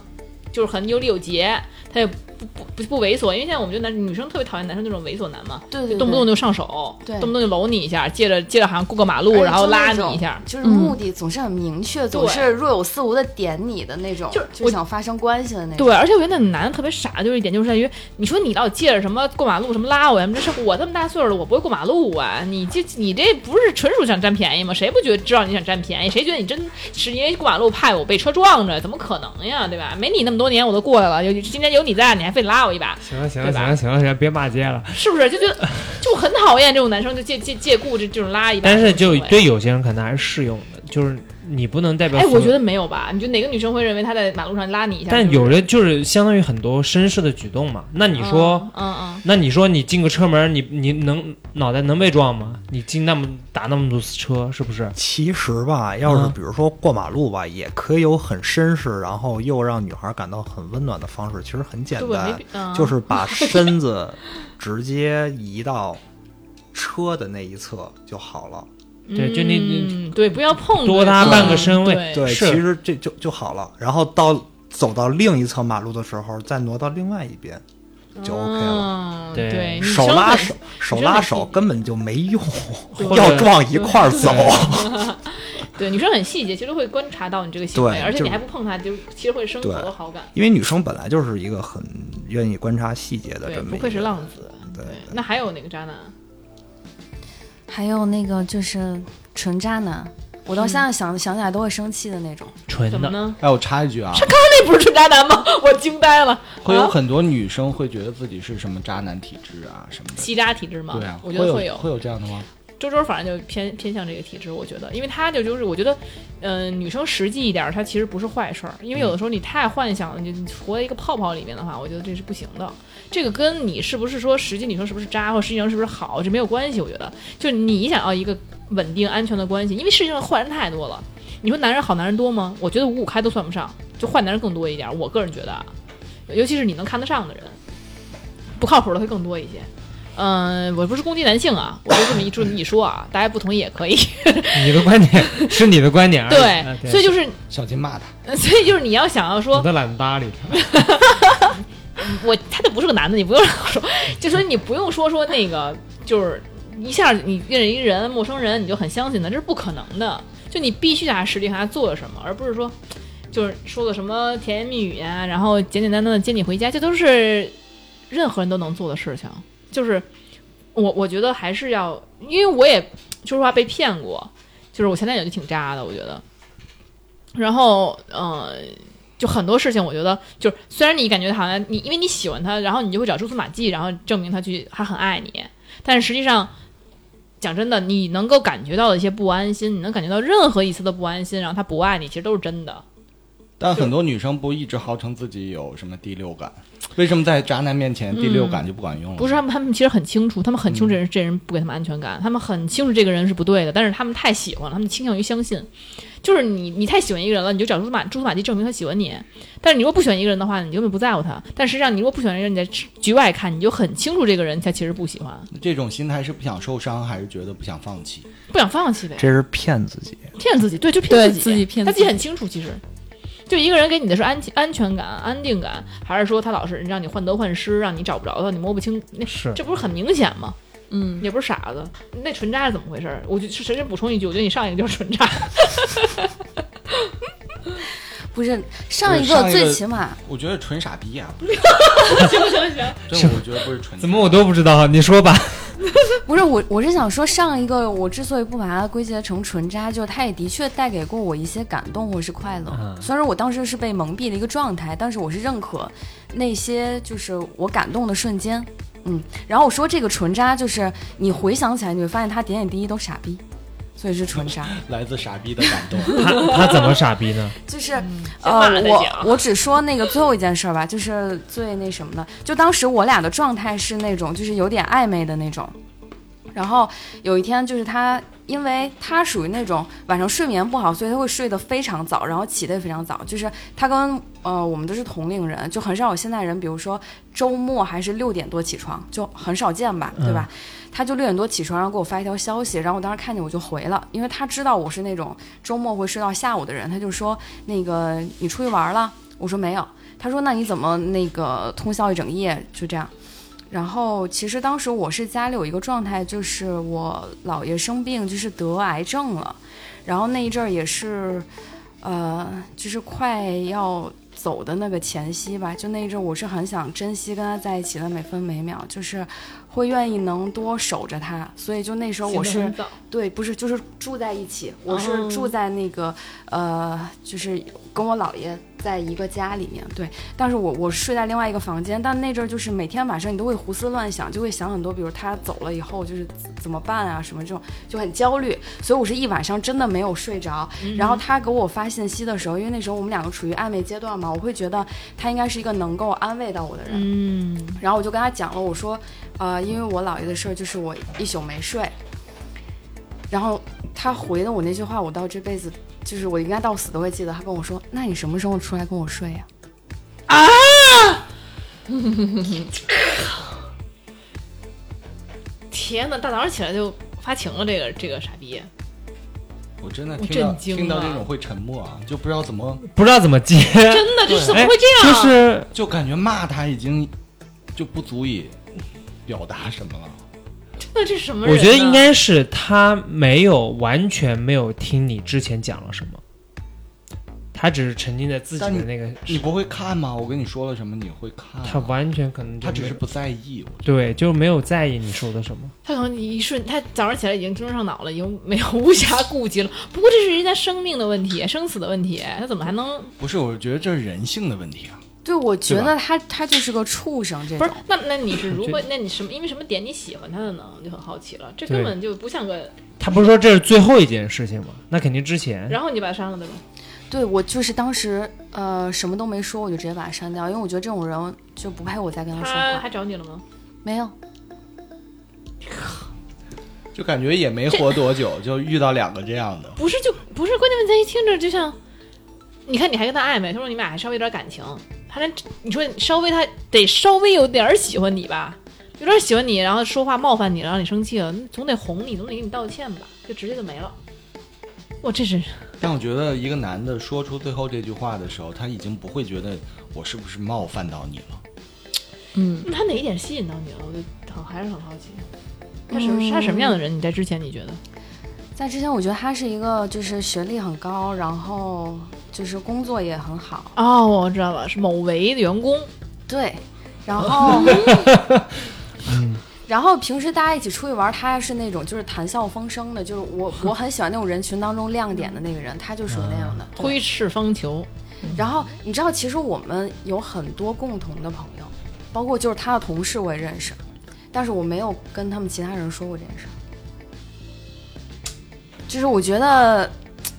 A: 就是很有礼有节，他也不不不不猥琐，因为现在我们觉得男女生特别讨厌男生那种猥琐男嘛。
E: 对对对，
A: 动不动就上手，
E: 对哎
A: 动不动就搂你一下，借着借着好像过个马
E: 而且
A: 路，
E: 就
A: 然后拉
E: 那种
A: 你一下，
E: 就是
F: 嗯
E: 目的总是很明确，总
A: 对
E: 是若有似无的点你的那种，
A: 就
E: 就是是想发生关系的
C: 哎
E: 那种。
A: 对，而且我觉得那男的特别傻，就是一点就是在于，你说你老借着什么过马路什么拉我呀，这是我这么大岁数了，我不会过马路啊！你这你这不是纯属想占便宜吗？谁不觉得知道你想占便宜？谁觉得你真是因为过马路怕我被车撞着？怎么可能呀，对吧？没你那么多年我都过来了，有今天有你在，你还非得拉我一把，
C: 行了行
A: 对
C: 了
A: 吧
C: 行了行了行了，别骂街了。
A: 是不是？就觉 得就很讨厌这种男生，就借借借故这这种拉一把
C: 但
A: 这
C: 是
A: 种行
C: 就
A: 为。
C: 对有些人可能还是适用的，就是你不能代表
A: 哎，
C: 所有。
A: 我觉得没有吧？你觉得哪个女生会认为他在马路上拉你一下？
C: 但
A: 是不
C: 有
A: 是
C: 人就是相当于很多绅士的举动嘛。那你说，
A: 嗯，嗯嗯，
C: 那你说你进个车门，你你能脑袋能被撞吗？你进那么打那么多次车，是不是？
D: 其实吧，要是
C: 嗯
D: 比如说过马路吧，也可以有很绅士，然后又让女孩感到很温暖的方式，其实很简
A: 对，没
D: 单
A: 必，嗯
D: 就是把身子直接移到车的那一侧就好了。
C: 对就你你
A: 嗯对，不要碰
C: 多搭
A: 对
C: 半
A: 方
C: 个身位
A: 对
D: 对，
C: 是
D: 其实这就就好了。然后到走到另一侧马路的时候，再挪到另外一边，就 OK 了。
A: 嗯，
C: 对
A: 对，女
D: 手
A: 生
D: 拉
A: 很
D: 手，手拉
A: 你
D: 手
A: 说
D: 根本就没用，
C: 对
D: 要撞一块儿走。
A: 对女生很细节，其实会观察到你这个行为，
D: 对
A: 而且
D: 就
A: 你还
D: 是
A: 不碰她，就其实会生
D: 对
A: 很多好感。
D: 因为女生本来就是一个很愿意观察细节的
A: 对，
D: 这么
A: 不
D: 一
A: 愧是
D: 个
A: 浪子。
D: 对
A: 对，那还有哪个渣男？
E: 还有那个就是纯渣男，我到现在想、想起来都会生气的那种。
C: 纯
A: 怎么
C: 的，
A: 呢？
B: 哎，我插一句啊，
A: 那不是纯渣男吗？ 我惊呆了。
B: 会有
A: 啊
B: 很多女生会觉得自己是什么渣男体质啊什么的。
A: 吸渣体质吗？
B: 对啊，
A: 我觉得
B: 会
A: 有。
B: 会有这样的吗？
A: 周周反正就偏偏向这个体质，我觉得，因为他就就是我觉得，嗯、女生实际一点儿，她其实不是坏事儿，因为有的时候你太幻想了，你你活在一个泡泡里面的话，我觉得这是不行的。这个跟你是不是说实际女生是不是渣，或实际上是不是好，这没有关系。我觉得，就你想要一个稳定安全的关系，因为世界上坏人太多了。你说男人好男人多吗？我觉得五五开都算不上，就坏男人更多一点儿。我个人觉得，啊，尤其是你能看得上的人，不靠谱的会更多一些。嗯，我不是攻击男性啊，我就这么一这么一说啊，大家不同意也 可以。
C: 你的观点是你的观点而已，
A: 哎对
C: 啊，
A: 所以就是，
B: 小金骂他，
A: 所以就是你要想要
C: 我
A: 说，
C: 都懒得搭理他。
A: 我他就不是个男的，你不用 说，就说你不用说说那个，就是一下你认识一人陌生人你就很相信他，这是不可能的。就你必须得实力上他做了什么，而不是说就是说个什么甜言蜜语呀、然后简简单单的接你回家，这都是任何人都能做的事情。就是我我觉得还是要，因为我也说实话被骗过，就是我前男友就挺渣的，我觉得。然后，嗯、就很多事情，我觉得就是虽然你感觉他好像你因为你喜欢他，然后你就会找蛛丝马迹，然后证明他去他很爱你，但是实际上。讲真的，你能够感觉到的一些不安心，你能感觉到任何一次的不安心，然后他不爱你，其实都是真的。
B: 但很多女生不一直号称自己有什么第六感，为什么在渣男面前第六感就不管用
F: 嗯
B: 了？
A: 不是啊他们，他们其实很清楚，他们很清楚这人、这人不给他们安全感，他们很清楚这个人是不对的，但是他们太喜欢了，他们倾向于相信，就是你你太喜欢一个人了，你就找蛛丝马蛛丝马迹证明他喜欢你，但是你如果不喜欢一个人的话，你根本不在乎他，但实际上你如果不喜欢一个人，你在局外看，你就很清楚这个人他其实不喜欢，
B: 这种心态是不想受伤，还是觉得不想放弃？
A: 不想放弃呗，
D: 这是骗自己。
A: 骗自己，对，就
F: 对
A: 骗
F: 自己骗
A: 他
F: 自
A: 自己
F: 己
A: 很清楚，其实。就一个人给你的是安安全感、安定感，还是说他老是让你患得患失，让你找不着他，你摸不清，那
C: 是
A: 这不是很明显吗？
F: 嗯，
A: 也不是傻子，那纯渣是怎么回事儿？我就是随便补充一句，我觉得你上一个就是纯渣。
E: 啊不是上一
B: 不是上
E: 个
B: 一个
E: 最起码
B: 我觉得纯傻逼啊！
A: 行行行，
B: 真的，我觉得不是纯。
C: 怎么我都不知道，你说 吧。
E: 不是我，我是想说上一个我之所以不把它归结成纯渣，就是它也的确带给过我一些感动或是快乐。
C: 嗯
E: 虽然我当时是被蒙蔽的一个状态，但是我是认可那些就是我感动的瞬间。嗯，然后我说这个纯渣，就是你回想起来，你会发现他点点滴滴都傻逼，所以是纯渣。
B: 来自傻逼的感动？
C: 他他怎么傻逼呢？
E: 就是、
A: 先骂
E: 呃，
A: 了再
E: 我
A: 讲
E: 我只说那个最后一件事儿吧，就是最那什么的，就当时我俩的状态是那种，就是有点暧昧的那种。然后有一天，就是他，因为他属于那种晚上睡眠不好，所以他会睡得非常早，然后起得也非常早。就是他跟呃我们都是同龄人，就很少有现代人，比如说周末还是六点多起床，就很少见吧，对吧？他就六点多起床，然后给我发一条消息，然后我当时看见我就回了，因为他知道我是那种周末会睡到下午的人，他就说那个你出去玩了？我说没有。他说那你怎么那个通宵一整夜就这样？然后其实当时我是家里有一个状态，就是我姥爷生病，就是得癌症了，然后那一阵儿也是，呃，就是快要走的那个前夕吧，就那一阵儿我是很想珍惜跟他在一起的每分每秒，就是会愿意能多守着他，所以就那时候我是。对，不是，就是住在一起。我是住在那个、呃，就是跟我姥爷在一个家里面。对，但是我我睡在另外一个房间。但那阵儿就是每天晚上你都会胡思乱想，就会想很多，比如他走了以后就是怎么办啊，什么这种就很焦虑。所以我是一晚上真的没有睡着。然后他给我发信息的时候，因为那时候我们两个处于暧昧阶段嘛，我会觉得他应该是一个能够安慰到我的人。
A: 嗯，
E: 然后我就跟他讲了，我说，呃，因为我姥爷的事儿，就是我一宿没睡。然后他回的我那句话，我到这辈子就是我应该到死都会记得。他跟我说：“那你什么时候出来跟我睡啊呀、
A: 天呐，大早上起来就发情了，这个这个傻逼，
B: 我我真的
A: 我
B: 听到
A: 震惊啊
B: 听到
A: 了
B: 这种会沉默啊，就不知道怎么，
C: 不知道怎么接，哎
A: 真的，这
B: 对
A: 怎么会这
C: 就
A: 样？
C: 是
B: 就感觉骂他已经就不足以表达什么了。
A: 真的，这是什么人
C: 哎我
A: 呢？
C: 觉得应该是他没有完全没有听你之前讲了什么，他只是沉浸在自己的那个，
B: 你不会看吗？我跟你说了什么，你会看啊、
C: 他完全可能就
B: 他只
C: 没
B: 是
C: 有
B: 不在意。我
C: 对，就没有在意你说的什么。
A: 他可能一瞬，他早上起来已经蒸上脑了，已经没有 无暇顾及了。不过这是人家生命的问题，生死的问题，他怎么还能
B: 不是，我觉得这是人性的问题啊。
E: 对，我觉
B: 对吧
E: 得他他就是个畜生，这
A: 不
E: 种
A: 是，那那你是如何
C: 这？
A: 那你什么？因为什么点你喜欢他的呢？我就很好奇了。这
C: 对
A: 根
C: 哎
A: 本就不像个。
C: 他不是说这是最后一件事情吗？那肯定之前
A: 然后你把他删了，对吧？
E: 对我就是当时呃什么都没说，我就直接把他删掉，因为我觉得这种人就不配我再跟他说
A: 他
E: 话。
A: 还找你了吗？
E: 没有，
B: 就感觉也没活多久， 就遇到两个这样的。
A: 不是就，不是关键问题。一听着就像，你看你还跟他暧昧，他说你们俩还稍微有点感情，他连你说稍微他得稍微有点儿喜欢你吧，有点儿喜欢你，然后说话冒犯你了，让你生气了，总得哄你，总得给你道歉吧，就直接就没了。哇，这是
B: 但我觉得一个男的说出最后这句话的时候，他已经不会觉得我是不是冒犯到你了。
F: 嗯，
A: 那他哪一点吸引到你了？我就很还是很好奇，嗯他什么他什么样的人？你在之前你觉得？
E: 在之前我觉得他是一个就是学历很高，然后就是工作也很好，
A: 哦，我知道了，是某维的员工。
E: 对，然后。 然后平时大家一起出去玩，他是那种就是谈笑风生的，就是我我很喜欢那种人群当中亮点的那个人，他就属于那样的。对
A: 推赤方球，
E: 然后你知道，其实我们有很多共同的朋友，包括就是他的同事我也认识，但是我没有跟他们其他人说过这件事儿。就是我觉得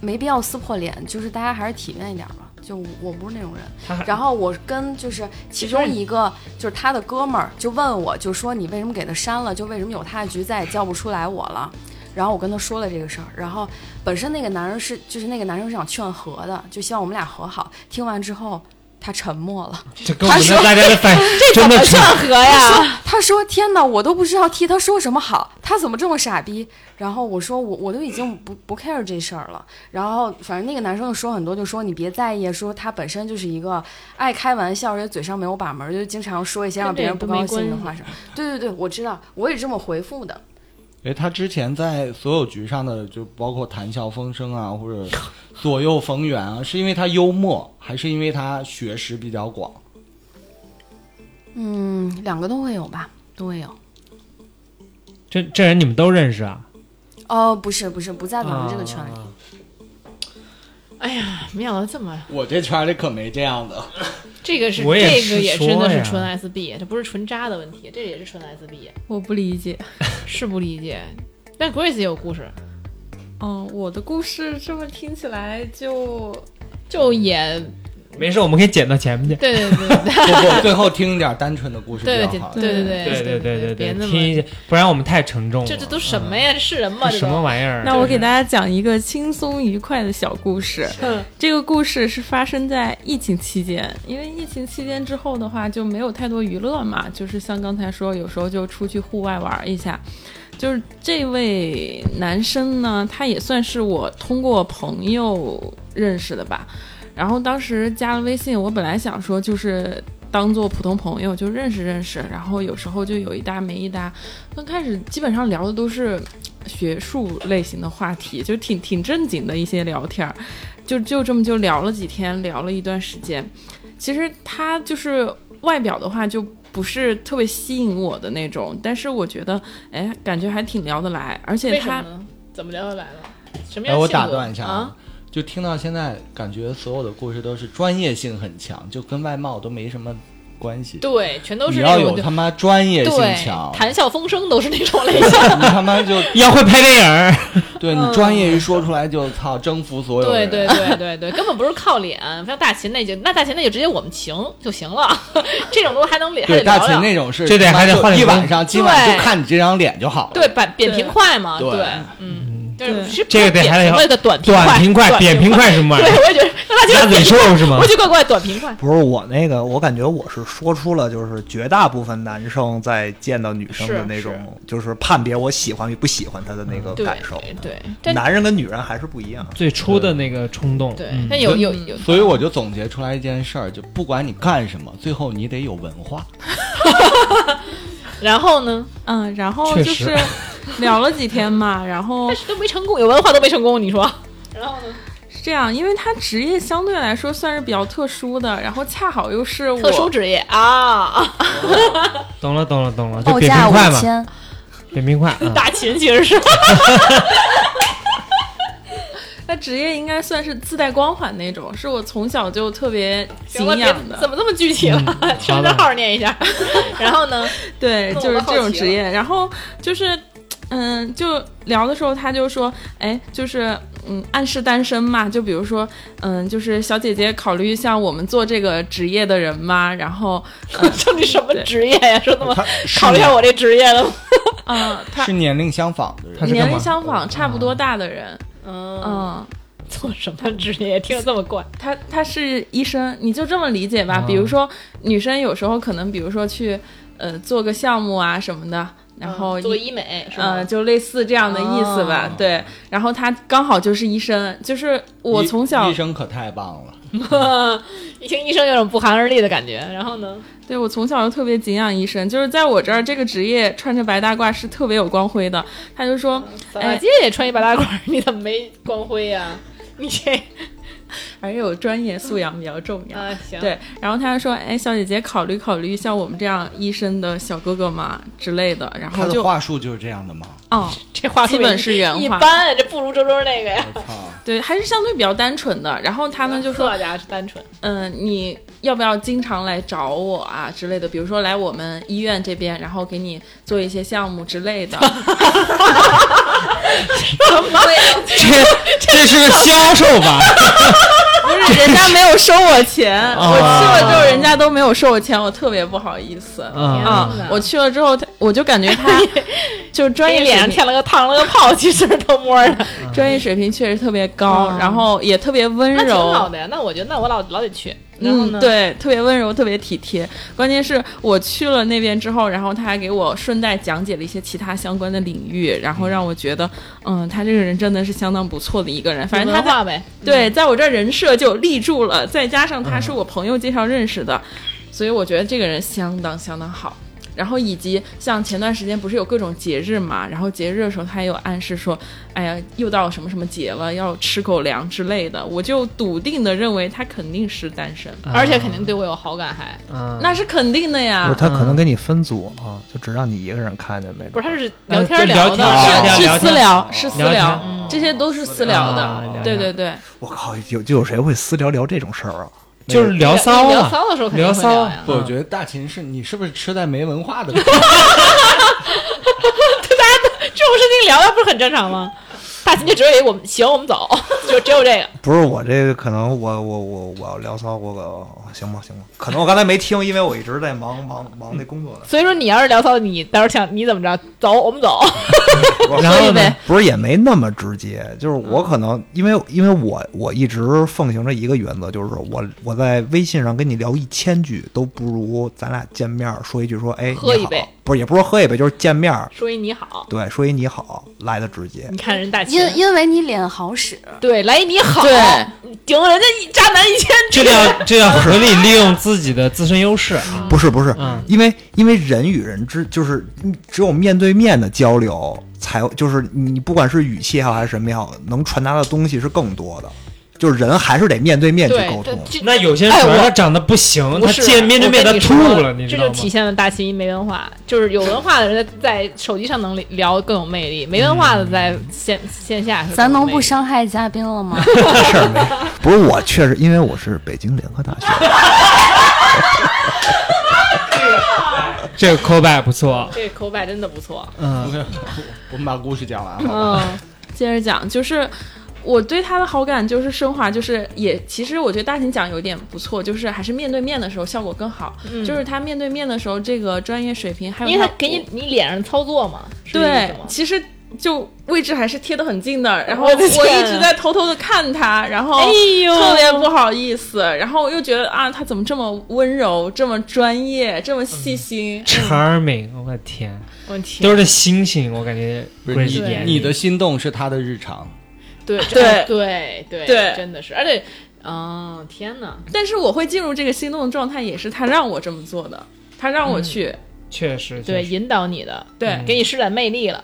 E: 没必要撕破脸，就是大家还是体面一点吧。就我不是那种人
C: 他还，
E: 然后我跟就是其中一个就是他的哥们儿就问我，就说你为什么给他删了？就为什么有他的局再也叫不出来我了？然后我跟他说了这个事儿，然后本身那个男人是就是那个男生是想劝和的，就希望我们俩和好。听完之后，他沉默了。
C: 这跟我们
E: 他说
C: 大家的 反应真的
A: 劝和呀？
E: 他说：“天哪，我都不知道替他说什么好，他怎么这么傻逼？”然后我说：“我我都已经不不 care 这事儿了。”然后反正那个男生就说很多，就说你别在意，说他本身就是一个爱开玩笑，而且嘴上没有把门，就经常说一些让别人不高兴的话什么。对对对，我知道，我也这么回复的。
B: 哎，他之前在所有局上的，就包括谈笑风生啊，或者左右逢源啊，是因为他幽默，还是因为他学识比较广？
E: 嗯，两个都会有吧，都会有。
C: 这这人你们都认识啊？
E: 哦，不是不是，不在咱们这个圈里。
C: 啊
A: 哎呀，没想到这么，
B: 我这圈里可没这样的。
A: 这个是
C: 我也
A: 这个也
C: 是说
A: 真的
C: 呀
A: 是纯 SB，这不是纯渣的问题，这也是纯 SB，
F: 我不理解。
A: 是不理解。但 Grace 也有故事，
F: 嗯，我的故事这么听起来就
A: 就
C: 嗯
A: 也
C: 没事，我们可以剪到前面去。
A: 对对对对
B: 不不，最后听一点单纯的故事
A: 对
B: 比
A: 对
B: 较好。
A: 对
C: 对
A: 对
C: 对
A: 别那
C: 听一
A: 么
C: 下，不然我们太沉重了。
A: 这这都什么呀？这是人吗？
C: 这
A: 这
C: 什么
A: 都
C: 玩意儿？
F: 那我给大家讲一个轻松愉快的小故事。
A: 嗯
F: 这个故事是发生在疫情期间，因为疫情期间之后的话就没有太多娱乐嘛，就是像刚才说，有时候就出去户外玩一下。就是这位男生呢，他也算是我通过朋友认识的吧。然后当时加了微信，我本来想说就是当做普通朋友就认识认识，然后有时候就有一搭没一搭。刚开始基本上聊的都是学术类型的话题，就挺挺正经的一些聊天儿，就就这么就聊了几天，聊了一段时间。其实他就是外表的话就不是特别吸引我的那种，但是我觉得哎，感觉还挺聊得来，而且
A: 为什
F: 他
A: 么呢？怎么聊得来了？什么
B: 哎，
A: 样？
B: 我打断一下
A: 啊，，
B: 就听到现在，感觉所有的故事都是专业性很强，就跟外貌都没什么关系。
A: 对，全都
B: 你
A: 是
B: 要
A: 那种
B: 有
A: 就
B: 他妈专业性强
A: 对，谈嗯笑风生都是那种类型。
B: 你他 妈就
C: 要会拍电影儿，
B: 对你专业一说出来就操征服所有
A: 对
B: 人。
A: 对对对对，根本不是靠脸，像大秦那就那大秦那就直接我们情就行了， 这种东西还能脸还
B: 对
A: 得
B: 大
A: 聊
B: 秦
A: 聊，
B: 那种是
C: 这得
B: 他妈
C: 还得
B: 就
C: 换
B: 一
C: 脸
B: 晚
C: 功
B: 上，今晚
A: 对
B: 就看你这张脸就好了。
A: 对扁扁平快嘛，
B: 对
A: 对，嗯，就是
F: 对
A: 是
C: 这个得还得
A: 那个短平快，
C: 短平快、扁平
A: 快，
C: 快是什么玩意
A: 对
C: 儿？
A: 我也觉得话就
C: 鸭
A: 是
C: 嘴兽是吗
A: 我？就怪怪短平快。
D: 不是我那个，我感觉我是说出了，就是绝大部分男生在见到女生的
A: 是
D: 那种
A: 是，
D: 就是判别我喜欢与不喜欢她的那个
A: 对
D: 感受。
A: 对，但
D: 男人跟女人还是不一样。
C: 最初的那个冲动，
A: 对，
C: 嗯
A: 但有有有，
B: 所以我就总结出来一件事儿，就不管你干什么，最后你得有文化。
A: 然后呢？
F: 嗯，然后
C: 确
F: 就
C: 实
F: 是聊了几天嘛，然后
A: 但是都没成功，有文化都没成功，你说？
F: 是这样，因为他职业相对来说算是比较特殊的，然后恰好又是我
A: 特殊职业啊，
C: 懂了懂了懂了，就
E: 报
C: 扁
E: 价
C: 平
E: 五
C: 快嘛，
E: 千，
C: 扁平 快啊，
A: 打琴其实 是
F: 他职业应该算是自带光环那种，是我从小就特别敬
A: 行了，别
F: 仰
A: 怎
F: 的。
A: 么这么具体了？
C: 嗯
A: 身份证号念一 下，然后呢？
F: 对，
A: 那我
F: 就是
A: 好
F: 这种
A: 奇
F: 职
A: 了
F: 业。然后就是，嗯，就聊的时候他就说，哎，就是嗯，暗示单身嘛。就比如说，嗯，就是小姐姐考虑像我们做这个职业的人吗？然后，
C: 嗯
A: 说你什么职业呀？说那么
B: 他
A: 考虑一下我这职业了吗？
F: 嗯、他
B: 是年龄相仿的人
C: 他，是干
F: 年
C: 嘛
F: 龄相仿，差不多大的人，
A: 嗯，
F: 嗯。
A: 做什么职业？听着这么怪，
F: 他他是医生，你就这么理解吧。
C: 啊
F: 比如说，女生有时候可能，比如说去呃做个项目啊什么的，然后、
A: 嗯做医美是吧
F: 呃？就类似这样的意思吧。
A: 哦
F: 对，然后他刚好就是医生，就是我
B: 医
F: 从小
B: 医生可太棒了，
A: 一听 医生有种不寒而栗的感觉。然后呢？
F: 对我从小就特别敬仰医生，就是在我这儿这个职业穿着白大褂是特别有光辉的。他就说，
A: 扫大街也穿一白大褂，你怎么没光辉呀？ 你这
F: 还哎是有专业素养比较重要。
A: 啊行，
F: 对，然后他就说：“哎，小姐姐，考虑考虑像我们这样医生的小哥哥嘛之类的。”然
B: 他
F: 后
B: 的
F: 就，
B: 话术就是这样的 吗？
F: 哦，
A: 这话术
F: 基本是原话
A: 一般，这不如周周那个呀。
B: 我操！
F: 对，还是相对比较单纯的。然后他们就说
A: 作家是单纯，：“
F: 嗯、你要不要经常来找我啊之类的？比如说来我们医院这边，然后给你做一些项目之类的。
C: 这这是个销售吧？
F: 不是，人家没有收我钱，我去了之后人家都没有收我钱，我特别不好意思。
A: 天
C: 啊
A: 哪
F: 啊、我去了之后，他我就感觉 他就专
A: 给
F: 业
A: 你脸
F: 水
A: 上
F: 平，
A: 添了个烫了个泡，其实偷摸的，
F: 专业水平确实特别高，
A: 嗯
F: 然后也特别温
A: 那挺
F: 柔。
A: 好的呀。那我觉得，那我老老得去。然后
F: 嗯，
A: 呢？
F: 对，特别温柔，特别体贴。关键是我去了那边之后，然后他还给我顺带讲解了一些其他相关的领域，然后让我觉得，嗯，他这个人真的是相当不错的一个人。反正他
A: 文
F: 在
A: 化嗯呗，
F: 对，在我这儿人设就立住了，再加上他是我朋友介绍认识的，所以我觉得这个人相当相当好。然后以及像前段时间不是有各种节日嘛，然后节日的时候他也有暗示说，哎呀，又到什么什么节了，要吃狗粮之类的，我就笃定的认为他肯定是单身，
A: 而且肯定对我有好感，还
C: 啊
F: 那是肯定的
A: 啊
F: 呀。
D: 嗯他可能给你分组啊，就只让你一个人看见那种。
A: 不是他是聊
C: 呃
A: 天
C: 就
A: 聊
C: 聊
A: 的，
C: 天
A: 是
C: 啊聊
F: 是是私
C: 天
F: 聊，是私
C: 聊天
F: 聊，
A: 嗯
F: 这些都是私聊
C: 啊聊
F: 的。对对
C: 天
F: 对，
D: 我靠，有就有谁会私聊聊这种事儿啊？
C: 就是聊骚
A: 哦
C: 啊
A: 聊
C: 了，
A: 骚的时候肯定会
C: 聊骚
A: 呀。
B: 不，我觉得大秦是你是不是吃在没文化的地方？
A: 这种事情聊聊不是很正常 吗？大秦就只有哎一个我们行，我们走， 就只有这个。
D: 不是我这个，可能我我我我要聊骚，我我行吧行吧，可能我刚才没听，因为我一直在忙忙忙那工 作呢。
A: 所以说你要是聊骚，你到时候想你怎么着？走，我们走。
C: 然后
F: 一
C: 呢
F: 杯？
D: 不是也没那么直接，就是我可
A: 嗯
D: 能因为因为我我一直奉行着一个原则，就是我我在微信上跟你聊一千句，都不如咱俩见面儿说一句说哎
A: 喝
D: 你
A: 一
D: 好
A: 杯，
D: 不是也不是说喝一杯，就是见面儿
A: 说一你好，
D: 对说一你好来的直接
A: 你。看人大秦，
E: 因因为你脸好使，
F: 呃
A: 对，来一你好，
F: 对
D: 哎
A: 顶人家一渣男一千
C: 这叫这叫合理利用自己的自身优势啊，
D: 不是不是，
C: 嗯
D: 因为因为人与人之就是嗯只有面对面的交流，才就是你不管是语气也好还是什么也好，能传达的东西是更多的。就是人还是得面对面去沟通。
A: 这
C: 那有些人
A: 哎我
C: 他长得不行，
A: 不
C: 他
A: 是
C: 见面对面
A: 我
C: 他
A: 跟你
C: 吐
A: 说
C: 了，你
A: 这
C: 知道
A: 就
C: 吗？
A: 体现了大秦没文化，就是有文化的人在手机上能聊更有魅力，没文化的在线线下是更有魅力。
E: 咱能不伤害嘉宾了吗？
D: 不是我确实，因为我是北京联合大学的，
C: 这个 callback 不错，
A: 这口白真的不错，
C: 嗯，
B: 我们把故事讲完了。
A: 嗯，
F: 接着讲，就是我对他的好感就是升华，就是也其实我觉得大秦讲有点不错，就是还是面对面的时候效果更好。
A: 嗯
F: 就是他面对面的时候，这个专业水平还有
A: 因为他
F: 他
A: 给你你脸上操作嘛，是这意
F: 对
A: 思吗，
F: 其实就位置还是贴得很近的，然后
A: 我
F: 我
A: 的天
F: 一直在偷偷的看他，然后
A: 哎呦
F: 特别不好意思，然后我又觉得啊，他怎么这么温柔，这么专业，这么细心？
A: 嗯
C: charming，我的天，
A: 我天，
C: 都是星星，我感觉
B: 不是你
C: 是眼里
B: 你的心动是他的日常，
A: 对
F: 对
A: 对对
F: 对
A: 真的是，而且，哦天哪，
F: 但是我会进入这个心动的状态，也是他让我这么做的，他让
A: 嗯
F: 我去，
C: 确实
A: 对，
C: 确实
A: 引导你的，
F: 对、
A: 给你施展魅力了，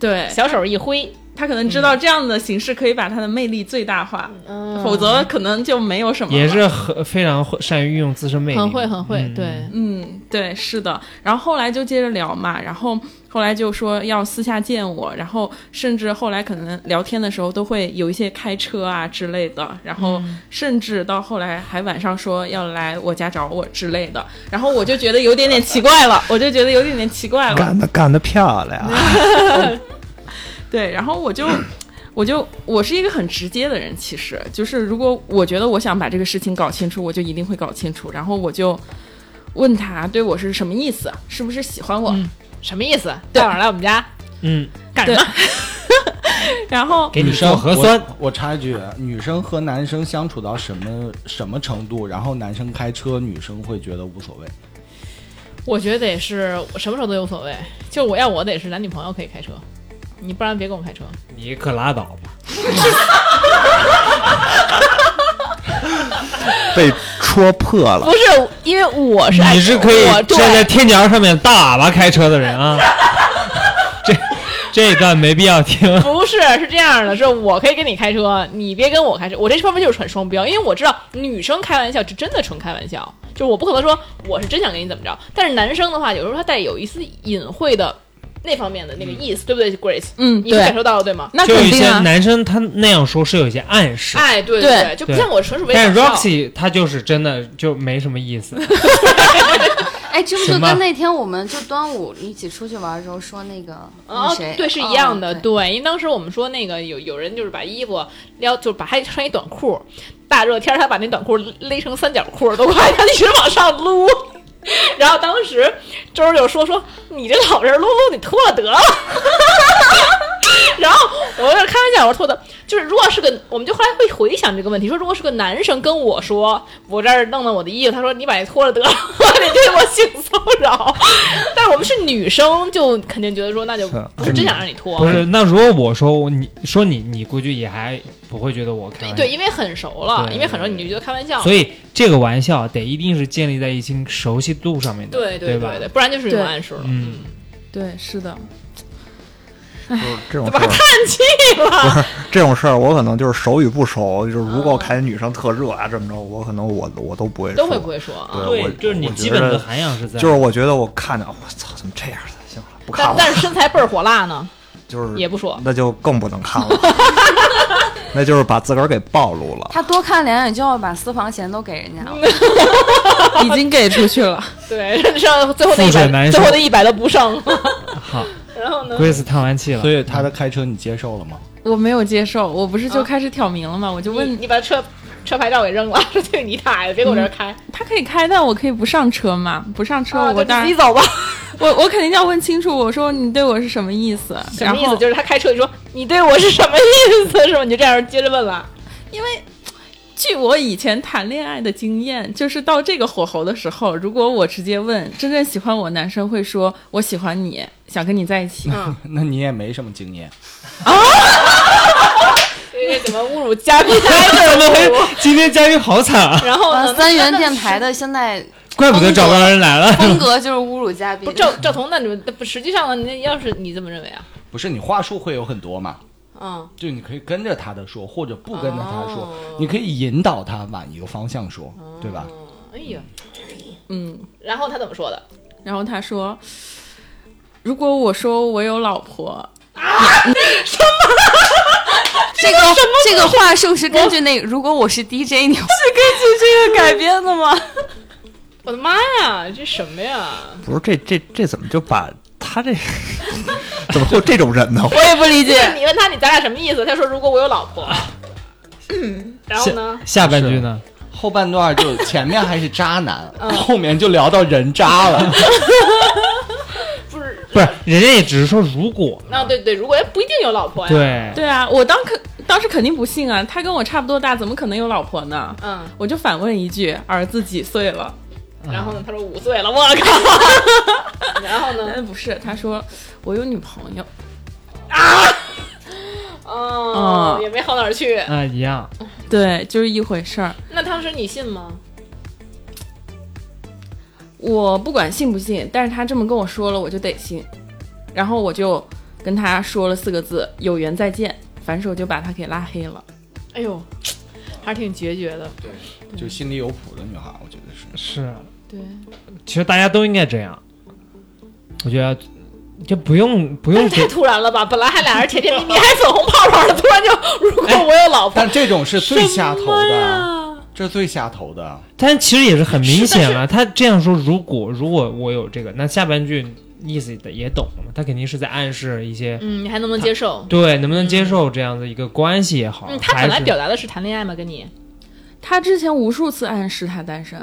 F: 对，
A: 小手一挥，
F: 他可能知道这样的形式可以把他的魅力最大化，
A: 嗯
F: 否则可能就没有什么了。
C: 也是很非常会善于运用自身魅力，
A: 很会很会，
C: 嗯
A: 对，
F: 嗯，对，是的。然后后来就接着聊嘛，然后后来就说要私下见我，然后甚至后来可能聊天的时候都会有一些开车啊之类的，然后甚至到后来还晚上说要来我家找我之类的，然后我就觉得有点点奇怪了，我就觉得有点点奇
A: 哎
F: 怪了。
D: 干得干得漂亮！啊
F: 对，然后我就。 我就我是一个很直接的人，其实就是如果我觉得我想把这个事情搞清楚，我就一定会搞清楚。然后我就问他对我是什么意思，是不是喜欢我？
A: 嗯什么意思？大晚上来我们家
C: 嗯，
A: 干什么？
F: 然后
C: 给你
B: 女生
C: 做核酸，
B: 我。我插一句，啊女生和男生相处到什么什么程度，然后男生开车，女生会觉得无所谓。
A: 我觉得得是我什么时候都无所谓，就我要我得是男女朋友可以开车，你不然别跟我开车。
C: 你可拉倒吧，
D: 被戳破了，
A: 不是，因为我是爱哎
C: 你是可以
A: 我
C: 站在
A: 对
C: 天桥上面大喇叭开车的 人啊，这这一段没必要听，
A: 不是是这样的，是我可以跟你开车，你别跟我开车。我这方面就是很双标，因为我知道女生开玩笑是真的纯开玩笑，就是我不可能说我是真想跟你怎么着。但是男生的话，有时候他带有一丝隐晦的那方面的那个意思，对不对，Grace？
F: 嗯，
A: 你会感
F: 对，
A: 受到了对吗？
F: 那
C: 就有
F: 肯
C: 一
F: 定
C: 些
F: 啊。
C: 男生他那样说是有一些暗示，
A: 哎，对
F: 对
A: 对，就不像我纯属为
C: 但是
A: 搞笑
C: Roxy 他就是真的就没什么意思，
E: 哎，这不就
C: 行吧
E: 跟那天我们就端午一起出去玩的时候说那个那
A: 哦
E: 嗯谁，
A: 对，是一样的，
E: 哦对
A: 对，因为当时我们说那个有有人就是把衣服撩，就是把还穿一短裤，大热天儿他把那短裤勒成三角裤，都快 他一直往上撸。 然后当时周儿就说说你这老人撸撸，你脱了得 了。然后我有点开玩笑，我说脱的，就是如果是个，我们就后来会回想这个问题，说如果是个男生跟我说，我这儿弄弄我的衣服，他说你把这脱了得 了，你对我性骚扰。 但是我们是女生，就肯定觉得说那就不是真想让你脱，
C: 不是？那如果我说我你说你，你估计也还不会觉得我开玩笑。
A: 对，因为很熟了，
C: 对
A: 因为很熟你就觉得开玩笑，
C: 所以这个玩笑得一定是建立在一定熟悉度上面的，
A: 对
C: 对吧
A: 对对，不然就是有
F: 对
A: 暗示了。
C: 嗯，
F: 对，是的，
D: 这种
A: 嗯怎
D: 事
A: 么还
D: 儿
A: 叹，气了？哦
D: 这种事儿我可能就是熟与不熟，就是如果我看见女生特热啊这么着，我可能我我都不会
A: 都会
D: 说
A: 不会说啊？
D: 对我
C: 对，就是你
D: 我觉
C: 基本的
D: 得
C: 涵养是在，
D: 就是我觉得我看着我操怎么这样的，行了不看
A: 但
D: 了，
A: 但是身材倍儿火辣呢，
D: 就是
A: 也不说。
D: 那就更不能看 了，那就是把自个儿给暴露了。
E: 他多看两眼就要把私房钱都给人家了。
F: 已经给出去 了。
A: 对，剩最后那一
C: 覆水
A: 百，
C: 难
A: 最后
C: 收
A: 那一百都不剩。
C: 好
A: 然后呢？
C: ，Grace 叹完气了
B: 所，以他的开车你接受了吗？
F: 我没有接受，我不是就开始挑明了吗？我就
A: 啊你
F: 问
A: 你把车车牌照给扔了，说这个你打呀，别给我这儿开。
F: 他可以开，但我可以不上车嘛？不上嗯车，
A: 啊
F: 我
A: 就
F: 当
A: 自己
F: 然
A: 走吧。
F: 我我肯定要问清楚。我说你对我是什么意思？
A: 什么意
F: 然
A: 思？
F: 后
A: 就是他开车，你说你对我是什么意思？是吧？你就这样接着问了。
F: 因为。据我以前谈恋爱的经验，就是到这个火候的时候，如果我直接问真正喜欢我男生，会说我喜欢你，想跟你在一起。
B: 那你也没什么经验。
A: 这个怎么 侮辱嘉宾？
C: 今天嘉宾好惨啊，
A: 哎然后
E: 啊
A: 呢？
E: 三元电台的现在
C: 怪不得找不到人来了。
E: 风格就是侮辱嘉宾
A: 不，，赵赵彤，那你们不实际上呢？你要是你这么认为啊？
B: 不是你话术会有很多嘛？
A: 嗯，
B: 就你可以跟着他的说，或者不跟着他说，你可以引导他往一个方向说，对吧？
A: 哎呀，
F: 嗯，
A: 然后他怎么说的？
F: 然后他说，如果我说我有老婆，
E: 这个这个话术是根据那个如果我是 DJ 你会
F: 这个改编的吗？
A: 我的妈呀，这什么呀？
D: 不是这这这怎么就把 他这怎么会有这种人呢？
F: 我也不理解。
A: 你问他你咱俩什么意思？他说如果我有老婆。
C: 嗯
A: 然后呢？
C: 下半句呢？
B: 后半段就 前面还是渣男，后面就聊到人渣了。
A: 不是
C: 不是，人家也只是说如果，
A: 那对对，如果也哎不一定有老婆呀。，
C: 对，
F: 对啊，我当肯当时肯定不信啊，他跟我差不多大，怎么可能有老婆呢？
A: 嗯，
F: 我就反问一句：儿子几岁了？
A: 然后呢，他说五岁了，我靠。 然后呢？
F: 嗯，不是，他说我有女朋友。
A: 哦，
F: 嗯
A: 也没好哪儿去。
C: 啊，一样，
F: 对，就是一回事儿。
A: 那当时你信吗？
F: 我不管信不信，但是他这么跟我说了，我就得信。然后我就跟他说了四个字：有缘再见。反手就把他给拉黑了。
A: 哎呦，还是挺决绝的。
B: 就心里有谱的女孩，我觉得是。
C: 是，
F: 对，
C: 其实大家都应该这样，我觉得就不用不
A: 但
C: 用
A: 是太
C: 给，
A: 突然了吧？本来还俩人甜甜蜜蜜，还粉红泡泡的，突 然就如果我有老婆，
B: 但这种是最下头
A: 什么
B: 的，
A: 呀
B: 这最下头的。
C: 但其实也是很明显了。他这样说，如果如果我有这个，那下半句意思也懂了嘛，他肯定是在暗示一些。
A: 嗯，你还能不能接受？
C: 对，能不能接受这样的一个关系也好？
A: 嗯，他本
C: 还
A: 来
C: 是
A: 表达的是谈恋爱嘛，跟你，
F: 他之前无数次暗示他单身，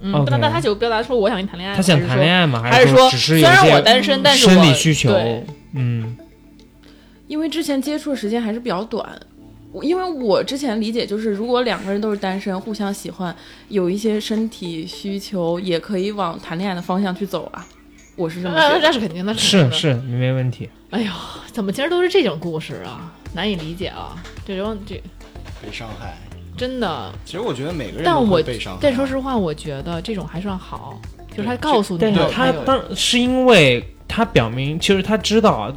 A: 嗯，
C: OK
A: 那那他就表达说我想跟你谈恋爱嘛，
C: 哦啊他想谈恋爱吗？
A: 爱还
C: 是
A: 是说
C: 只是
A: 虽
C: 有一
A: 然
C: 些
A: 我单身，但是我
C: 生理需求
A: 对？
C: 嗯，
F: 因为之前接触的时间还是比较短。我因为我之前理解就是，如果两个人都是单身，互相喜欢，有一些身体需求，也可以往谈恋爱的方向去走啊。我是这么
A: 那
F: 觉得。
A: 那是肯定的，那肯定的。
C: 是是，没问题。
A: 哎呦，怎么今儿都是这种故事啊？难以理解啊！这种这
B: 被伤害，
A: 真的，
B: 其实我觉得每个人
A: 但
B: 都
A: 我
B: 会被伤害。啊
A: 但说实话，我觉得这种还算好，就是他
B: 对
A: 告诉你
C: 但是
A: 有，
C: 他
A: 有
C: 当是因为他表明，其实他知道，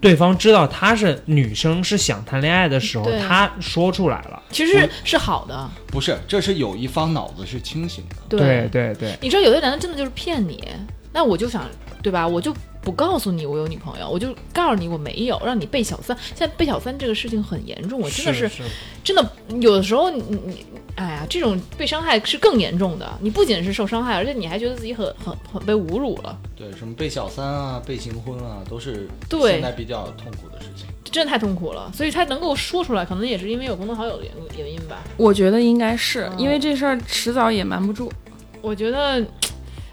C: 对方知道他是女生是想谈恋爱的时候
A: 对，
C: 他说出来了。
A: 其实是好的，
B: 不是，这是有一方脑子是清醒的。
C: 对对对，
A: 你知道有的男的真的就是骗你，那我就想，对吧？我就不告诉你我有女朋友，我就告诉你我没有，让你背小三。现在背小三这个事情很严重，我真的是
C: 是
A: 真的有的时候你你，哎呀，这种被伤害是更严重的。你不仅是受伤害，而且你还觉得自己很很很被侮辱了，
B: 对，什么被小三啊、被行婚啊，都是
A: 对
B: 现在比较痛苦的事情。
A: 真的太痛苦了。所以他能够说出来，可能也是因为有共同好友的原原因吧。
F: 我觉得应该是
A: 嗯
F: 因为这事儿迟早也瞒不住。
A: 我觉得，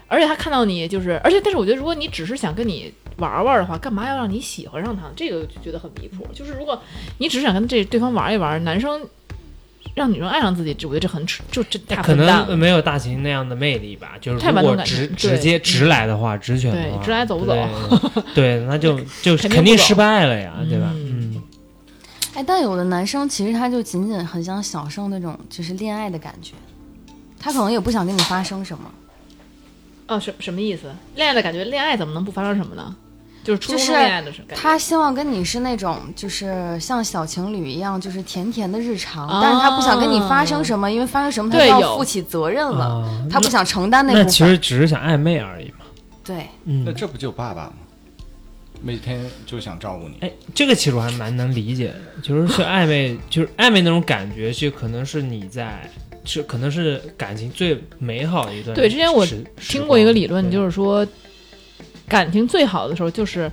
A: 而且他看到你就是，而且但是我觉得，如果你只是想跟你玩玩的话，干嘛要让你喜欢上他？这个就觉得很离谱。就是如果你只是想跟这对方玩一玩，男生让女生爱上自己，这我觉得这很扯，就这太
C: 可
A: 混蛋
C: 能
A: 了。
C: 没有大秦那样的魅力吧，就是
A: 太
C: 如
A: 蛮
C: 果
A: 动感
C: 直
A: 情
C: 直
A: 对嗯
C: 接直来的话，直选的
A: 对
C: 话，
A: 直来走不走
C: 对？对，那就就
A: 肯定
C: 肯
A: 不
C: 定
A: 走
C: 失败了呀，对吧？
A: 嗯
C: 嗯，
E: 哎，但有的男生其实他就仅仅很想享受那种就是恋爱的感觉，他可能也不想跟你发生什么，
A: 哦，什什么意思？恋爱的感觉，恋爱怎么能不发生什么呢？就是初
E: 就
A: 中
E: 是
A: 的恋爱的感觉。
E: 他希望跟你是那种就是像小情侣一样，就是甜甜的日常，
A: 啊
E: 但是他不想跟你发生什么，因为发生什么他就
A: 对
E: 要
A: 有
E: 负起责任了，
A: 嗯
C: 啊
E: 他不想承担部
C: 那
E: 分。
C: 其实只是想暧昧而已嘛。
E: 对，
B: 那
C: 嗯，
B: 这不就爸爸吗？每天就想照顾你。
C: 哎，这个其实我还蛮能理解的，就是是暧昧，就是暧昧那种感觉，就可能是你在，是可能是感情最美好的一段时。
A: 对之前我
C: 时
A: 听过一个理
C: 光
A: 论，
C: 对
A: 就是说，感情最好的时候就是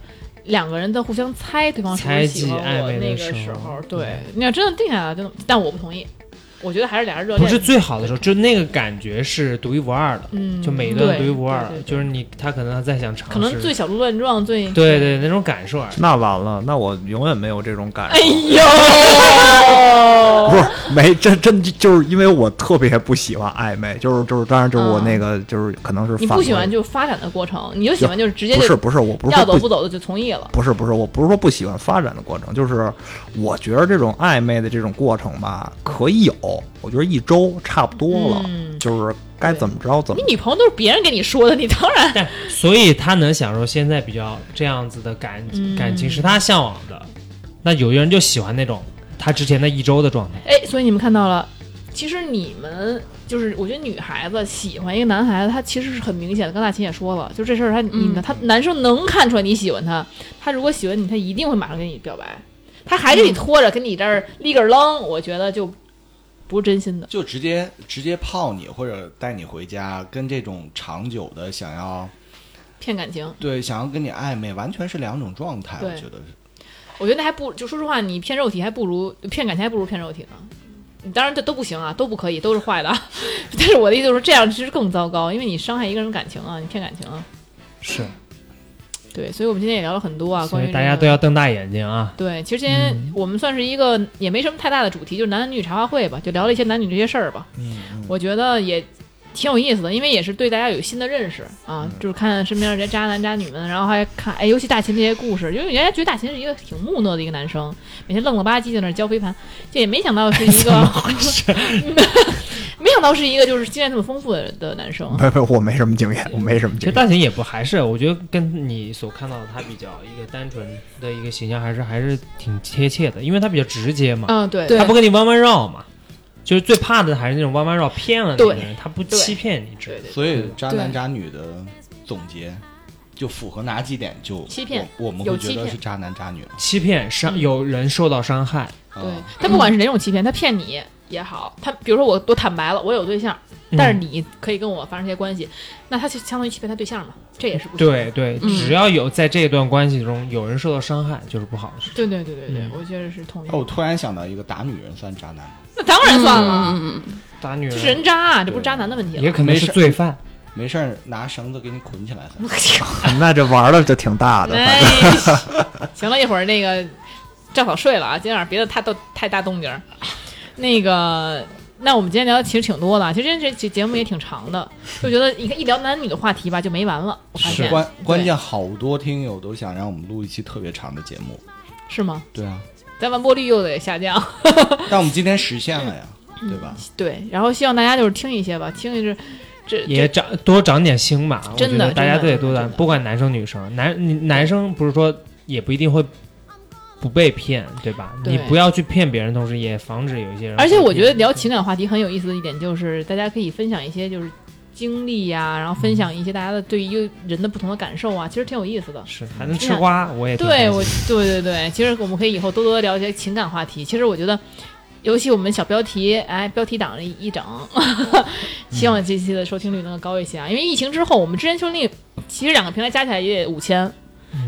A: 两个人在互相猜对方是不是喜欢
C: 猜忌暧
A: 我
C: 昧
A: 那
C: 的
A: 个
C: 时
A: 时
C: 候
A: 候，对
C: 对，
A: 你要真的定下来了，就但我不同意，我觉得还是俩人热
C: 不
A: 恋
C: 是最好的时候，就那个感觉是独一无二的，
A: 嗯，
C: 就每一段
A: 对
C: 独一无二
A: 对对
C: 的，
A: 对
C: 就是你他可能在想尝试，
A: 可能最小鹿乱撞，最
C: 对对那种感受而已。啊
G: 那完了，那我永远没有这种
A: 哎
G: 感受。
A: 呦，
G: 不是没，真真就是因为我特别不喜欢暧昧，就是就是，当然就是我那个、就是可能是
A: 嗯你
G: 反
A: 不喜
G: 过来
A: 欢就发展的过程，你就喜欢就是直接
G: 不是
A: 就
G: 不是，我不是
A: 要
G: 说
A: 走
G: 不
A: 不走的就同意了，
G: 不是不是，我不是说不喜欢发展的过程，就是我觉得这种暧昧的这种过程吧，可以有，我觉得一周差不多了，
A: 嗯
G: 就是该怎么着怎么
A: 你。女朋友都是别人跟你说的，你当然
C: 但所以他能享受现在比较这样子的感、
A: 嗯
C: 感情，是他向往的。那有的人就喜欢那种他之前的一周的状态。
A: 哎，所以你们看到了，其实你们就是，我觉得女孩子喜欢一个男孩子，他其实是很明显的。刚大秦也说了，就这事儿，他你呢，
F: 嗯
A: 他男生能看出来你喜欢他，他如果喜欢你，他一定会马上跟你表白，他还跟你拖着，跟你这儿立个愣，我觉得就不是真心的。
B: 就直接直接泡你或者带你回家，跟这种长久的想要
A: 骗感情，
B: 对想要跟你暧昧，完全是两种状态。我
A: 对
B: 觉得是
A: 我觉得那还不就说实话，你骗肉体还不如骗感情，还不如骗肉体呢。你当然这都不行啊，都不可以，都是坏的 啊。但是我的意思就是这样，其实更糟糕，因为你伤害一个人感情啊，你骗感情啊。
C: 是，
A: 对，所以我们今天也聊了很多啊，
C: 所
A: 关于
C: 以大家
A: 这个
C: 都要瞪大眼睛啊。
A: 对，其实今天我们算是一个也没什么太大的主题，就是男女茶话会吧，就聊了一些男女这些事儿吧。
B: 嗯，
A: 我觉得也挺有意思的，因为也是对大家有新的认识啊，就是看身边这些渣男渣女们，然后还看哎，尤其大秦这些故事，因为人家觉得大秦是一个挺木讷的一个男生，每天愣了吧唧在那儿教飞盘，这也没想到是一个， 没想到是一个就是经验这么丰富的的男生。
G: 不不，我没什么经验，我没什么经
C: 其实
G: 验。
C: 大秦也不还是，我觉得跟你所看到的他比较一个单纯的一个形象，还是还是挺贴切的，因为他比较直接嘛，
A: 嗯，对
F: 对
C: 他不跟你弯弯绕嘛，就是最怕的还是那种弯弯绕骗了你的
A: 对
C: 人，他不
A: 对
C: 欺骗你，只
A: 对对，
B: 所以渣男渣女的总结就符合哪几点就
A: 欺骗
B: 我我们
A: 有
B: 会觉
A: 欺
B: 得
A: 骗
B: 是渣男渣女啊了。
C: 欺骗伤
A: 嗯
C: 有人受到伤害，
B: 啊
A: 对他不管是哪种欺骗，他骗你也好，他比如说我我坦白了，我有对象，但是
C: 嗯
A: 你可以跟我发生一些关系，那他就相当于欺骗他对象嘛，这也是不行的
C: 对对，
A: 嗯
C: 只要有在这段关系中有人受到伤害，就是不好的事。
A: 对对对对对，
C: 嗯
A: 我觉得是同意
B: 那。我突然想到一个，打女人算渣男吗？
A: 那当然算了，
F: 嗯嗯嗯
C: 打女
A: 这是人渣啊，这不是渣男的问题
C: 也
A: 了。
C: 可能是罪犯，
B: 没事儿，拿绳子给你捆起来 算。
G: 那这玩的就挺大的，反
A: 哎
G: 正，
A: 行了，一会儿那个赵嫂睡了啊，今天晚上别的太都太大动静儿。那个，那我们今天聊的其实挺多的啊，其实今天这这节目也挺长的，就觉得你看一聊男女的话题吧就没完了，我发
C: 是
A: 现
B: 关关键好多听友都想让我们录一期特别长的节目。
A: 是吗？
B: 对啊，
A: 咱完播率又得下降。
B: 但我们今天实现了呀，
A: 嗯
B: 对吧？
A: 对，然后希望大家就是听一些吧，听一些这
C: 也
A: 这
C: 长多长点心吧。我
A: 真的
C: 觉得大家
A: 真的
C: 都得多
A: 真的
C: 长，
A: 真的
C: 不管男生女生，男你男生不是说也不一定会不被骗，对吧？
A: 对
C: 你不要去骗别人，同时也防止有一些人。
A: 而且我觉得聊情感话题很有意思的一点就是，大家可以分享一些就是经历呀、然后
C: 嗯
A: 分享一些大家的对于一个人的不同的感受啊，其实挺有意思的。
C: 是还能吃瓜，我也挺开
A: 对
C: 心
A: 我，对对对，其实我们可以以后多多聊一些情感话题。其实我觉得，尤其我们小标题，哎，标题党一一整，
C: 嗯
A: 希望这期的收听率能够高一些啊。因为疫情之后，我们之前收听率其实两个平台加起来也得五千。
C: 嗯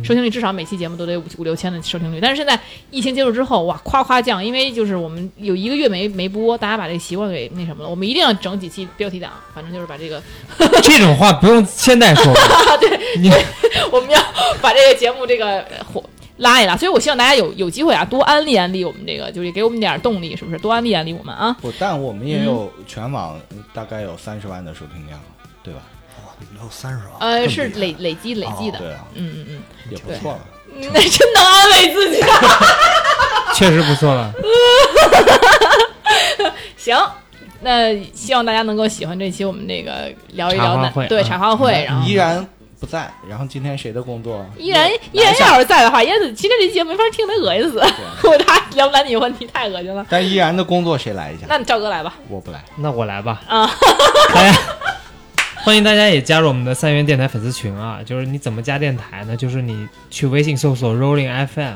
A: 收听率至少每期节目都得五五六千的收听率，但是现在疫情结束之后，哇，夸夸降，因为就是我们有一个月没没播，大家把这个习惯给那什么了，我们一定要整几期标题党，反正就是把这个
C: 这种话不用现在说吧，你
A: 我们要把这个节目这个火拉一拉，所以我希望大家有有机会啊，多安利安利我们这个，就是给我们点儿动力，是不是？多安利安利我们啊！
B: 不，但我们也有全网大概有三十万的收听量，对吧？
D: 有三十万，
A: 呃，是累累积累积的，
C: 哦
B: 对啊，
A: 嗯嗯
B: 也不错了。
A: 嗯， 那真能安慰自己。
C: 确实不错了。
A: 行，那希望大家能够喜欢这期我们这个聊一
C: 茶
A: 聊
C: 话
A: 男
C: 会
A: 对
C: 嗯
A: 茶话会，然后
B: 依然不在，然后今天谁的工作？
A: 依然依然要是在的话，椰子今天这期节目没法听，他恶心死。 我他聊男女问题太恶心了。
B: 但依然的工作谁来一下？
A: 那你赵哥来吧，
B: 我不来。
C: 那我来吧，
A: 啊，
C: 大家欢迎大家也加入我们的三元电台粉丝群啊！就是你怎么加电台呢？就是你去微信搜索 Rolling FM，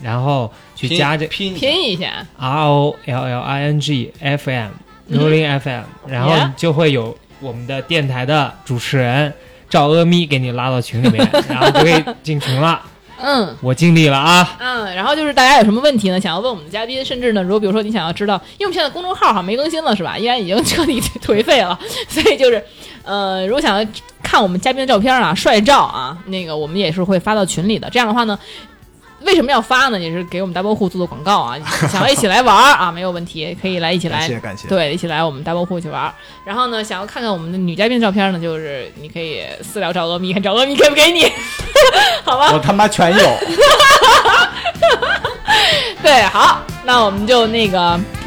C: 然后去
B: 拼
C: 加这
B: 拼
A: 拼一下，
C: R O L L I N G F M Rolling FM，然后
A: Yeah
C: 你就会有我们的电台的主持人赵阿咪给你拉到群里面，然后就可以进群了。
A: 嗯。
C: 我尽力了啊！
A: 嗯，然后就是大家有什么问题呢？想要问我们的嘉宾，甚至呢，如果比如说你想要知道，因为我们现在公众号好像没更新了，是吧？依然已经彻底颓废了， 所以就是，呃，如果想要看我们嘉宾的照片啊、帅照啊，那个我们也是会发到群里的。这样的话呢。为什么要发呢？也是给我们大包户做做广告啊！想要一起来玩儿啊，没有问题，可以来一起
D: 感
A: 来
D: 谢感谢，
A: 对，一起来我们大包户去玩儿。然后呢，想要看看我们的女嘉宾照片呢，就是你可以私聊找阿咪，看找阿咪给不给你，好吧？
B: 我他妈全有。
A: 对，好，那我们就那个，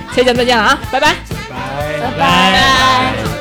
A: 下期节目再见了啊，拜拜，拜拜，拜拜。